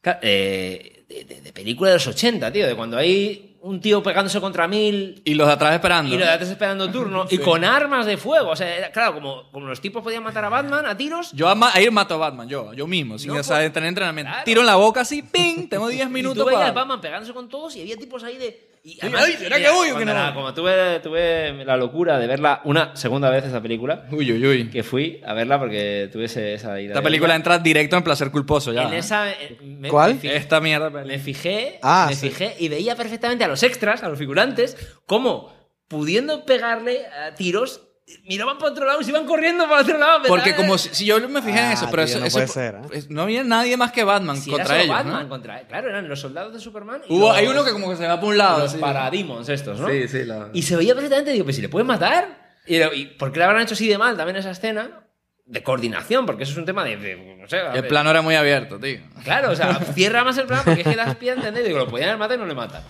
Speaker 3: ca- eh, de, de- de película de los 80, tío, de cuando hay un tío pegándose contra mil
Speaker 4: Y los de atrás esperando.
Speaker 3: y los de atrás esperando turno y con armas de fuego. O sea, era- claro, como, como los tipos podían matar a Batman a tiros.
Speaker 4: Yo a, ma- a ir mato a Batman, yo, yo mismo, sin
Speaker 3: No,
Speaker 4: esa-
Speaker 3: por-
Speaker 4: tener entrenamiento.
Speaker 3: Claro.
Speaker 4: Tiro en la boca así, ¡ping! Tengo 10
Speaker 3: y tú
Speaker 4: minutos
Speaker 3: veías
Speaker 4: para.
Speaker 3: a Batman pegándose con todos y había tipos ahí de. Y
Speaker 4: ay, ¿será
Speaker 3: y
Speaker 4: que voy o
Speaker 3: cuando
Speaker 4: que no?
Speaker 3: la- Como tuve, tuve la locura de verla una segunda vez esa película,
Speaker 4: Uy, uy, uy.
Speaker 3: que fui a verla porque tuve ese- esa idea.
Speaker 4: Esta película entra directo en placer culposo ya.
Speaker 3: En
Speaker 4: ¿eh?
Speaker 3: esa. eh, me-
Speaker 2: ¿Cuál?
Speaker 3: me fi-
Speaker 4: Esta mierda. de
Speaker 3: Me
Speaker 4: peli.
Speaker 3: fijé,
Speaker 2: Ah,
Speaker 3: me
Speaker 2: sí.
Speaker 3: fijé y veía perfectamente a los extras, a los figurantes, cómo pudiendo pegarle a tiros, miraban para otro lado y se iban corriendo para otro lado.
Speaker 4: Porque
Speaker 3: ¿verdad?
Speaker 4: como si, si yo me fijé en
Speaker 2: Ah,
Speaker 4: eso, pero
Speaker 2: tío,
Speaker 4: eso,
Speaker 2: no
Speaker 4: eso-
Speaker 2: puede ser, ¿eh?
Speaker 4: es- pues, no había nadie más que Batman
Speaker 3: Si era
Speaker 4: contra
Speaker 3: solo
Speaker 4: ellos.
Speaker 3: Batman
Speaker 4: ¿no?
Speaker 3: contra- claro, eran los soldados de Superman. y
Speaker 4: Hubo,
Speaker 3: los-
Speaker 4: hay uno que como que se va por un lado.
Speaker 3: los
Speaker 4: así.
Speaker 3: parademons estos, ¿no?
Speaker 4: Sí, sí, la-
Speaker 3: Y se veía perfectamente, digo, pues si le pueden matar. Y, era- y ¿Por qué le habrán hecho así de mal también esa escena? De coordinación, porque eso es un tema de. de- no sé,
Speaker 4: El
Speaker 3: de-
Speaker 4: plano era muy abierto, tío.
Speaker 3: Claro, o sea, cierra más el plano porque es que das pie a entender. Digo, lo podían haber matado y no le mata.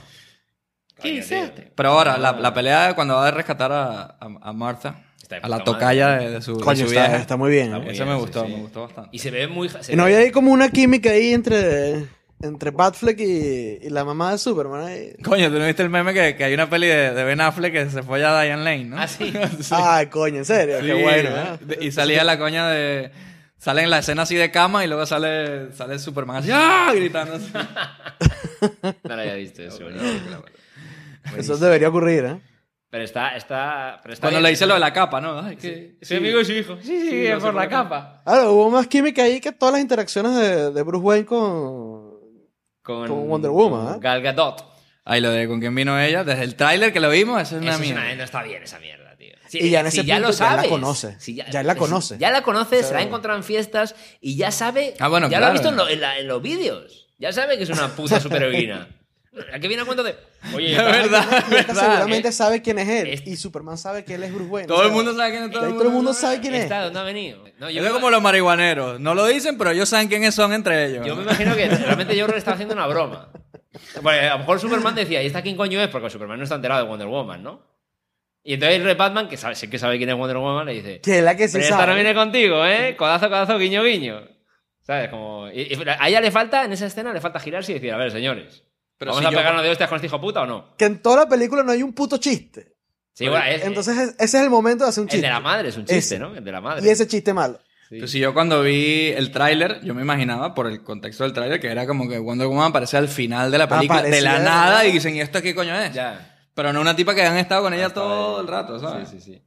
Speaker 4: ¿Qué
Speaker 3: Coño,
Speaker 4: dice?
Speaker 3: tío.
Speaker 4: Pero ahora, la, la pelea de cuando va a rescatar a, a, a Martha,
Speaker 3: Está de
Speaker 4: a la
Speaker 3: puta
Speaker 4: tocalla de, de su, de
Speaker 2: Coño,
Speaker 4: su
Speaker 2: está,
Speaker 4: vieja.
Speaker 2: está muy bien. ¿eh?
Speaker 3: Está muy
Speaker 4: Eso
Speaker 3: bien,
Speaker 4: me
Speaker 3: sí,
Speaker 4: gustó,
Speaker 3: sí.
Speaker 4: me gustó bastante.
Speaker 3: Y se ve muy. se
Speaker 2: Y no
Speaker 3: ve-
Speaker 2: había ahí como una química ahí entre, entre Batfleck y, y la mamá de Superman. ¿eh? ahí.
Speaker 4: Coño, ¿tú no viste el meme que, que hay una peli de, de Ben Affleck que se fue a Diane Lane, ¿no?
Speaker 3: Ah, sí.
Speaker 2: Ay, coño, en serio,
Speaker 4: Sí,
Speaker 2: qué bueno.
Speaker 4: ¿eh?
Speaker 2: ¿eh?
Speaker 4: De- Y salía la coña de... Sale en la escena así de cama y luego sale, sale Superman así, ¡ah! gritando. así.
Speaker 3: No lo había visto eso. bueno.
Speaker 2: Eso debería ocurrir, ¿eh?
Speaker 3: Pero está. está, pero está
Speaker 4: Cuando
Speaker 3: bien.
Speaker 4: le dice lo de la capa, ¿no? Ay, que,
Speaker 3: Soy amigo de su hijo. Sí, sí,
Speaker 4: Sí,
Speaker 3: es
Speaker 4: no sé
Speaker 3: por
Speaker 4: por
Speaker 3: la
Speaker 4: qué.
Speaker 3: capa.
Speaker 2: Claro, hubo más química ahí que todas las interacciones de, de Bruce Wayne con...
Speaker 3: Con,
Speaker 2: Con Wonder Woman,
Speaker 3: con
Speaker 2: ¿eh?
Speaker 3: Gal Gadot.
Speaker 4: Ay, lo de con quién vino ella, desde el tráiler que lo vimos, eso es una
Speaker 3: Eso es
Speaker 4: mierda.
Speaker 3: una- no está bien esa mierda, tío. Si-
Speaker 2: Y ya en ese
Speaker 3: si ya
Speaker 2: punto
Speaker 3: lo
Speaker 2: ya la
Speaker 3: sabes.
Speaker 2: conoce.
Speaker 3: Si
Speaker 2: Ya la conoce.
Speaker 3: Ya la conoce, se la ha
Speaker 2: Sí.
Speaker 3: encontrado en fiestas y ya sabe.
Speaker 4: Ah, bueno,
Speaker 3: ya
Speaker 4: claro.
Speaker 3: lo ha visto en, lo- en la- en los vídeos. Ya sabe que es una puta superheroína. ¿A qué viene a cuento de.? Oye,
Speaker 4: Es verdad, es
Speaker 2: Y esta
Speaker 4: verdad.
Speaker 2: seguramente sabe quién es él.
Speaker 3: es-
Speaker 2: Y Superman sabe que él es Bruce Wayne.
Speaker 4: Todo el mundo sabe quién es,
Speaker 2: quién es. Todo el mundo sabe quién es.
Speaker 3: ¿Está? ¿Dónde ha venido? No,
Speaker 4: Yo
Speaker 3: me-
Speaker 4: es como los marihuaneros. No lo dicen, pero ellos saben quiénes son entre ellos.
Speaker 3: Yo me imagino que realmente yo creo que estaba haciendo una broma. Porque a lo mejor Superman decía, ¿y esta quién coño es? Porque Superman no está enterado de Wonder Woman, ¿no? Y entonces el Batman, que sabe, sí que sabe quién es Wonder Woman, le dice,
Speaker 2: Que es la que sí
Speaker 3: pero esta no
Speaker 2: sabe.
Speaker 3: viene contigo, ¿eh? Codazo, codazo, guiño, guiño. ¿Sabes? Como... y- y a ella le falta, en esa escena, le falta girarse y decir, a ver, señores,
Speaker 4: Pero
Speaker 3: ¿vamos
Speaker 4: si
Speaker 3: a
Speaker 4: yo-
Speaker 3: pegarnos de hostias con este hijo puta o no?
Speaker 2: Que en toda la película no hay un puto chiste.
Speaker 3: Sí, bueno, es-
Speaker 2: Entonces es- ese es el momento de hacer un
Speaker 3: el
Speaker 2: chiste.
Speaker 3: de la madre es un chiste,
Speaker 2: Ese.
Speaker 3: ¿no? El de la madre.
Speaker 2: Y ese chiste malo.
Speaker 3: Sí.
Speaker 4: Entonces, yo cuando vi el tráiler, yo me imaginaba, por el contexto del tráiler, que era como que Wonder Woman aparecía al final de la película, de
Speaker 2: Aparecía,
Speaker 4: la
Speaker 2: ¿verdad?
Speaker 4: nada, y dicen, ¿y esto qué coño es?
Speaker 3: Ya.
Speaker 4: Pero no una tipa que han estado con ella
Speaker 3: Hasta
Speaker 4: todo
Speaker 3: de-
Speaker 4: el rato, ¿sabes?
Speaker 3: Sí, sí, sí.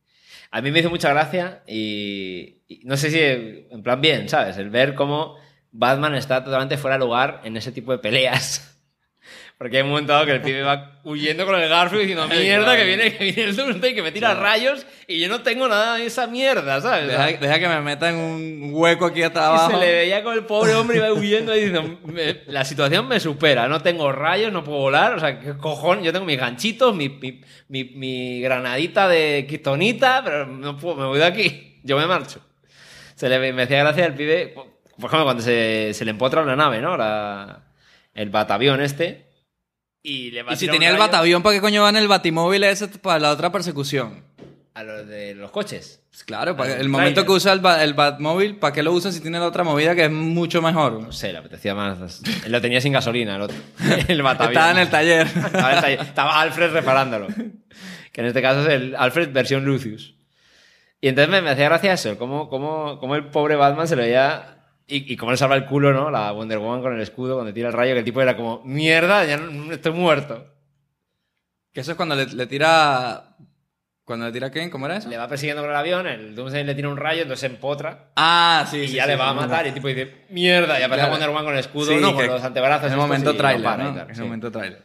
Speaker 3: A mí me hizo mucha gracia y, y no sé si en plan bien, ¿sabes? El ver cómo Batman está totalmente fuera de lugar en ese tipo de peleas. Porque hay un momento dado que el pibe va huyendo con el Garfield diciendo, mierda, que viene, que viene el Doomsday, que me tira rayos y yo no tengo nada de esa mierda, ¿sabes?
Speaker 4: Deja, deja que me meta en un hueco aquí hasta
Speaker 3: Y
Speaker 4: abajo.
Speaker 3: se le veía con el pobre hombre iba huyendo y diciendo, "Me- la situación me supera, no tengo rayos, no puedo volar, o sea, qué cojón, yo tengo mis ganchitos, mi, mi, mi- mi granadita de quitonita, pero no puedo, me voy de aquí, yo me marcho. Se le, me hacía gracia el pibe, por ejemplo, cuando se, se le empotra la nave, ¿no? La- el batavión este. Y, le va a
Speaker 4: Y si
Speaker 3: tirar un
Speaker 4: tenía el
Speaker 3: rayo
Speaker 4: batavión, ¿para qué coño van el batimóvil ese para la otra persecución?
Speaker 3: A los de los coches.
Speaker 4: Pues claro, para-
Speaker 3: Al
Speaker 4: el momento
Speaker 3: trailer.
Speaker 4: que usa el, ba- el Batmóvil, ¿para qué lo usa si tiene la otra movida que es mucho mejor?
Speaker 3: No sé, le apetecía más. Lo tenía sin gasolina, el otro. El batavión.
Speaker 4: Estaba en el taller.
Speaker 3: Estaba, en el taller. Estaba Alfred reparándolo. Que en este caso es el Alfred versión Lucius. Y entonces me, me hacía gracia eso, cómo, cómo- cómo el pobre Batman se lo veía. Y, y cómo le salva el culo, ¿no? La Wonder Woman con el escudo, cuando tira el rayo, que el tipo era como, mierda, ya no- estoy muerto.
Speaker 4: que eso es cuando le, le tira... ¿Cuando le tira a Ken? ¿Cómo era eso?
Speaker 3: Le va persiguiendo con el avión, el Doomsday le tira un rayo, entonces se empotra.
Speaker 4: Ah, sí,
Speaker 3: Y
Speaker 4: sí,
Speaker 3: ya
Speaker 4: sí,
Speaker 3: le
Speaker 4: sí,
Speaker 3: va a
Speaker 4: sí.
Speaker 3: matar. Y el tipo dice, mierda, y aparece
Speaker 4: Claro.
Speaker 3: Wonder Woman con el escudo,
Speaker 4: Sí,
Speaker 3: ¿no?
Speaker 4: que-
Speaker 3: Con los antebrazos.
Speaker 4: En el
Speaker 3: estos,
Speaker 4: momento
Speaker 3: y no
Speaker 4: trailer,
Speaker 3: para,
Speaker 4: ¿no?
Speaker 3: y tal,
Speaker 4: En el
Speaker 3: sí.
Speaker 4: momento trailer.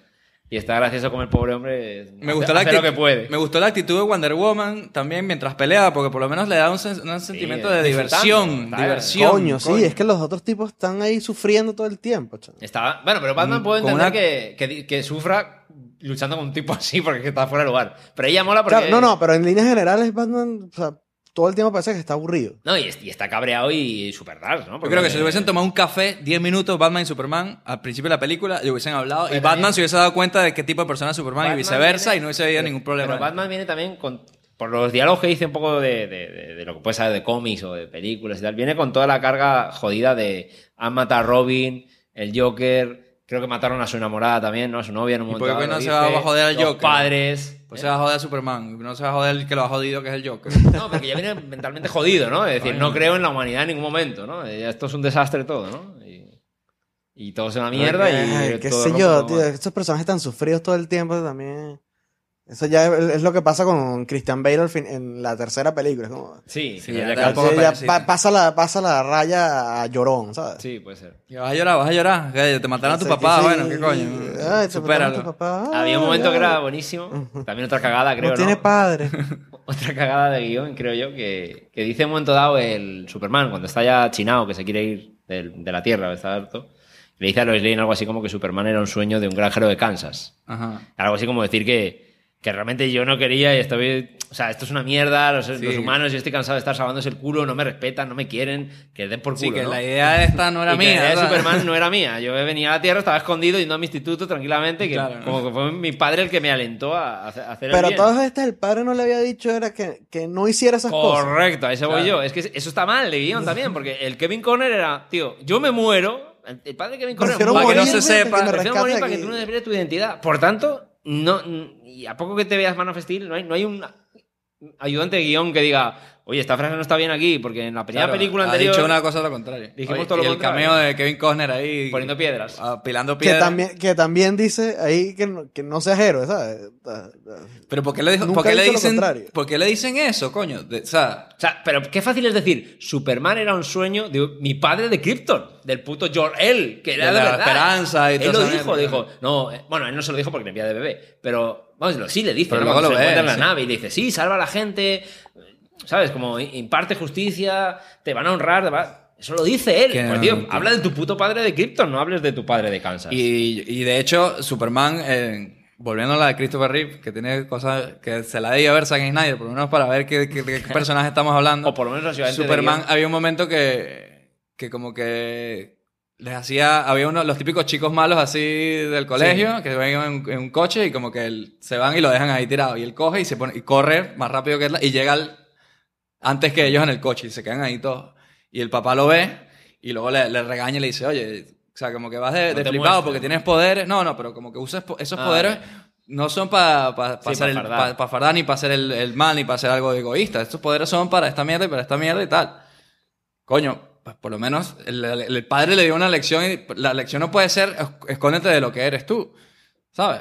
Speaker 3: Y está gracioso como el pobre hombre.
Speaker 4: Me
Speaker 3: hace-
Speaker 4: gustó, la
Speaker 3: hace lo
Speaker 4: actitud-
Speaker 3: que puede.
Speaker 4: me gustó la actitud de Wonder Woman también mientras peleaba, porque por lo menos le da un, sen- un sentimiento de
Speaker 3: disfrutando,
Speaker 4: diversión.
Speaker 3: claro.
Speaker 4: Diversión.
Speaker 2: Coño, sí, es que los otros tipos están ahí sufriendo todo el tiempo, chaval.
Speaker 3: Estaba- bueno, pero Batman
Speaker 4: Mm,
Speaker 3: puede
Speaker 4: con una-
Speaker 3: entender que, que di- que sufra luchando con un tipo así porque es que está fuera de lugar. Pero ella mola porque.
Speaker 2: Claro, no, no, pero en líneas generales Batman, o sea, todo el tiempo parece que está aburrido.
Speaker 3: No, y, es- y está cabreado y super dark, ¿no?
Speaker 4: Yo
Speaker 3: Porque-
Speaker 4: creo que si hubiesen tomado un café 10 minutos Batman y Superman al principio de la película, y hubiesen hablado y
Speaker 3: Pero
Speaker 4: Batman
Speaker 3: también-
Speaker 4: se hubiese dado cuenta de qué tipo de persona es Superman y
Speaker 3: Batman
Speaker 4: viceversa
Speaker 3: viene-
Speaker 4: y no hubiese habido
Speaker 3: pero-
Speaker 4: ningún problema.
Speaker 3: Pero Batman viene también con. Por los diálogos que dice un poco de, de- de- de lo que puedes saber de cómics o de películas y tal, viene con toda la carga jodida de han matado a Robin, el Joker, creo que mataron a su enamorada también, ¿no? A su novia en un
Speaker 4: ¿Y por
Speaker 3: momento.
Speaker 4: qué
Speaker 3: dado
Speaker 4: no
Speaker 3: lo
Speaker 4: se va
Speaker 3: dice,
Speaker 4: a joder al
Speaker 3: los
Speaker 4: Joker?
Speaker 3: padres.
Speaker 4: Pues se va a joder a Superman, no se va a joder el que lo ha jodido que es el Joker.
Speaker 3: No, porque ya viene mentalmente jodido, ¿no? Es decir, no creo en la humanidad en ningún momento, ¿no? Eh, Esto es un desastre todo, ¿no? Y, y todo es una mierda y...
Speaker 2: Ay, qué
Speaker 3: todo
Speaker 2: sé
Speaker 3: rompe
Speaker 2: yo,
Speaker 3: todo
Speaker 2: tío,
Speaker 3: mal.
Speaker 2: estos personajes tan sufridos todo el tiempo también. Eso ya es, es lo que pasa con Christian Bale al fin- en la tercera película. es como-
Speaker 3: Sí,
Speaker 4: Sí,
Speaker 3: que
Speaker 4: ya
Speaker 3: ya
Speaker 4: te-
Speaker 3: cal-
Speaker 4: tampoco
Speaker 2: Sí, ya
Speaker 4: parece-
Speaker 2: pa- pasa, la, pasa la raya a llorón, ¿sabes?
Speaker 3: sí, puede ser.
Speaker 4: Y vas a llorar, vas a llorar. Que Te mataron a tu
Speaker 2: Sí,
Speaker 4: papá,
Speaker 2: sí.
Speaker 4: bueno, qué coño.
Speaker 2: Ay, te mataron a tu
Speaker 4: Supéralo.
Speaker 2: papá.
Speaker 3: Había un momento
Speaker 2: Ay,
Speaker 3: que era
Speaker 2: ay.
Speaker 3: buenísimo. También otra cagada, creo,
Speaker 2: No Ah, tiene
Speaker 3: ¿no?
Speaker 2: padre.
Speaker 3: Otra cagada de guión, creo yo, que, que dice en un momento dado el Superman, cuando está ya chinado, que se quiere ir del- de la Tierra, está harto, le dice a Lois Lane algo así como que Superman era un sueño de un granjero de Kansas.
Speaker 4: Ajá.
Speaker 3: Algo así como decir que, que realmente yo no quería y estoy... O sea, esto es una mierda, los, los humanos, yo estoy cansado de estar salvándose el culo, no me respetan, no me quieren, que den por culo,
Speaker 4: Sí, que
Speaker 3: ¿no?
Speaker 4: la idea esta no era
Speaker 3: Y que
Speaker 4: mía.
Speaker 3: la idea de
Speaker 4: ¿verdad?
Speaker 3: Superman no era mía. Yo venía a la Tierra, estaba escondido yendo a mi instituto tranquilamente, que
Speaker 4: Claro.
Speaker 3: como que fue mi padre el que me alentó a hacer a hacer el
Speaker 2: Pero a
Speaker 3: bien.
Speaker 2: todas estas el padre no le había dicho era que, que no hiciera esas cosas.
Speaker 3: Correcto, a eso voy
Speaker 4: Claro.
Speaker 3: yo. Es que eso está mal de guión también, porque el Kevin Conner era, tío, yo me muero, el el padre de Kevin Conner
Speaker 2: Prefiero
Speaker 4: Para que no
Speaker 2: morirme
Speaker 4: se sepa,
Speaker 2: que me
Speaker 3: Prefiero morir
Speaker 2: rescaten
Speaker 3: para que
Speaker 2: aquí.
Speaker 3: tú no desvíes tu identidad. Por tanto, no, y a poco que te veas Man of Steel, no hay, no hay un ayudante de guión que diga, oye, esta frase no está bien aquí, porque en la primera
Speaker 4: Claro,
Speaker 3: película
Speaker 4: ha
Speaker 3: anterior...
Speaker 4: dicho una cosa a lo contrario.
Speaker 3: Dijimos todo lo
Speaker 4: y el
Speaker 3: contrario.
Speaker 4: cameo de Kevin Costner ahí.
Speaker 3: Poniendo piedras.
Speaker 4: Apilando
Speaker 2: Que
Speaker 4: piedras.
Speaker 2: también, que también dice ahí que no, que no seas héroe, ¿sabes? Ah,
Speaker 4: Pero ¿por qué le, dijo-
Speaker 2: Nunca
Speaker 4: por qué
Speaker 2: ha
Speaker 4: le
Speaker 2: dicho lo
Speaker 4: dicen,
Speaker 2: contrario.
Speaker 4: ¿por qué le dicen eso, coño? De- o sea,
Speaker 3: O sea, pero qué fácil es decir, Superman era un sueño de mi padre de Krypton, del puto Jor-El, que era
Speaker 4: De
Speaker 3: de,
Speaker 4: la
Speaker 3: verdad.
Speaker 4: esperanza y
Speaker 3: Él
Speaker 4: toda
Speaker 3: lo
Speaker 4: esa
Speaker 3: dijo,
Speaker 4: mierda.
Speaker 3: dijo, no, eh, bueno, él no se lo dijo porque le veía de bebé, pero vamos, lo, sí le dice,
Speaker 4: Pero
Speaker 3: ¿no?
Speaker 4: luego
Speaker 3: Cuando
Speaker 4: lo
Speaker 3: se
Speaker 4: ve,
Speaker 3: encuentra en la
Speaker 4: sí.
Speaker 3: nave y le dice, sí, salva a la gente, ¿sabes? Como i- imparte justicia, te van a honrar, te va- eso lo dice él.
Speaker 4: Que
Speaker 3: Pues
Speaker 4: no,
Speaker 3: tío,
Speaker 4: tío.
Speaker 3: habla de tu puto padre de Krypton, no hables de tu padre de Kansas.
Speaker 4: Y, y de hecho, Superman, eh, volviendo a la de Christopher Reeve, que tiene cosas que se la di a ver Zack Snyder, por lo menos para ver qué, qué- qué personaje estamos hablando.
Speaker 3: o por lo menos los ayudantes de
Speaker 4: Superman,
Speaker 3: guión.
Speaker 4: había un momento que, que como que les hacía, había unos, los típicos chicos malos así del colegio, que se ven en, en un coche y como que el- se van y lo dejan ahí tirado. Y él coge y se pone, y corre más rápido que él y llega al- antes que ellos en el coche y se quedan ahí todos. Y el papá lo ve y luego le, le regaña y le dice, oye, o sea, como que vas de, de
Speaker 3: No te
Speaker 4: flipado
Speaker 3: muestres.
Speaker 4: porque tienes poderes. No, no, pero como que usas po- esos
Speaker 3: Ah,
Speaker 4: poderes
Speaker 3: vale.
Speaker 4: no son para
Speaker 3: Sí, pa fardar.
Speaker 4: fardar ni para hacer el, el mal ni para hacer algo egoísta. Estos poderes son para esta mierda y para esta mierda y tal. Coño, pues por lo menos el, el- el padre le dio una lección y la lección no puede ser "Esc- escóndete de lo que eres tú, ¿sabes?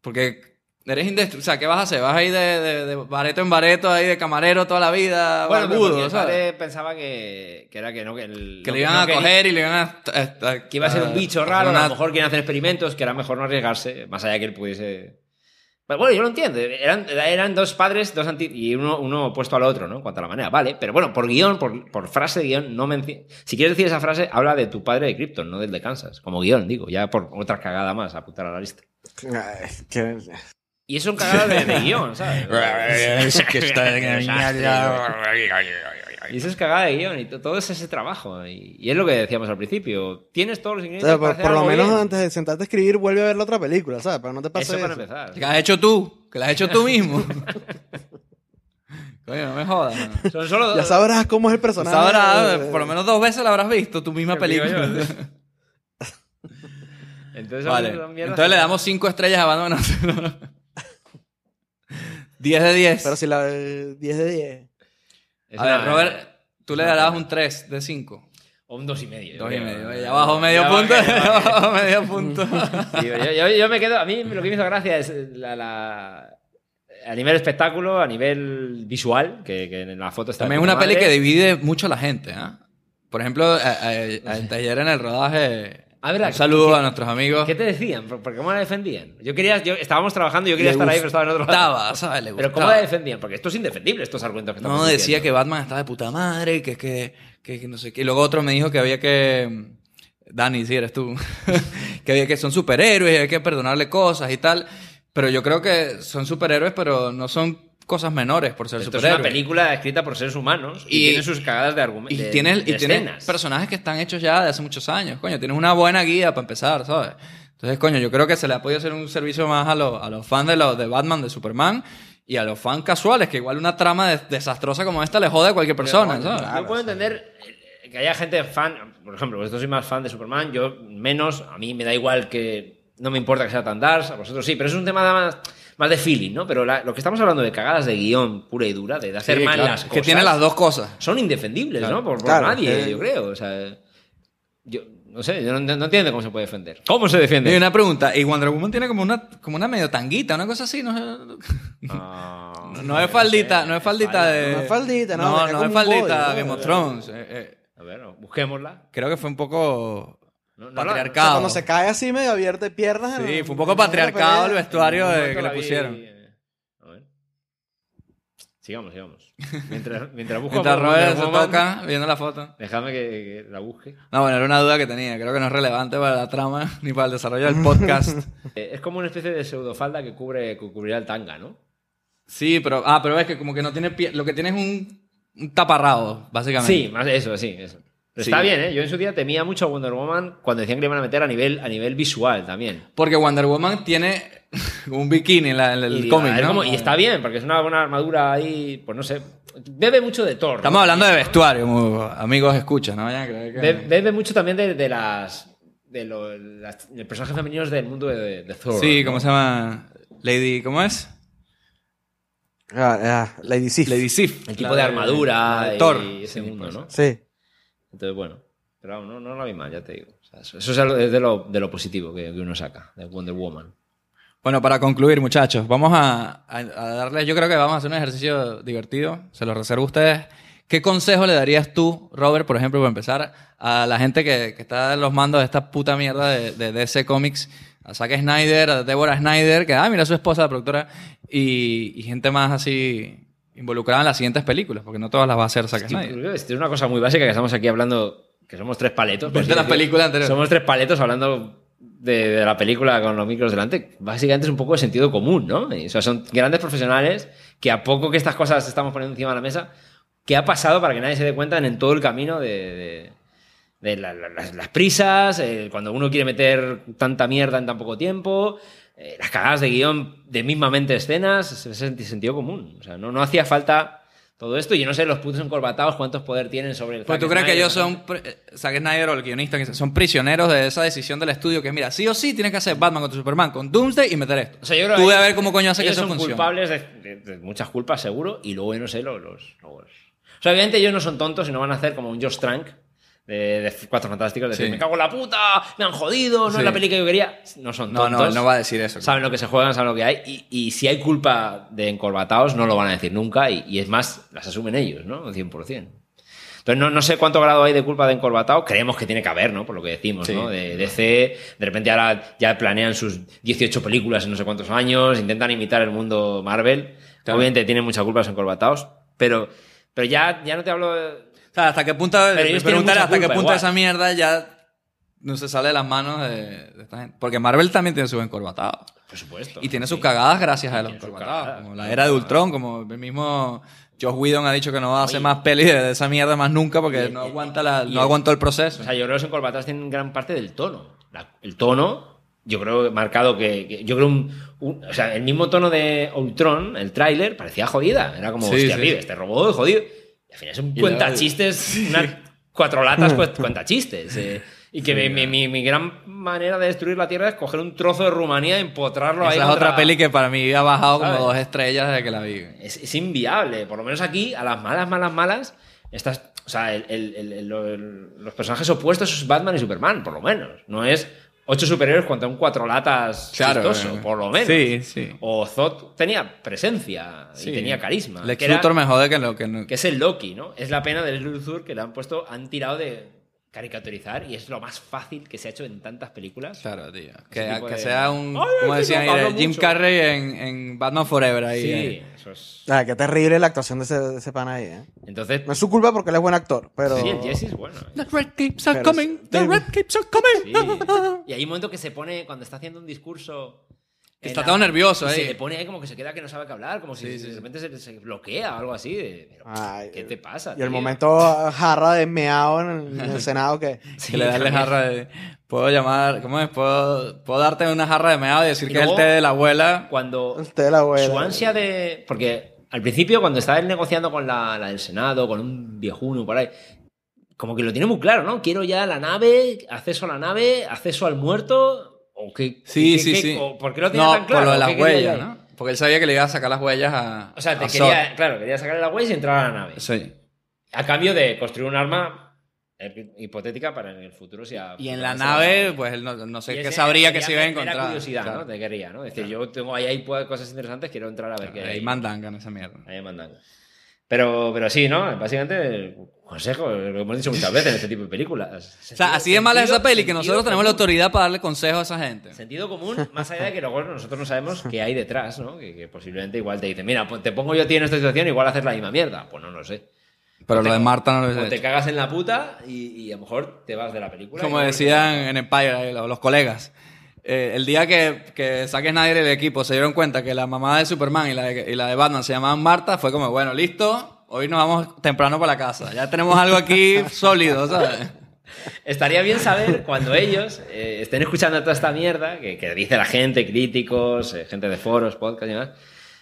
Speaker 4: Porque Eres indestructible. O sea, ¿qué vas a hacer? ¿Vas a ir de, de- de bareto en bareto, ahí de camarero toda la vida?
Speaker 3: Bueno, pero
Speaker 4: barbudo,
Speaker 3: porque el
Speaker 4: ¿sabes?
Speaker 3: padre pensaba que, que era que no, que, el-
Speaker 4: Que
Speaker 3: no-
Speaker 4: le iban
Speaker 3: no
Speaker 4: a
Speaker 3: quería-
Speaker 4: coger y le iban a... a- a-
Speaker 3: que iba a ser un bicho raro, a
Speaker 4: una-
Speaker 3: lo mejor quieren hacer experimentos, que era mejor no arriesgarse, más allá que él pudiese. Pero bueno, yo lo entiendo. Eran, eran dos padres, dos anti y uno, uno opuesto al otro, ¿no? En cuanto a la manera, vale. Pero bueno, por guión, por, por frase de guión, no mencionas. Si quieres decir esa frase, habla de tu padre de Krypton, no del de Kansas. Como guión, digo, ya por otra cagada más, apuntar a la lista.
Speaker 2: Ay, que-
Speaker 3: Y es un cagado de, de guión, ¿sabes? Y eso es cagada de guión, y to- todo es ese trabajo. Y, y es lo que decíamos al principio. Tienes todos los
Speaker 2: o
Speaker 3: ingredientes.
Speaker 2: sea,
Speaker 3: para
Speaker 2: por,
Speaker 3: hacer
Speaker 2: por lo
Speaker 3: algo
Speaker 2: menos
Speaker 3: bien.
Speaker 2: antes de sentarte a escribir, vuelve a ver la otra película, ¿sabes? Para que no te pase
Speaker 3: Eso
Speaker 2: eso.
Speaker 3: para empezar.
Speaker 4: Que la has hecho tú. Que la has hecho tú mismo. Coño, no me jodas. ¿no?
Speaker 3: Son solo dos.
Speaker 2: Ya sabrás cómo es el
Speaker 4: Pues
Speaker 2: personaje.
Speaker 4: ahora,
Speaker 2: eh,
Speaker 4: por lo menos dos veces la habrás visto tu misma
Speaker 3: Te digo
Speaker 4: película.
Speaker 3: Entonces,
Speaker 4: Vale.
Speaker 3: son mierdas
Speaker 4: Entonces le
Speaker 3: que-
Speaker 4: damos cinco estrellas a Batman. Returns. 10 de 10.
Speaker 2: Pero si la eh, 10 de 10.
Speaker 3: Es
Speaker 4: a ver,
Speaker 3: una-
Speaker 4: Robert, tú le
Speaker 3: una
Speaker 4: darás
Speaker 3: pena.
Speaker 4: un 3 de 5.
Speaker 3: O un dos y medio. yo
Speaker 4: Dos y
Speaker 3: creo.
Speaker 4: medio. Ya bajó medio
Speaker 3: Ya
Speaker 4: punto.
Speaker 3: bajé, ya
Speaker 4: Ya
Speaker 3: bajé.
Speaker 4: bajó medio punto.
Speaker 3: Sí, yo, yo- yo me quedo. A mí lo que me hizo gracia es la. la- a nivel espectáculo, a nivel visual, que, que en la foto está.
Speaker 4: También es una peli que divide mucho a la gente. ¿ah? Por ejemplo, a- a- al taller en el rodaje.
Speaker 3: Ah, ¿verdad?
Speaker 4: Un saludo
Speaker 3: ¿Qué-
Speaker 4: a nuestros amigos.
Speaker 3: ¿Qué te decían? ¿Por, por cómo la defendían? Yo quería. Yo, estábamos trabajando, yo quería
Speaker 2: Le
Speaker 3: estar ahí, pero estaba en otro lado.
Speaker 4: Estaba, ¿sabes? Le
Speaker 3: Pero ¿cómo
Speaker 4: gustaba.
Speaker 3: la defendían? Porque esto es indefendible, estos argumentos que
Speaker 4: No, decía que Batman estaba de puta madre, que, que, que, que no sé qué. Y luego otro me dijo que había que... Dani, si eres tú. que había que son superhéroes y hay que perdonarle cosas y tal. Pero yo creo que son superhéroes, pero no son cosas menores por ser
Speaker 3: Esto es una
Speaker 4: superhéroes.
Speaker 3: película escrita por seres humanos y,
Speaker 4: Y-
Speaker 3: tiene sus cagadas de argumentos.
Speaker 4: y tienes, y tienes
Speaker 3: escenas.
Speaker 4: personajes que están hechos ya de hace muchos años, coño. Tienes una buena guía para empezar, ¿sabes? Entonces, coño, yo creo que se le ha podido hacer un servicio más a, los- a los fans de, los de Batman, de Superman y a los fans casuales, que igual una trama des- desastrosa como esta le jode a cualquier persona,
Speaker 3: Pero,
Speaker 4: ¿sabes?
Speaker 3: coño, Yo puedo entender eh, que haya gente fan, por ejemplo, vosotros sois más fan de Superman, yo menos, a mí me da igual que no me importa que sea tan dark, a vosotros sí, pero es un tema nada más, más de feeling, ¿no? Pero la- lo que estamos hablando de cagadas de guión pura y dura, de hacer
Speaker 4: Sí,
Speaker 3: mal
Speaker 4: claro,
Speaker 3: las cosas.
Speaker 4: Que tiene las dos cosas.
Speaker 3: Son indefendibles, ¿no? Por, por
Speaker 2: Claro,
Speaker 3: nadie,
Speaker 2: eh.
Speaker 3: yo creo. O sea, yo no sé, yo no, no entiendo cómo se puede defender. ¿Cómo se defiende?
Speaker 4: Y una pregunta, y Wonder Woman tiene como una, como una medio tanguita, una cosa así, no, sé.
Speaker 3: Ah,
Speaker 4: No- no es faldita, no es faldita de...
Speaker 2: No es faldita, no,
Speaker 4: no,
Speaker 2: tenía
Speaker 4: no
Speaker 2: como
Speaker 4: es
Speaker 2: un
Speaker 4: faldita
Speaker 2: body,
Speaker 4: Game of
Speaker 2: ¿no?
Speaker 4: Thrones. Eh, eh,
Speaker 3: A ver, no, busquémosla.
Speaker 4: creo que fue un poco
Speaker 3: No, no, no,
Speaker 2: O sea,
Speaker 4: patriarcado.
Speaker 2: cuando se cae así medio abierte piernas. en-
Speaker 4: Ah, Sí, fue un
Speaker 2: en
Speaker 4: poco
Speaker 2: una
Speaker 4: patriarcado el
Speaker 2: pelea.
Speaker 4: vestuario
Speaker 3: En un
Speaker 4: de
Speaker 3: momento
Speaker 4: que le
Speaker 3: la vi,
Speaker 4: pusieron.
Speaker 3: eh, a ver. Sigamos, sigamos. Mientras, mientras busco
Speaker 4: Mientras
Speaker 3: por
Speaker 4: Robert
Speaker 3: Wonder
Speaker 4: se
Speaker 3: Woman,
Speaker 4: toca viendo la foto.
Speaker 3: Dejadme que, que la busque.
Speaker 4: No, bueno, era una duda que tenía. Creo que no es relevante para la trama ni para el desarrollo del podcast.
Speaker 3: Eh, es como una especie de pseudofalda que cubre que cubrirá el tanga, ¿no?
Speaker 4: Sí, pero... Ah, pero ves que como que no tiene pie... Lo que tiene es un, un taparrabo, básicamente.
Speaker 3: Sí, más eso, sí, eso. Pero
Speaker 4: Sí.
Speaker 3: Está bien, ¿eh? Yo en su día temía mucho a Wonder Woman cuando decían que le iban a meter a nivel, a nivel visual también.
Speaker 4: Porque Wonder Woman tiene un bikini en, la- en el
Speaker 3: Y, a
Speaker 4: cómic,
Speaker 3: ver
Speaker 4: ¿no?
Speaker 3: cómo- y está bien, porque es una buena armadura ahí, pues no sé. Bebe mucho de Thor. ¿no?
Speaker 4: Estamos hablando de vestuario, mu- amigos, escucha, ¿no? vayan a creer que-
Speaker 3: Be- Bebe mucho también de, de las. de lo- las- de personajes femeninos del mundo de, de Thor.
Speaker 4: Sí,
Speaker 3: ¿no?
Speaker 4: ¿cómo se llama? Lady, ¿cómo es?
Speaker 2: Ah, ah, Lady Sif.
Speaker 4: Lady Sif.
Speaker 3: El tipo
Speaker 4: La
Speaker 3: de armadura
Speaker 4: la de
Speaker 3: y
Speaker 4: Thor.
Speaker 3: ese mundo, ¿no?
Speaker 2: Sí.
Speaker 3: Entonces, bueno. Pero vamos, no, no la vi mal, ya te digo. O sea, eso, eso es algo- es de lo, de lo positivo que, que uno saca de Wonder Woman.
Speaker 4: Bueno, para concluir, muchachos, vamos a, a- a darles, yo creo que vamos a hacer un ejercicio divertido, se los reservo a ustedes. ¿Qué consejo le darías tú, Robert, por ejemplo, para empezar, a la gente que, que está en los mandos de esta puta mierda de, de DC Comics? A Zack Snyder, a Deborah Snyder, que, ah, mira, su esposa, la productora, y, y gente más así involucrada en las siguientes películas, porque no todas las va a hacer Zack
Speaker 3: Sí,
Speaker 4: Snyder.
Speaker 3: creo que esto es una cosa muy básica que estamos aquí hablando, que somos tres paletos. por
Speaker 4: Vete
Speaker 3: así
Speaker 4: a la
Speaker 3: decirlo.
Speaker 4: película anterior.
Speaker 3: Somos tres paletos hablando de, de la película con los micros delante. Básicamente es un poco de sentido común, ¿no? Y, o sea, son grandes profesionales que a poco que estas cosas estamos poniendo encima de la mesa, ¿qué ha pasado para que nadie se dé cuenta en, en todo el camino de... de- de la- la- las, las prisas, eh, cuando uno quiere meter tanta mierda en tan poco tiempo, eh, las cagadas de guión de mismamente escenas, ese es el sentido común. O sea, no, no hacía falta todo esto. Y yo no sé los putos encorbatados cuántos poder tienen sobre el
Speaker 4: Pues tú
Speaker 3: Zack
Speaker 4: crees que
Speaker 3: Snyder,
Speaker 4: ellos
Speaker 3: ¿no?
Speaker 4: son, pri- eh, Zack Snyder o el guionista, que son prisioneros de esa decisión del estudio que mira, sí o sí tienes que hacer Batman contra Superman con Doomsday y meter esto.
Speaker 3: O sea, yo creo
Speaker 4: tú
Speaker 3: que
Speaker 4: ve a
Speaker 3: ellos-
Speaker 4: ver cómo coño hace que
Speaker 3: ellos
Speaker 4: eso
Speaker 3: son
Speaker 4: funcione.
Speaker 3: culpables de, de- de muchas culpas, seguro, y luego, yo no sé, los, los, los- O sea, obviamente ellos no son tontos y no van a hacer como un Josh Trank, de, de Cuatro Fantásticos, de decir,
Speaker 4: Sí.
Speaker 3: me cago en la puta, me han jodido, no
Speaker 4: Sí.
Speaker 3: es la peli que yo quería. No son
Speaker 4: No,
Speaker 3: tontos.
Speaker 4: no, él no va a decir eso.
Speaker 3: Saben lo que se juegan, saben lo que hay. Y, y si hay culpa de encorbatados, no lo van a decir nunca. Y, y es más, las asumen ellos, ¿no? 100%. Entonces, no, no sé cuánto grado hay de culpa de encorbatado. Creemos que tiene que haber, ¿no? Por lo que decimos,
Speaker 4: Sí.
Speaker 3: ¿no? De DC, de repente ahora ya planean sus 18 películas en no sé cuántos años, intentan imitar el mundo Marvel.
Speaker 4: Claro.
Speaker 3: Obviamente tienen mucha culpa los encorbatados, pero, pero ya, ya no te hablo de...
Speaker 4: O sea, hasta qué punto,
Speaker 3: Pero ellos
Speaker 4: preguntar
Speaker 3: tienen mucha
Speaker 4: hasta qué
Speaker 3: culpa,
Speaker 4: punto
Speaker 3: igual.
Speaker 4: esa mierda ya no se sale de las manos de, de esta gente. Porque Marvel también tiene sus encorbatados.
Speaker 3: Por supuesto.
Speaker 4: Y tiene sus
Speaker 3: Sí.
Speaker 4: cagadas gracias a
Speaker 3: Y
Speaker 4: los
Speaker 3: tiene sus
Speaker 4: encorbatados.
Speaker 3: cagadas.
Speaker 4: Como la era de Ultron, como el mismo Josh Whedon ha dicho que no va a hacer más pelis de esa mierda más nunca porque
Speaker 3: Y-
Speaker 4: no
Speaker 3: y-
Speaker 4: aguanta la,
Speaker 3: y-
Speaker 4: no aguantó el proceso.
Speaker 3: O sea, yo creo que los encorbatados tienen gran parte del tono. La- el tono, yo creo que marcado que, que- Yo creo un, un- O sea, el mismo tono de Ultron, el tráiler, parecía jodida. Era como,
Speaker 4: Sí,
Speaker 3: hostia,
Speaker 4: sí.
Speaker 3: pibe, este robot es jodido. Y al final es un
Speaker 4: Y
Speaker 3: cuenta
Speaker 4: la-
Speaker 3: chistes, cuatro latas pues, cuenta chistes. eh. y que mi, mi- mi- mi gran manera de destruir la Tierra es coger un trozo de Rumanía y empotrarlo ahí.
Speaker 4: Esa es
Speaker 3: contra-
Speaker 4: otra peli que para mí ha bajado como
Speaker 3: ¿Sabes?
Speaker 4: dos estrellas desde que la vi.
Speaker 3: es, es inviable. Por lo menos aquí, a las malas, malas, malas, estás. O sea, el- el- el- el- lo- el- los personajes opuestos es Batman y Superman, por lo menos. No es ocho superhéroes contra un cuatro latas
Speaker 4: Claro,
Speaker 3: chistoso,
Speaker 4: eh.
Speaker 3: por lo menos.
Speaker 4: Sí, sí.
Speaker 3: O Zod tenía presencia
Speaker 4: Sí.
Speaker 3: y tenía carisma.
Speaker 4: Lex
Speaker 3: que, era-
Speaker 4: Luthor me jode que lo que no-
Speaker 3: que es el Loki, ¿no? Es la pena del Luthor que le han puesto, han tirado de caricaturizar y es lo más fácil que se ha hecho en tantas películas.
Speaker 4: Claro, tío.
Speaker 3: Ese
Speaker 4: Que,
Speaker 3: tipo
Speaker 4: que
Speaker 3: de-
Speaker 4: sea un.
Speaker 3: Ay,
Speaker 4: como
Speaker 3: es que
Speaker 4: decían
Speaker 3: no
Speaker 4: ahí,
Speaker 3: hablo
Speaker 4: Jim
Speaker 3: mucho.
Speaker 4: Carrey en, en Batman Forever. Ahí,
Speaker 3: Sí,
Speaker 4: eh.
Speaker 3: eso es.
Speaker 2: Ah, qué terrible la actuación de ese, de ese pana ahí, ¿eh?
Speaker 3: Entonces,
Speaker 2: No es su culpa porque él es buen actor, pero...
Speaker 3: sí, el Jesse es bueno. ¿eh?
Speaker 6: The red keeps on
Speaker 2: Pero-
Speaker 6: coming. The
Speaker 2: David-
Speaker 6: red keeps on coming.
Speaker 3: Sí. Y hay un momento que se pone, cuando está haciendo un discurso. en
Speaker 4: Está
Speaker 3: la-
Speaker 4: todo nervioso
Speaker 3: y
Speaker 4: ahí.
Speaker 3: Se le pone ahí como que se queda que no sabe qué hablar, como si
Speaker 4: Sí, sí,
Speaker 3: de
Speaker 4: sí.
Speaker 3: repente se, se bloquea o algo así. de, pero,
Speaker 2: Ay,
Speaker 3: ¿Qué te pasa?
Speaker 2: Y el
Speaker 3: tío?
Speaker 2: momento jarra de meao en el, en el Senado que...
Speaker 3: Sí,
Speaker 4: que le da la
Speaker 3: también.
Speaker 4: jarra de. Puedo llamar. ¿Cómo es? Puedo, puedo darte una jarra de meado y decir
Speaker 3: Y
Speaker 4: que el
Speaker 3: luego-
Speaker 4: té de la abuela.
Speaker 3: Cuando
Speaker 2: Usted la abuela.
Speaker 3: su ansia de. Porque al principio, cuando está él negociando con la, la del Senado, con un viejuno por ahí, como que lo tiene muy claro, ¿no? Quiero ya la nave, acceso a la nave, acceso al muerto. ¿O qué,
Speaker 4: Sí,
Speaker 3: qué-
Speaker 4: sí,
Speaker 3: qué-
Speaker 4: sí.
Speaker 3: o ¿Por qué lo tiene
Speaker 4: no,
Speaker 3: tan claro?
Speaker 4: por lo de las
Speaker 3: ¿Qué quería
Speaker 4: huellas,
Speaker 3: yo?
Speaker 4: ¿no? Porque él sabía que le iba a sacar las huellas a.
Speaker 3: O sea, te
Speaker 4: a
Speaker 3: quería, claro, quería sacarle la huella y entrar a la nave.
Speaker 4: Zod. Sí.
Speaker 3: A cambio de construir un arma eh, hipotética para en el futuro. Si a-
Speaker 4: Y en la
Speaker 3: si a-
Speaker 4: nave, pues él no, no sé
Speaker 3: Y
Speaker 4: qué
Speaker 3: ese-
Speaker 4: sabría que
Speaker 3: sería
Speaker 4: se iba a
Speaker 3: mera
Speaker 4: encontrar.
Speaker 3: curiosidad,
Speaker 4: Claro.
Speaker 3: ¿no? Te quería, ¿no? Es decir, yo tengo ahí, ahí puede- cosas interesantes, quiero entrar a ver qué
Speaker 4: Ahí
Speaker 3: hay.
Speaker 4: mandangan esa mierda.
Speaker 3: Ahí me mandan. Pero, pero sí, ¿no? Básicamente, consejo, lo hemos dicho muchas veces en este tipo de películas.
Speaker 4: O sea, así de mala es esa peli que nosotros tenemos la autoridad para darle consejos a esa gente.
Speaker 3: Sentido común, más allá de que luego nosotros no sabemos qué hay detrás, ¿no? Que, que posiblemente igual te dicen, mira, pues te pongo yo a ti en esta situación, igual haces la misma mierda. Pues no lo sé.
Speaker 4: Pero lo
Speaker 3: te-
Speaker 4: de Marta no lo
Speaker 3: O
Speaker 4: hubiese
Speaker 3: Pues te
Speaker 4: hecho.
Speaker 3: cagas en la puta y, y a lo mejor te vas de la película.
Speaker 4: Como
Speaker 3: Y-
Speaker 4: decían en Empire, ahí, los los colegas. Eh, el día que, que Zack Snyder y el equipo se dieron cuenta que la mamá de Superman y la de, y la de Batman se llamaban Marta, fue como, bueno, listo, hoy nos vamos temprano para la casa. Ya tenemos algo aquí sólido, ¿sabes?
Speaker 3: Estaría bien saber cuando ellos eh, estén escuchando toda esta mierda que, que dice la gente, críticos, eh, gente de foros, podcast y demás,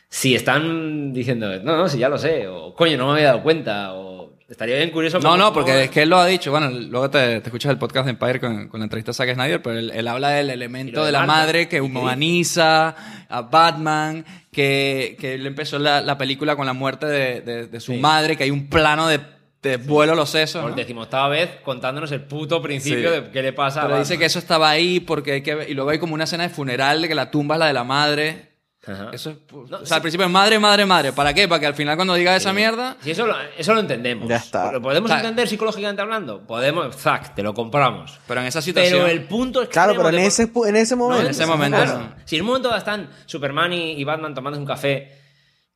Speaker 3: si están diciendo, no, no, si ya lo sé, o coño, no me había dado cuenta, o estaría bien curioso.
Speaker 4: No,
Speaker 3: cómo-
Speaker 4: no, porque
Speaker 3: cómo-
Speaker 4: es que él lo ha dicho. Bueno, luego te, te escuchas el podcast de Empire con, con la entrevista a Zack Snyder, pero él, él habla del
Speaker 3: Y lo
Speaker 4: elemento
Speaker 3: de
Speaker 4: de la
Speaker 3: Marta.
Speaker 4: madre que
Speaker 3: ¿Y qué dice?
Speaker 4: humaniza a Batman, que, que él empezó la, la película con la muerte de, de- de su
Speaker 3: Sí.
Speaker 4: madre, que hay un plano de, de vuelo a los sesos.
Speaker 3: Por
Speaker 4: ¿no?
Speaker 3: decimoctava vez contándonos el puto principio
Speaker 4: Sí.
Speaker 3: de qué le pasa
Speaker 4: Pero
Speaker 3: a
Speaker 4: dice que eso estaba ahí porque hay que ver- y luego hay como una escena de funeral de que la tumba es la de la madre.
Speaker 3: Ah.
Speaker 4: Eso es, pu- o sea, al principio es madre, madre, madre. ¿Para qué? Para que al final cuando diga esa mierda,
Speaker 3: Si eso lo, eso lo entendemos.
Speaker 2: Ya está.
Speaker 3: ¿Lo podemos
Speaker 4: Zack.
Speaker 3: entender psicológicamente hablando? Podemos, Zack, te lo compramos.
Speaker 4: pero en esa situación
Speaker 3: Pero el punto es que
Speaker 2: Claro, pero
Speaker 3: tenemos
Speaker 2: en ese,
Speaker 3: que-
Speaker 2: pu- en ese momento...
Speaker 4: en ese momento,
Speaker 3: Claro.
Speaker 4: no.
Speaker 3: Si en un momento están Superman y, y Batman tomándose un café,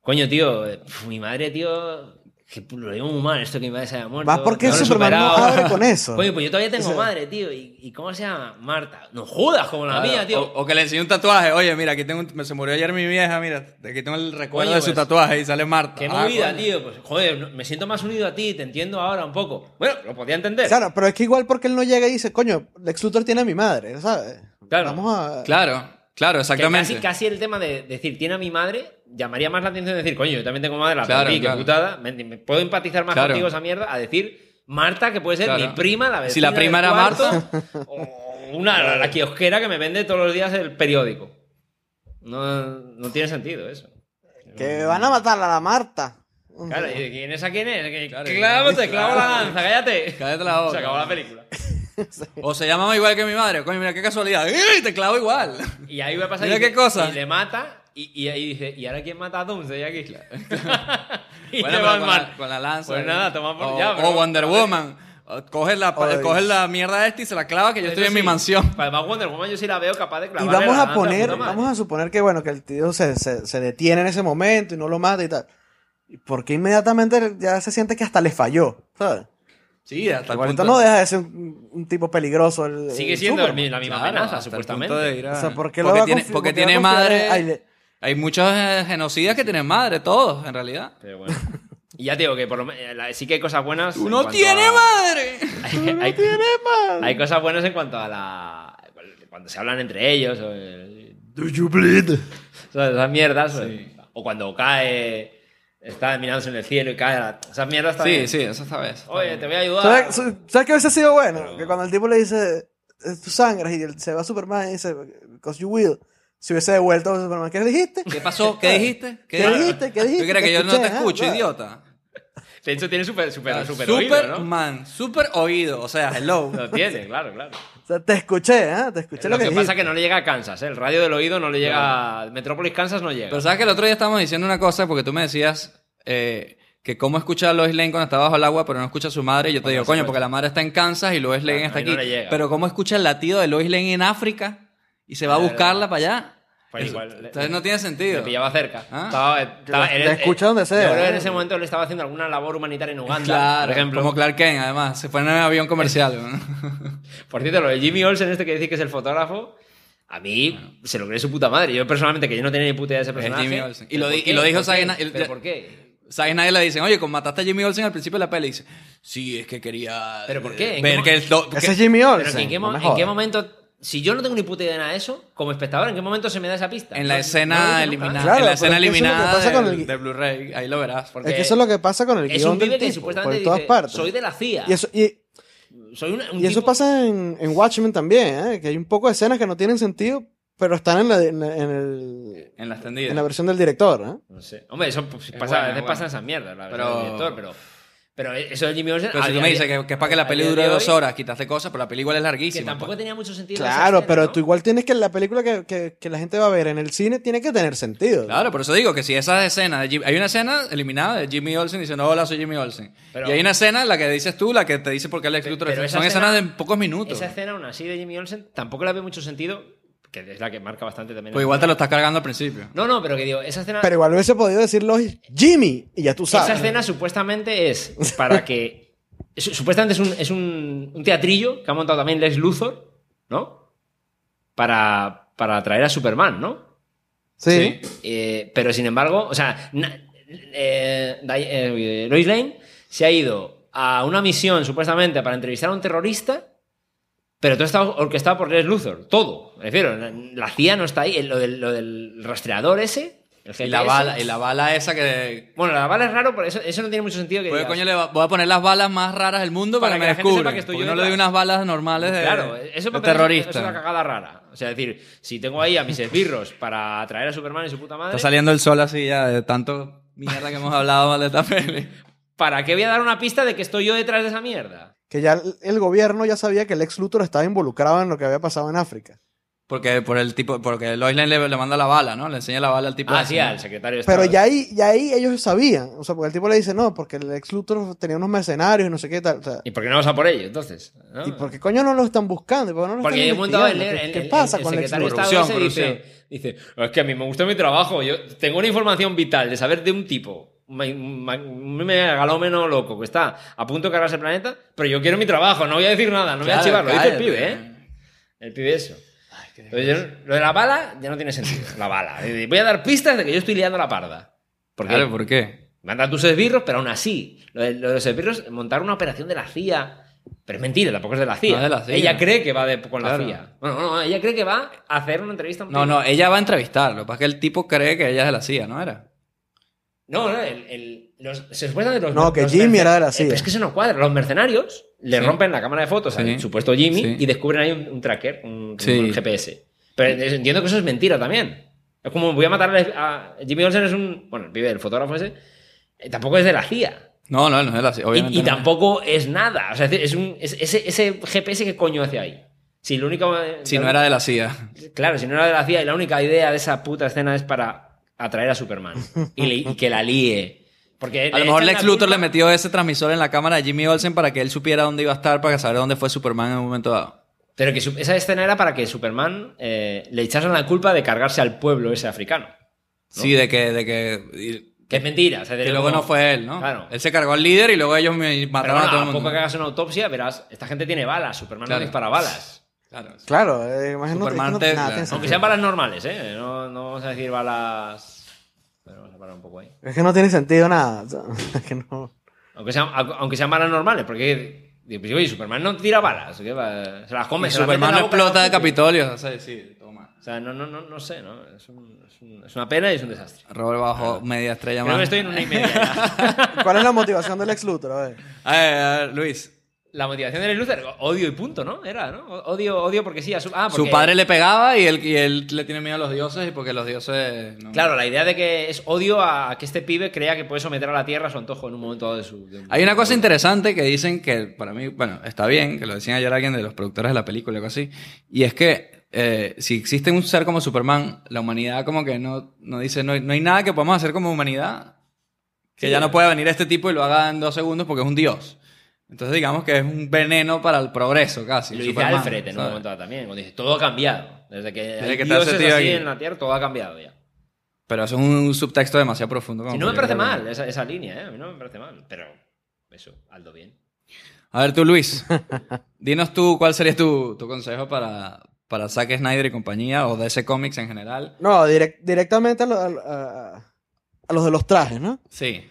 Speaker 3: coño, tío, eh, pf, mi madre, tío, que pu- lo llevo muy mal esto que mi madre se haya muerto.
Speaker 2: Más porque
Speaker 3: no lo he
Speaker 2: Superman no
Speaker 3: superado.
Speaker 2: abre con eso.
Speaker 3: Coño, pues yo todavía tengo
Speaker 2: O sea-
Speaker 3: madre, tío. ¿Y, y cómo se llama? Marta. No jodas como la
Speaker 4: Claro,
Speaker 3: mía, tío.
Speaker 4: O, o que le enseñe un tatuaje. Oye, mira, aquí tengo un- me- se murió ayer mi vieja, mira, aquí tengo el recuerdo
Speaker 3: Coño,
Speaker 4: de su
Speaker 3: pues.
Speaker 4: tatuaje y sale Marta.
Speaker 3: Qué
Speaker 4: Ah,
Speaker 3: movida,
Speaker 4: coño.
Speaker 3: tío. Pues, joder, no- me siento más unido a ti, te entiendo ahora un poco. Bueno, lo podía entender.
Speaker 2: Claro, pero es que igual porque él no llega y dice, coño, Lex Luthor tiene a mi madre, ¿sabes?
Speaker 3: Claro.
Speaker 2: Vamos a...
Speaker 4: Claro, claro,
Speaker 3: Que
Speaker 4: exactamente.
Speaker 3: Casi, casi el tema de decir, tiene a mi madre, llamaría más la atención de decir, coño, yo también tengo madre, la
Speaker 4: Claro,
Speaker 3: perdí,
Speaker 4: claro.
Speaker 3: qué putada. Me, me puedo empatizar más
Speaker 4: Claro.
Speaker 3: contigo esa mierda, a decir, Marta, que puede ser
Speaker 4: Claro.
Speaker 3: mi prima, la vecina
Speaker 4: Si la
Speaker 3: del
Speaker 4: prima era
Speaker 3: cuarto,
Speaker 4: Marta.
Speaker 3: O una, la, la kiosquera que me vende todos los días el periódico. No, no tiene sentido eso.
Speaker 2: Que van a matar a la Marta.
Speaker 3: Claro, y de quién es a quién es. Que
Speaker 4: Claro,
Speaker 3: clávate,
Speaker 4: claro.
Speaker 3: clavo la lanza, cállate.
Speaker 4: Cállate la boca.
Speaker 3: Se acabó la película.
Speaker 4: O se llamaba igual que mi madre. Coño, mira qué casualidad. ¡Ey! Te clavo igual.
Speaker 3: Y ahí va a pasar.
Speaker 4: Mira
Speaker 3: y-
Speaker 4: qué cosa.
Speaker 3: Y le mata. Y, y ahí dice, ¿y ahora quién mata a Doomsday aquí? y
Speaker 4: Bueno, pero
Speaker 3: le va
Speaker 4: con,
Speaker 3: mal.
Speaker 4: la, con la lanza.
Speaker 3: Pues
Speaker 4: ¿eh?
Speaker 3: nada, toma por
Speaker 4: o,
Speaker 3: ya.
Speaker 4: O Wonder Woman. O Coges la, pa-
Speaker 2: Ay.
Speaker 4: coges la mierda esta y se la clava que yo estoy en mi mansión.
Speaker 3: Para Wonder Woman yo sí la veo capaz de
Speaker 2: Y
Speaker 3: clavarle la
Speaker 2: vamos
Speaker 3: lanza
Speaker 2: a
Speaker 3: la
Speaker 2: poner,
Speaker 3: puta madre.
Speaker 2: vamos a suponer que bueno, que el tío se, se, se detiene en ese momento y no lo mata y tal. ¿Y ¿Por qué inmediatamente ya se siente que hasta le falló? ¿Sabes?
Speaker 4: Sí, hasta el
Speaker 2: Igualito
Speaker 4: punto.
Speaker 2: no deja de ser un, un tipo peligroso. El,
Speaker 3: Sigue
Speaker 2: el
Speaker 3: siendo el
Speaker 2: Superman.
Speaker 3: mi- la misma
Speaker 4: Claro,
Speaker 3: amenaza,
Speaker 4: eh, hasta el
Speaker 3: supuestamente.
Speaker 4: punto de ir a-
Speaker 2: O sea, ¿por qué lo
Speaker 4: porque
Speaker 2: va a
Speaker 4: tiene,
Speaker 2: confi-
Speaker 4: porque
Speaker 2: por qué va a
Speaker 4: tiene
Speaker 2: confiar en-
Speaker 4: madre.
Speaker 2: Ay, le-
Speaker 4: Hay muchos eh, genocidas que tienen madre, todos, en realidad.
Speaker 3: Pero bueno. Y ya te digo que por lo men- eh, la- sí que hay cosas buenas. en
Speaker 4: ¡Uno
Speaker 3: cuanto
Speaker 4: tiene
Speaker 3: a-
Speaker 4: madre!
Speaker 3: Hay, hay- hay cosas buenas en cuanto a la. Cuando se hablan entre ellos. O el- Do you bleed? ¿Sabes? Esas mierdas. o- O cuando cae. Está mirándose en el cielo y cae. la- Esas mierdas
Speaker 4: Sí,
Speaker 3: también.
Speaker 4: sí, eso está bien. eso está
Speaker 3: Oye,
Speaker 4: bien.
Speaker 3: te voy a ayudar.
Speaker 2: ¿Sabes, ¿Sabes qué hubiese sido bueno? Que cuando el tipo le dice, "Eh, tú sangras, y él se va a Superman y dice, because you will. Si hubiese devuelto a Superman, ¿qué dijiste?
Speaker 4: ¿Qué pasó? ¿Qué dijiste?
Speaker 2: ¿Qué dijiste? ¿Qué dijiste?
Speaker 4: ¿Tú crees que
Speaker 2: ¿Qué
Speaker 4: yo no te
Speaker 2: escuché? Ah,
Speaker 4: escucho,
Speaker 2: claro.
Speaker 4: idiota?
Speaker 3: De hecho, tiene super, super, super, oído, ¿no?
Speaker 4: Superman, super oído, o sea, hello.
Speaker 3: Lo tiene, claro, claro.
Speaker 2: O sea, te escuché, ¿ah? Te escuché
Speaker 3: Lo que
Speaker 2: dijiste.
Speaker 3: pasa es que no le llega a Kansas, ¿eh? el radio del oído no le llega. a- Metrópolis, Kansas no llega.
Speaker 4: Pero sabes que el otro día estábamos diciendo una cosa porque tú me decías eh, que cómo escucha a Lois Lane cuando está bajo el agua pero no escucha a su madre. Y yo te digo, coño,
Speaker 3: supuesto.
Speaker 4: porque la madre está en Kansas y Lois Lane
Speaker 3: Claro,
Speaker 4: está
Speaker 3: ahí no
Speaker 4: aquí.
Speaker 3: le llega.
Speaker 4: pero cómo escucha el latido de Lois Lane en África y se va a
Speaker 3: Claro.
Speaker 4: buscarla para allá.
Speaker 3: Pues
Speaker 4: Eso-
Speaker 3: igual, le-
Speaker 4: entonces no tiene
Speaker 3: Le
Speaker 4: sentido.
Speaker 3: pillaba cerca.
Speaker 4: Ah.
Speaker 3: Estaba, estaba-
Speaker 2: La-
Speaker 3: en-
Speaker 2: la
Speaker 3: en-
Speaker 2: escucha donde sea,
Speaker 3: Yo creo que en
Speaker 2: ¿eh?
Speaker 3: ese momento le estaba haciendo alguna labor humanitaria en Uganda,
Speaker 4: Claro,
Speaker 3: por ejemplo.
Speaker 4: como Clark Kent, además, se fue en un avión comercial. ¿no?
Speaker 3: Por cierto, lo de Jimmy Olsen, este que dice que es el fotógrafo, a mí se lo cree su puta madre. Yo personalmente, que yo no tenía ni puta idea de ese personaje.
Speaker 4: Jimmy Olsen. Y
Speaker 3: ¿Pero
Speaker 4: lo di-
Speaker 3: por qué?
Speaker 4: y lo dijo
Speaker 3: ¿Por qué?
Speaker 4: Sagina- el-
Speaker 3: ¿Pero por qué?
Speaker 4: ¿Sabes? Nadie le dicen, oye, con mataste a Jimmy Olsen al principio de la peli. Y dice, sí, es que quería. eh,
Speaker 3: ¿Pero por qué? ¿En
Speaker 4: Ver
Speaker 3: qué
Speaker 4: que el do- que-
Speaker 2: Ese es Jimmy
Speaker 3: Pero
Speaker 2: Olsen.
Speaker 3: que en, qué,
Speaker 2: no
Speaker 3: mo-
Speaker 2: me
Speaker 3: en
Speaker 2: jodas.
Speaker 3: qué momento, si yo no tengo ni puta idea de nada de eso, como espectador, ¿en qué momento se me da esa pista?
Speaker 4: En
Speaker 3: No-
Speaker 4: la
Speaker 3: no
Speaker 4: escena
Speaker 3: lo dije nunca.
Speaker 4: eliminada,
Speaker 2: Claro,
Speaker 4: en la
Speaker 2: pero
Speaker 4: escena
Speaker 2: es que eso es lo que
Speaker 4: eliminada
Speaker 2: pasa con
Speaker 4: del-
Speaker 2: el-
Speaker 4: de Blu-ray, ahí lo verás. Porque
Speaker 2: Es que eso es lo que pasa con el
Speaker 3: Es
Speaker 2: guión
Speaker 3: un pibe
Speaker 2: del
Speaker 3: que
Speaker 2: tipo, por
Speaker 3: supuestamente
Speaker 2: todas
Speaker 3: dice,
Speaker 2: partes.
Speaker 3: soy de la CIA.
Speaker 2: Y eso, y,
Speaker 3: soy una- un
Speaker 2: y eso
Speaker 3: tipo-
Speaker 2: pasa en, en Watchmen también, ¿eh? Que hay un poco de escenas que no tienen sentido, pero están en la, en la- en el-
Speaker 4: en la extendida.
Speaker 2: en la versión del director, ¿eh?
Speaker 3: No sé. Hombre, eso pues, pasa,
Speaker 4: buena,
Speaker 3: a veces
Speaker 4: es
Speaker 3: pasan
Speaker 4: buena.
Speaker 3: esas mierdas, la
Speaker 4: Pero-
Speaker 3: verdad, del director, pero, pero eso de Jimmy Olsen.
Speaker 4: pero si
Speaker 3: a
Speaker 4: tú
Speaker 3: día-
Speaker 4: me dices que, que es para que
Speaker 3: a
Speaker 4: la peli
Speaker 3: día
Speaker 4: dure
Speaker 3: de
Speaker 4: dos
Speaker 3: hoy,
Speaker 4: horas, quitaste cosas, pero la peli igual es
Speaker 3: Que
Speaker 4: larguísima.
Speaker 3: tampoco
Speaker 4: pues.
Speaker 3: tenía mucho sentido. esa
Speaker 2: Claro,
Speaker 3: escena,
Speaker 2: pero
Speaker 3: ¿no?
Speaker 2: tú igual tienes que la película que, que- que la gente va a ver en el cine tiene que tener sentido.
Speaker 4: Claro, por eso digo que si esa escena, de Jim- hay una escena eliminada de Jimmy Olsen diciendo, hola, soy Jimmy Olsen.
Speaker 3: Pero-
Speaker 4: y hay una escena, la que dices tú, la que te dice por qué Lex
Speaker 3: Pero-
Speaker 4: Luthor.
Speaker 3: pero esa
Speaker 4: Son
Speaker 3: escena-
Speaker 4: escenas de pocos minutos.
Speaker 3: Esa escena, aún así, de Jimmy Olsen, tampoco la ve mucho sentido, que es la que marca bastante también.
Speaker 4: Pues
Speaker 3: el-
Speaker 4: igual te lo estás cargando al principio.
Speaker 3: No, no, pero que digo, esa escena.
Speaker 2: Pero igual hubiese podido decirlo Jimmy, y ya tú sabes.
Speaker 3: Esa escena supuestamente es para que. su- supuestamente es, un, es un, un teatrillo que ha montado también Les Luthor, ¿no? Para, para atraer a Superman, ¿no?
Speaker 2: sí.
Speaker 3: Eh, pero sin embargo, o sea, na- eh, Di- eh, Lois Lane se ha ido a una misión supuestamente para entrevistar a un terrorista, pero todo está orquestado por Les Luthor, todo. Me refiero, la- la CIA no está ahí, el- lo del, lo del rastreador ese. el
Speaker 4: Y la,
Speaker 3: GPS.
Speaker 4: bala, y la bala esa que...
Speaker 3: Bueno, la bala es raro, pero eso, eso no tiene mucho sentido que
Speaker 4: Pues
Speaker 3: digas.
Speaker 4: coño, le va- voy a poner las balas más raras del mundo para,
Speaker 3: Para
Speaker 4: que
Speaker 3: que
Speaker 4: me
Speaker 3: la gente sepa
Speaker 4: descubran.
Speaker 3: que estoy
Speaker 4: Porque
Speaker 3: yo
Speaker 4: no le doy
Speaker 3: detrás.
Speaker 4: unas balas normales de,
Speaker 3: Claro, eso
Speaker 4: de
Speaker 3: me parece-
Speaker 4: terrorista.
Speaker 3: Es una cagada rara. O sea, es decir, si tengo ahí a mis esbirros para atraer a Superman y su puta madre,
Speaker 4: Está saliendo el sol así ya de tanto mierda que hemos hablado mal de esta peli.
Speaker 3: ¿para qué voy a dar una pista de que estoy yo detrás de esa mierda?
Speaker 2: Que ya el, el gobierno ya sabía que el ex Luthor estaba involucrado en lo que había pasado en África.
Speaker 4: Porque por el tipo, porque Lois Lane le, le manda la bala, ¿no? Le enseña la bala al tipo.
Speaker 3: Ah,
Speaker 4: ese,
Speaker 3: sí,
Speaker 4: ¿no?
Speaker 3: al secretario de Estado.
Speaker 2: Pero ya ahí, ya ahí ellos sabían. O sea, porque el tipo le dice, no, porque el ex Luthor tenía unos mercenarios y no sé qué tal. O sea,
Speaker 3: ¿Y por qué no vas a por ello, entonces? ¿no?
Speaker 2: ¿Y por qué coño no lo están buscando? ¿Por qué no lo
Speaker 3: Ah. Porque hay
Speaker 2: están
Speaker 3: un momento en
Speaker 2: investigando?
Speaker 3: leer
Speaker 2: ¿Qué,
Speaker 3: el,
Speaker 2: qué
Speaker 3: el-
Speaker 2: pasa
Speaker 3: el
Speaker 2: con el
Speaker 3: secretario
Speaker 2: ex
Speaker 3: de Estado
Speaker 2: Luthor?
Speaker 4: Corrupción,
Speaker 3: ese dice, dice, es que a mí me gusta mi trabajo, yo tengo una información vital de saber de un tipo, un ma- un ma- un megalómeno loco que está a punto de cargarse el planeta, pero yo quiero mi trabajo, no voy a decir nada, no voy a
Speaker 4: Claro,
Speaker 3: chivarlo. Lo dice el
Speaker 4: cállate.
Speaker 3: pibe, ¿eh? El pibe eso. Entonces, yo no- lo de la bala ya no tiene sentido, la bala. Voy a dar pistas de que yo estoy liando la parda. Porque
Speaker 4: Claro, ¿por qué?
Speaker 3: Mandan tus esbirros, pero aún así. Lo de, lo de los esbirros, montar una operación de la CIA. Pero es mentira, tampoco es de la CIA.
Speaker 4: No es de la CIA.
Speaker 3: Ella cree que va de- con
Speaker 4: Claro.
Speaker 3: la CIA. Bueno, no, ella cree que va a hacer una entrevista. a un
Speaker 4: No,
Speaker 3: tío.
Speaker 4: no, eh. ella va a entrevistar. Lo que pasa es que el tipo cree que ella es de la CIA, ¿no era?
Speaker 3: No, no, el- el- los- se supone de los.
Speaker 2: No, que
Speaker 3: los
Speaker 2: Jimmy era de la
Speaker 3: eh,
Speaker 2: CIA.
Speaker 3: Es que eso no cuadra. Los mercenarios le
Speaker 4: Sí.
Speaker 3: rompen la cámara de fotos
Speaker 4: Sí.
Speaker 3: al supuesto Jimmy
Speaker 4: Sí.
Speaker 3: y descubren ahí un, un tracker, un,
Speaker 4: Sí.
Speaker 3: un GPS. Pero entiendo que eso es mentira también. Es como voy a matar a, a- Jimmy Olsen, es un. Bueno, el pibe, el fotógrafo ese. eh, tampoco es de la CIA.
Speaker 4: No, no, no es así,
Speaker 3: Y-
Speaker 4: obviamente.
Speaker 3: Y,
Speaker 4: no.
Speaker 3: tampoco es nada. O sea, es, decir, es un, es- ese, ese GPS que coño hace ahí. Si, lo único, eh,
Speaker 4: Si no era de la CIA.
Speaker 3: Claro, si no era de la CIA y la única idea de esa puta escena es para atraer a Superman y, le- y que la líe. Porque
Speaker 4: A
Speaker 3: le
Speaker 4: lo mejor
Speaker 3: echan
Speaker 4: Lex
Speaker 3: la
Speaker 4: Luthor
Speaker 3: culpa-
Speaker 4: le metió ese transmisor en la cámara de Jimmy Olsen para que él supiera dónde iba a estar, para saber dónde fue Superman en un momento dado.
Speaker 3: Pero que su- esa escena era para que Superman eh, le echasen la culpa de cargarse al pueblo ese africano.
Speaker 4: Sí, de que... De que y-
Speaker 3: Que es mentira. o sea,
Speaker 4: que
Speaker 3: de
Speaker 4: luego
Speaker 3: como-
Speaker 4: no fue él, ¿no?
Speaker 3: Claro.
Speaker 4: Él se cargó al líder y luego ellos me
Speaker 3: Pero
Speaker 4: mataron
Speaker 3: bueno,
Speaker 4: a todo el
Speaker 3: a
Speaker 4: mundo.
Speaker 3: poco que hagas una autopsia, verás, esta gente tiene balas, Superman
Speaker 4: Claro.
Speaker 3: no dispara balas.
Speaker 4: Claro.
Speaker 2: Claro, eh, imagínate, no-
Speaker 4: Superman
Speaker 2: no-
Speaker 4: te-
Speaker 2: nada, tiene
Speaker 3: Aunque
Speaker 2: sentido.
Speaker 3: sean balas normales, ¿eh? No, no vamos a decir balas... Pero vamos a parar un poco ahí.
Speaker 2: Es que no tiene sentido nada. o sea, es que no.
Speaker 3: Aunque sean, au- aunque sean balas normales, porque... digo, pues, oye, Superman no tira balas, ¿qué va? se las come.
Speaker 4: Y
Speaker 3: se las mete en
Speaker 4: Superman no
Speaker 3: la boca y
Speaker 4: explota
Speaker 3: las
Speaker 4: de
Speaker 3: come.
Speaker 4: Capitolio. O sea, sí, toma.
Speaker 3: O sea, no, no, no, no sé, ¿no? Es, un- es un- es una pena y es un desastre.
Speaker 4: Robert bajó media estrella
Speaker 3: Creo
Speaker 4: más.
Speaker 3: que estoy en una y media. ya.
Speaker 2: ¿Cuál es la motivación del ex Luthor? A ver.
Speaker 4: A ver, a ver, Luis.
Speaker 3: La motivación de Lex Luthor, odio y punto, ¿no? Era, ¿no? Odio, odio porque sí. A su, ah,
Speaker 4: Su
Speaker 3: porque-
Speaker 4: padre le pegaba y él, y él le tiene miedo a los dioses y porque los dioses... no-
Speaker 3: Claro, la idea de que es odio a que este pibe crea que puede someter a la Tierra a su antojo en un momento dado de su... de un-
Speaker 4: Hay una cosa interesante que dicen que para mí, bueno, está bien, que lo decían ayer alguien de los productores de la película o algo así, y es que eh, si existe un ser como Superman, la humanidad como que no, no dice, no, hay- no hay nada que podamos hacer como humanidad, que ya no puede venir este tipo y lo haga en dos segundos porque es un dios. Entonces digamos que es un veneno para el progreso casi.
Speaker 3: Lo dice
Speaker 4: Superman,
Speaker 3: Alfred en un
Speaker 4: ¿sabes?
Speaker 3: momento dado también, cuando dice, todo ha cambiado. Desde que, hay
Speaker 4: que está
Speaker 3: dioses
Speaker 4: ese tío
Speaker 3: así
Speaker 4: aquí.
Speaker 3: en la Tierra, todo ha cambiado ya.
Speaker 4: Pero eso es un subtexto demasiado profundo. como
Speaker 3: Si no me
Speaker 4: para
Speaker 3: parece
Speaker 4: llegar a-
Speaker 3: mal esa, esa línea, ¿eh? A mí no me parece mal, pero eso, Aldo bien.
Speaker 4: A ver tú, Luis, dinos tú cuál sería tu, tu consejo para, para Zack Snyder y compañía o DC Comics en general.
Speaker 2: No, direc- directamente a, lo- a- a- a los de los trajes, ¿no?
Speaker 4: Sí.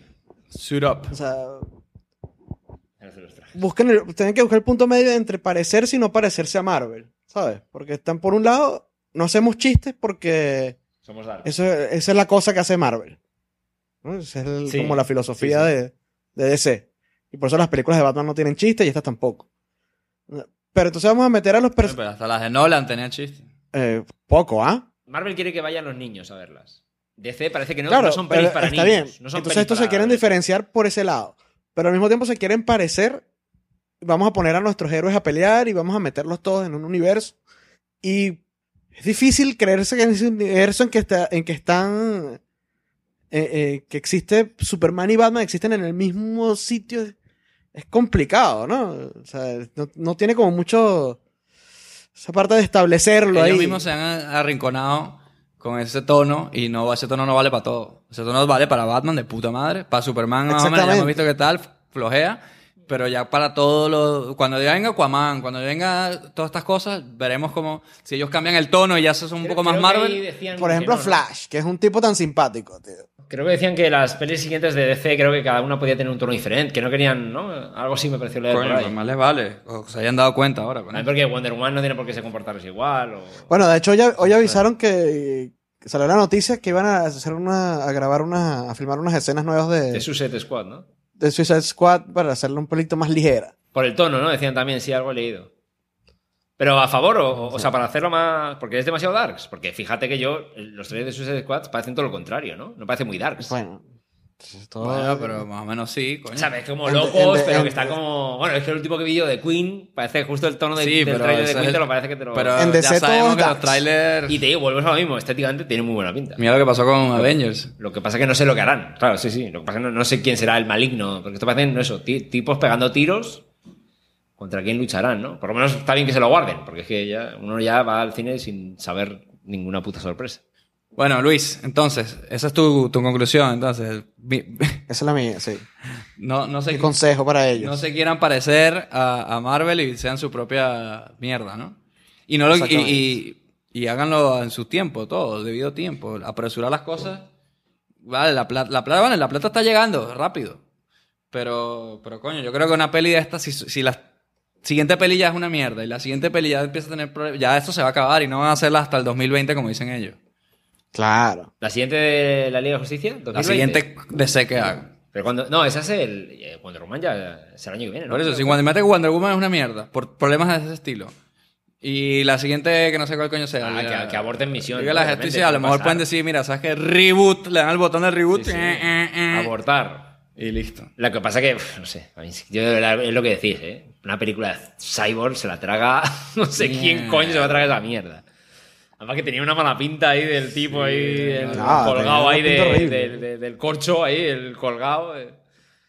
Speaker 4: Suit up.
Speaker 2: O sea,
Speaker 3: Ahora se los traje.
Speaker 2: busquen el- tienen que buscar el punto medio entre parecerse y no parecerse a Marvel, ¿sabes? Porque están por un lado, no hacemos chistes porque
Speaker 3: Somos Dark.
Speaker 2: eso, esa es la cosa que hace Marvel. ¿no? Esa es el-
Speaker 3: Sí,
Speaker 2: como la filosofía De, de DC. Y por eso las películas de Batman no tienen chistes y estas tampoco. Pero entonces vamos a meter a los
Speaker 4: Pero,
Speaker 2: personajes...
Speaker 4: hasta las de Nolan tenían chiste.
Speaker 2: poco, ¿ah?
Speaker 3: Marvel quiere que vayan los niños a verlas. DC parece que no,
Speaker 2: claro,
Speaker 3: no son pelis
Speaker 2: pero
Speaker 3: para
Speaker 2: está bien.
Speaker 3: niños. no son
Speaker 2: Entonces
Speaker 3: pelis
Speaker 2: estos se
Speaker 3: para-
Speaker 2: quieren diferenciar por ese lado. Pero al mismo tiempo se quieren parecer. Vamos a poner a nuestros héroes a pelear y vamos a meterlos todos en un universo. Y es difícil creerse que en ese universo en que, está, en que están... eh, eh, que existe Superman y Batman existen en el mismo sitio. Es complicado, ¿no? O sea, no, no tiene como mucho... Esa parte de establecerlo
Speaker 4: Ellos
Speaker 2: ahí.
Speaker 4: mismos se han arrinconado con ese tono y no, ese tono no vale para todo. Ese tono vale para Batman de puta madre, para Superman más o menos, ya hemos
Speaker 2: Exactamente.
Speaker 4: visto que tal, flojea. Pero ya para todo lo... Cuando ya venga Aquaman, cuando ya venga todas estas cosas, veremos cómo... Si ellos cambian el tono y ya son un
Speaker 3: Creo-
Speaker 4: poco más
Speaker 3: creo que ahí
Speaker 4: Marvel...
Speaker 3: decían
Speaker 2: Por
Speaker 3: que
Speaker 2: ejemplo,
Speaker 3: no, ¿no?
Speaker 2: Flash, que es un tipo tan simpático, tío.
Speaker 3: Creo que decían que las pelis siguientes de DC, creo que cada una podía tener un tono diferente, que no querían, ¿no? Algo así me pareció leer por
Speaker 4: Coño,
Speaker 3: ahí.
Speaker 4: pues más les vale. O se hayan dado cuenta ahora. coño.
Speaker 3: También porque Wonder Woman no tiene por qué se comportarse igual. O...
Speaker 2: Bueno, de hecho, hoy, hoy avisaron que, que salió la noticia que iban a hacer una, a grabar una, a filmar unas escenas nuevas de,
Speaker 3: de Suicide Squad, ¿no?
Speaker 2: de Suicide Squad para hacerla un poquito más ligera.
Speaker 3: Por el tono, ¿no? Decían también, sí, algo he leído. Pero a favor, o, o- o sea, para hacerlo más. Porque es demasiado darks. Porque fíjate que yo, los trailers de Suicide Squad parecen todo lo contrario, ¿no? No parece muy darks.
Speaker 2: Bueno, es todo-
Speaker 4: Bueno, pero más o menos sí, coño.
Speaker 3: ¿Sabes? Como
Speaker 2: El de-
Speaker 3: locos,
Speaker 2: el de-
Speaker 3: pero
Speaker 2: el
Speaker 3: que está
Speaker 2: de-
Speaker 3: como. Bueno, es que el último que vi yo de Queen parece justo el tono de,
Speaker 4: Sí,
Speaker 3: del
Speaker 4: pero
Speaker 3: trailer de
Speaker 4: eso
Speaker 3: Queen,
Speaker 4: es-
Speaker 3: te lo parece que te lo.
Speaker 4: Pero
Speaker 2: En
Speaker 4: ya
Speaker 2: DC
Speaker 4: sabemos
Speaker 2: todos
Speaker 4: que los
Speaker 2: darks.
Speaker 4: trailers...
Speaker 3: Y te digo, vuelves a lo mismo. Estéticamente tiene muy buena pinta.
Speaker 4: Mira lo que pasó con Avengers.
Speaker 3: Lo que pasa es que no sé lo que harán. Claro, sí, sí. Lo que pasa es que no, no sé quién será el maligno. Porque esto parecen eso, ti- tipos pegando tiros. ¿Contra quién lucharán, no? Por lo menos está bien que se lo guarden. Porque es que ya, uno ya va al cine sin saber ninguna puta sorpresa.
Speaker 4: Bueno, Luis, entonces, esa es tu, tu conclusión, entonces. Vi-
Speaker 2: Esa es la mía, sí.
Speaker 4: No, no,
Speaker 2: Mi
Speaker 4: se,
Speaker 2: consejo para ellos.
Speaker 4: no se quieran parecer a, a Marvel y sean su propia mierda, ¿no? Y, no lo, y,
Speaker 2: Exactamente.
Speaker 4: y- y háganlo en su tiempo, todo, debido tiempo. Apresurar las cosas. Vale, la plata, la plata, vale, la plata está llegando rápido. Pero, pero coño, yo creo que una peli de estas, si, si la siguiente peli ya es una mierda y la siguiente peli ya empieza a tener problemas, ya esto se va a acabar y no van a hacerla hasta el 2020 como dicen ellos.
Speaker 2: Claro.
Speaker 3: La siguiente de la Liga de Justicia.
Speaker 4: La
Speaker 3: 2020.
Speaker 4: siguiente DC que hago.
Speaker 3: Pero cuando, no, esa es el. eh, Wonder Woman ya es el año que viene. ¿no?
Speaker 4: Por eso, si Wonder, imagínate que Wonder Woman es una mierda, por problemas de ese estilo. Y la siguiente, que no sé cuál coño sea.
Speaker 3: Ah,
Speaker 4: la-
Speaker 3: que- que aborten misión,
Speaker 4: Liga de
Speaker 3: ¿no?
Speaker 4: la
Speaker 3: De
Speaker 4: Justicia,
Speaker 3: repente,
Speaker 4: a lo
Speaker 3: puede
Speaker 4: mejor
Speaker 3: pasar.
Speaker 4: pueden decir, mira, ¿sabes qué? Reboot, le dan el botón de reboot.
Speaker 3: Sí, sí.
Speaker 4: eh, eh, eh.
Speaker 3: Abortar.
Speaker 4: Y listo.
Speaker 3: Lo que pasa que, pf, no sé, a mí sí- yo de verdad, es lo que decís, ¿eh? Una película de Cyborg se la traga, no sé quién
Speaker 4: Yeah.
Speaker 3: coño se va a tragar esa mierda. Además que tenía una mala pinta ahí del tipo ahí, el
Speaker 2: Ah, tenía
Speaker 3: colgado
Speaker 2: una
Speaker 3: ahí de-
Speaker 2: pinta horrible.
Speaker 3: del- del- del corcho ahí, el colgado. eh.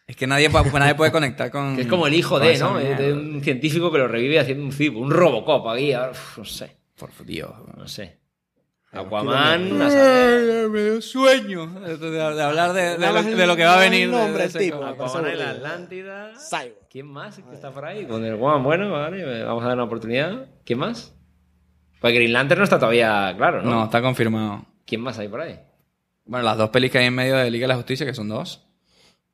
Speaker 4: Es que nadie, pa- pues, nadie puede conectar con.
Speaker 3: Que es como el hijo
Speaker 4: Mm. con
Speaker 3: de,
Speaker 4: esa
Speaker 3: ¿no?
Speaker 4: mierda,
Speaker 3: De un científico que lo revive haciendo un cibo, un Robocop aquí, ahora, uf, no sé,
Speaker 4: Por Dios.
Speaker 3: no sé.
Speaker 2: Aquí
Speaker 3: Aquaman, a saber.
Speaker 4: Eh, Me dio sueño de, de- de hablar de, de lo, de lo que va a venir.
Speaker 2: No, hombre, el
Speaker 4: de- de ese
Speaker 2: tipo.
Speaker 4: co-
Speaker 3: Aquaman en la Atlántida.
Speaker 2: Cyborg.
Speaker 3: ¿Quién más que está por ahí? Con el Juan, bueno, vale, vamos a dar una oportunidad. ¿Quién más? Pues Green Lantern no está todavía claro, ¿no?
Speaker 4: No, está confirmado.
Speaker 3: ¿Quién más hay por ahí?
Speaker 4: Bueno, las dos pelis que hay en medio de Liga de la Justicia, que son dos.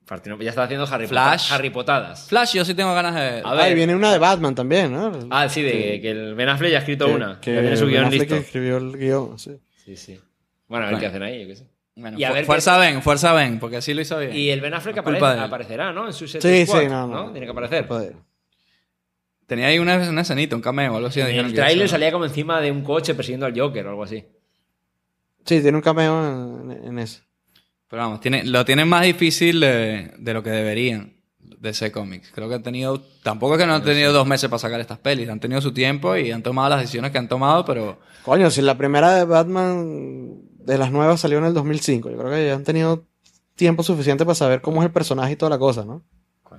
Speaker 3: Fartino- ya está haciendo Harry
Speaker 4: Flash.
Speaker 3: Pota- Harry Potadas.
Speaker 4: Flash, yo sí tengo ganas de.
Speaker 3: A
Speaker 2: Ahí
Speaker 3: ver.
Speaker 2: viene una de Batman también, ¿no?
Speaker 3: Ah, sí, de que el Ben Affleck ya ha escrito
Speaker 2: Que-
Speaker 3: una.
Speaker 2: que
Speaker 3: ya tiene su
Speaker 2: Ben
Speaker 3: guión
Speaker 2: Affleck
Speaker 3: listo.
Speaker 2: escribió el guión, sí.
Speaker 3: Sí, sí. Bueno, a ver
Speaker 4: Bueno.
Speaker 3: qué hacen ahí, yo qué sé.
Speaker 4: Bueno,
Speaker 3: Y a
Speaker 4: fu-
Speaker 3: ver qué-
Speaker 4: fuerza Ben, fuerza Ben, porque así lo hizo bien.
Speaker 3: Y el Ben Affleck
Speaker 4: culpa
Speaker 3: aparece-
Speaker 4: de él.
Speaker 3: aparecerá, ¿no? En su set
Speaker 2: Sí,
Speaker 3: squad,
Speaker 2: sí, no, no.
Speaker 3: Tiene que aparecer.
Speaker 2: Joder.
Speaker 4: Tenía ahí una, una escenita, un cameo o algo así.
Speaker 3: En
Speaker 4: dijeron
Speaker 3: el
Speaker 4: que
Speaker 3: tráiler
Speaker 4: hizo.
Speaker 3: salía como encima de un coche persiguiendo al Joker o algo así.
Speaker 2: Sí, tiene un cameo en, en eso.
Speaker 4: Pero vamos, tiene, lo tienen más difícil de, de lo que deberían de ese cómics. Creo que han tenido, tampoco es que no han tenido dos meses para sacar estas pelis, han tenido su tiempo y han tomado las decisiones que han tomado, pero
Speaker 2: Coño, si la primera de Batman de las nuevas salió en el 2005, yo creo que ya han tenido tiempo suficiente para saber cómo es el personaje y toda la cosa, ¿no?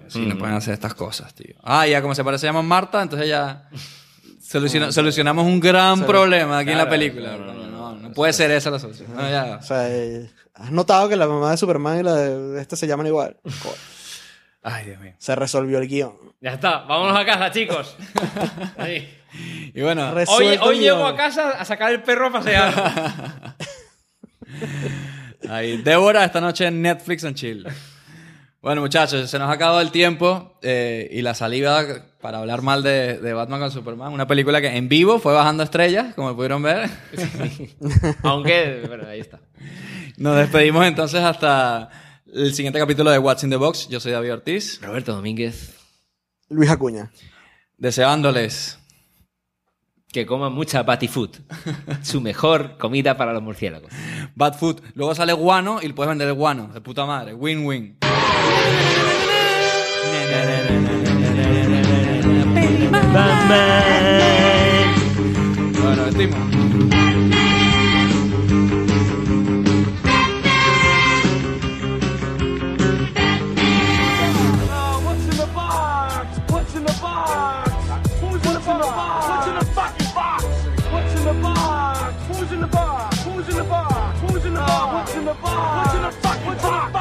Speaker 4: si no pueden hacer estas cosas, tío. Ah, ya como se parece, se llama Marta, entonces ya soluciona- solucionamos un gran problema aquí en la
Speaker 3: Ah, Claro,
Speaker 4: película.
Speaker 3: no,
Speaker 4: No,
Speaker 3: no,
Speaker 4: no, no puede ser esa la solución. No, ya.
Speaker 2: O sea, eh, has notado que la mamá de Superman y la de este se llaman igual. Co-
Speaker 4: Ay, Dios mío.
Speaker 2: Se resolvió el guión.
Speaker 3: Ya está, vámonos a casa, chicos. Ahí.
Speaker 4: Y bueno,
Speaker 2: Res-
Speaker 3: Hoy,
Speaker 2: Suelto
Speaker 3: hoy
Speaker 2: el
Speaker 3: llego
Speaker 2: guión.
Speaker 3: a casa a sacar el perro a pasear.
Speaker 4: Ahí, Débora, esta noche en Netflix en Chile. Bueno, muchachos, se nos ha acabado el tiempo eh, y la saliva para hablar mal de, de Batman con Superman. Una película que en vivo fue bajando estrellas, como pudieron ver.
Speaker 3: Aunque, bueno, ahí está.
Speaker 4: Nos despedimos entonces hasta el siguiente capítulo de What's in the Box. Yo soy David Ortiz,
Speaker 3: Roberto Domínguez.
Speaker 2: Luis Acuña.
Speaker 4: deseándoles
Speaker 3: Que coma mucha batifood. Su mejor comida para los murciélagos.
Speaker 4: Bad Food. Luego sale guano y le puedes vender el guano. De puta madre. Win-win. Bueno, vestimos.
Speaker 1: Now, What's in the box? What's in the box? Who's in the box? What's in the fucking box? What's in the box? Who's in the box? Who's in the box? Who's in the box? What's in the box? What's in the fucking box?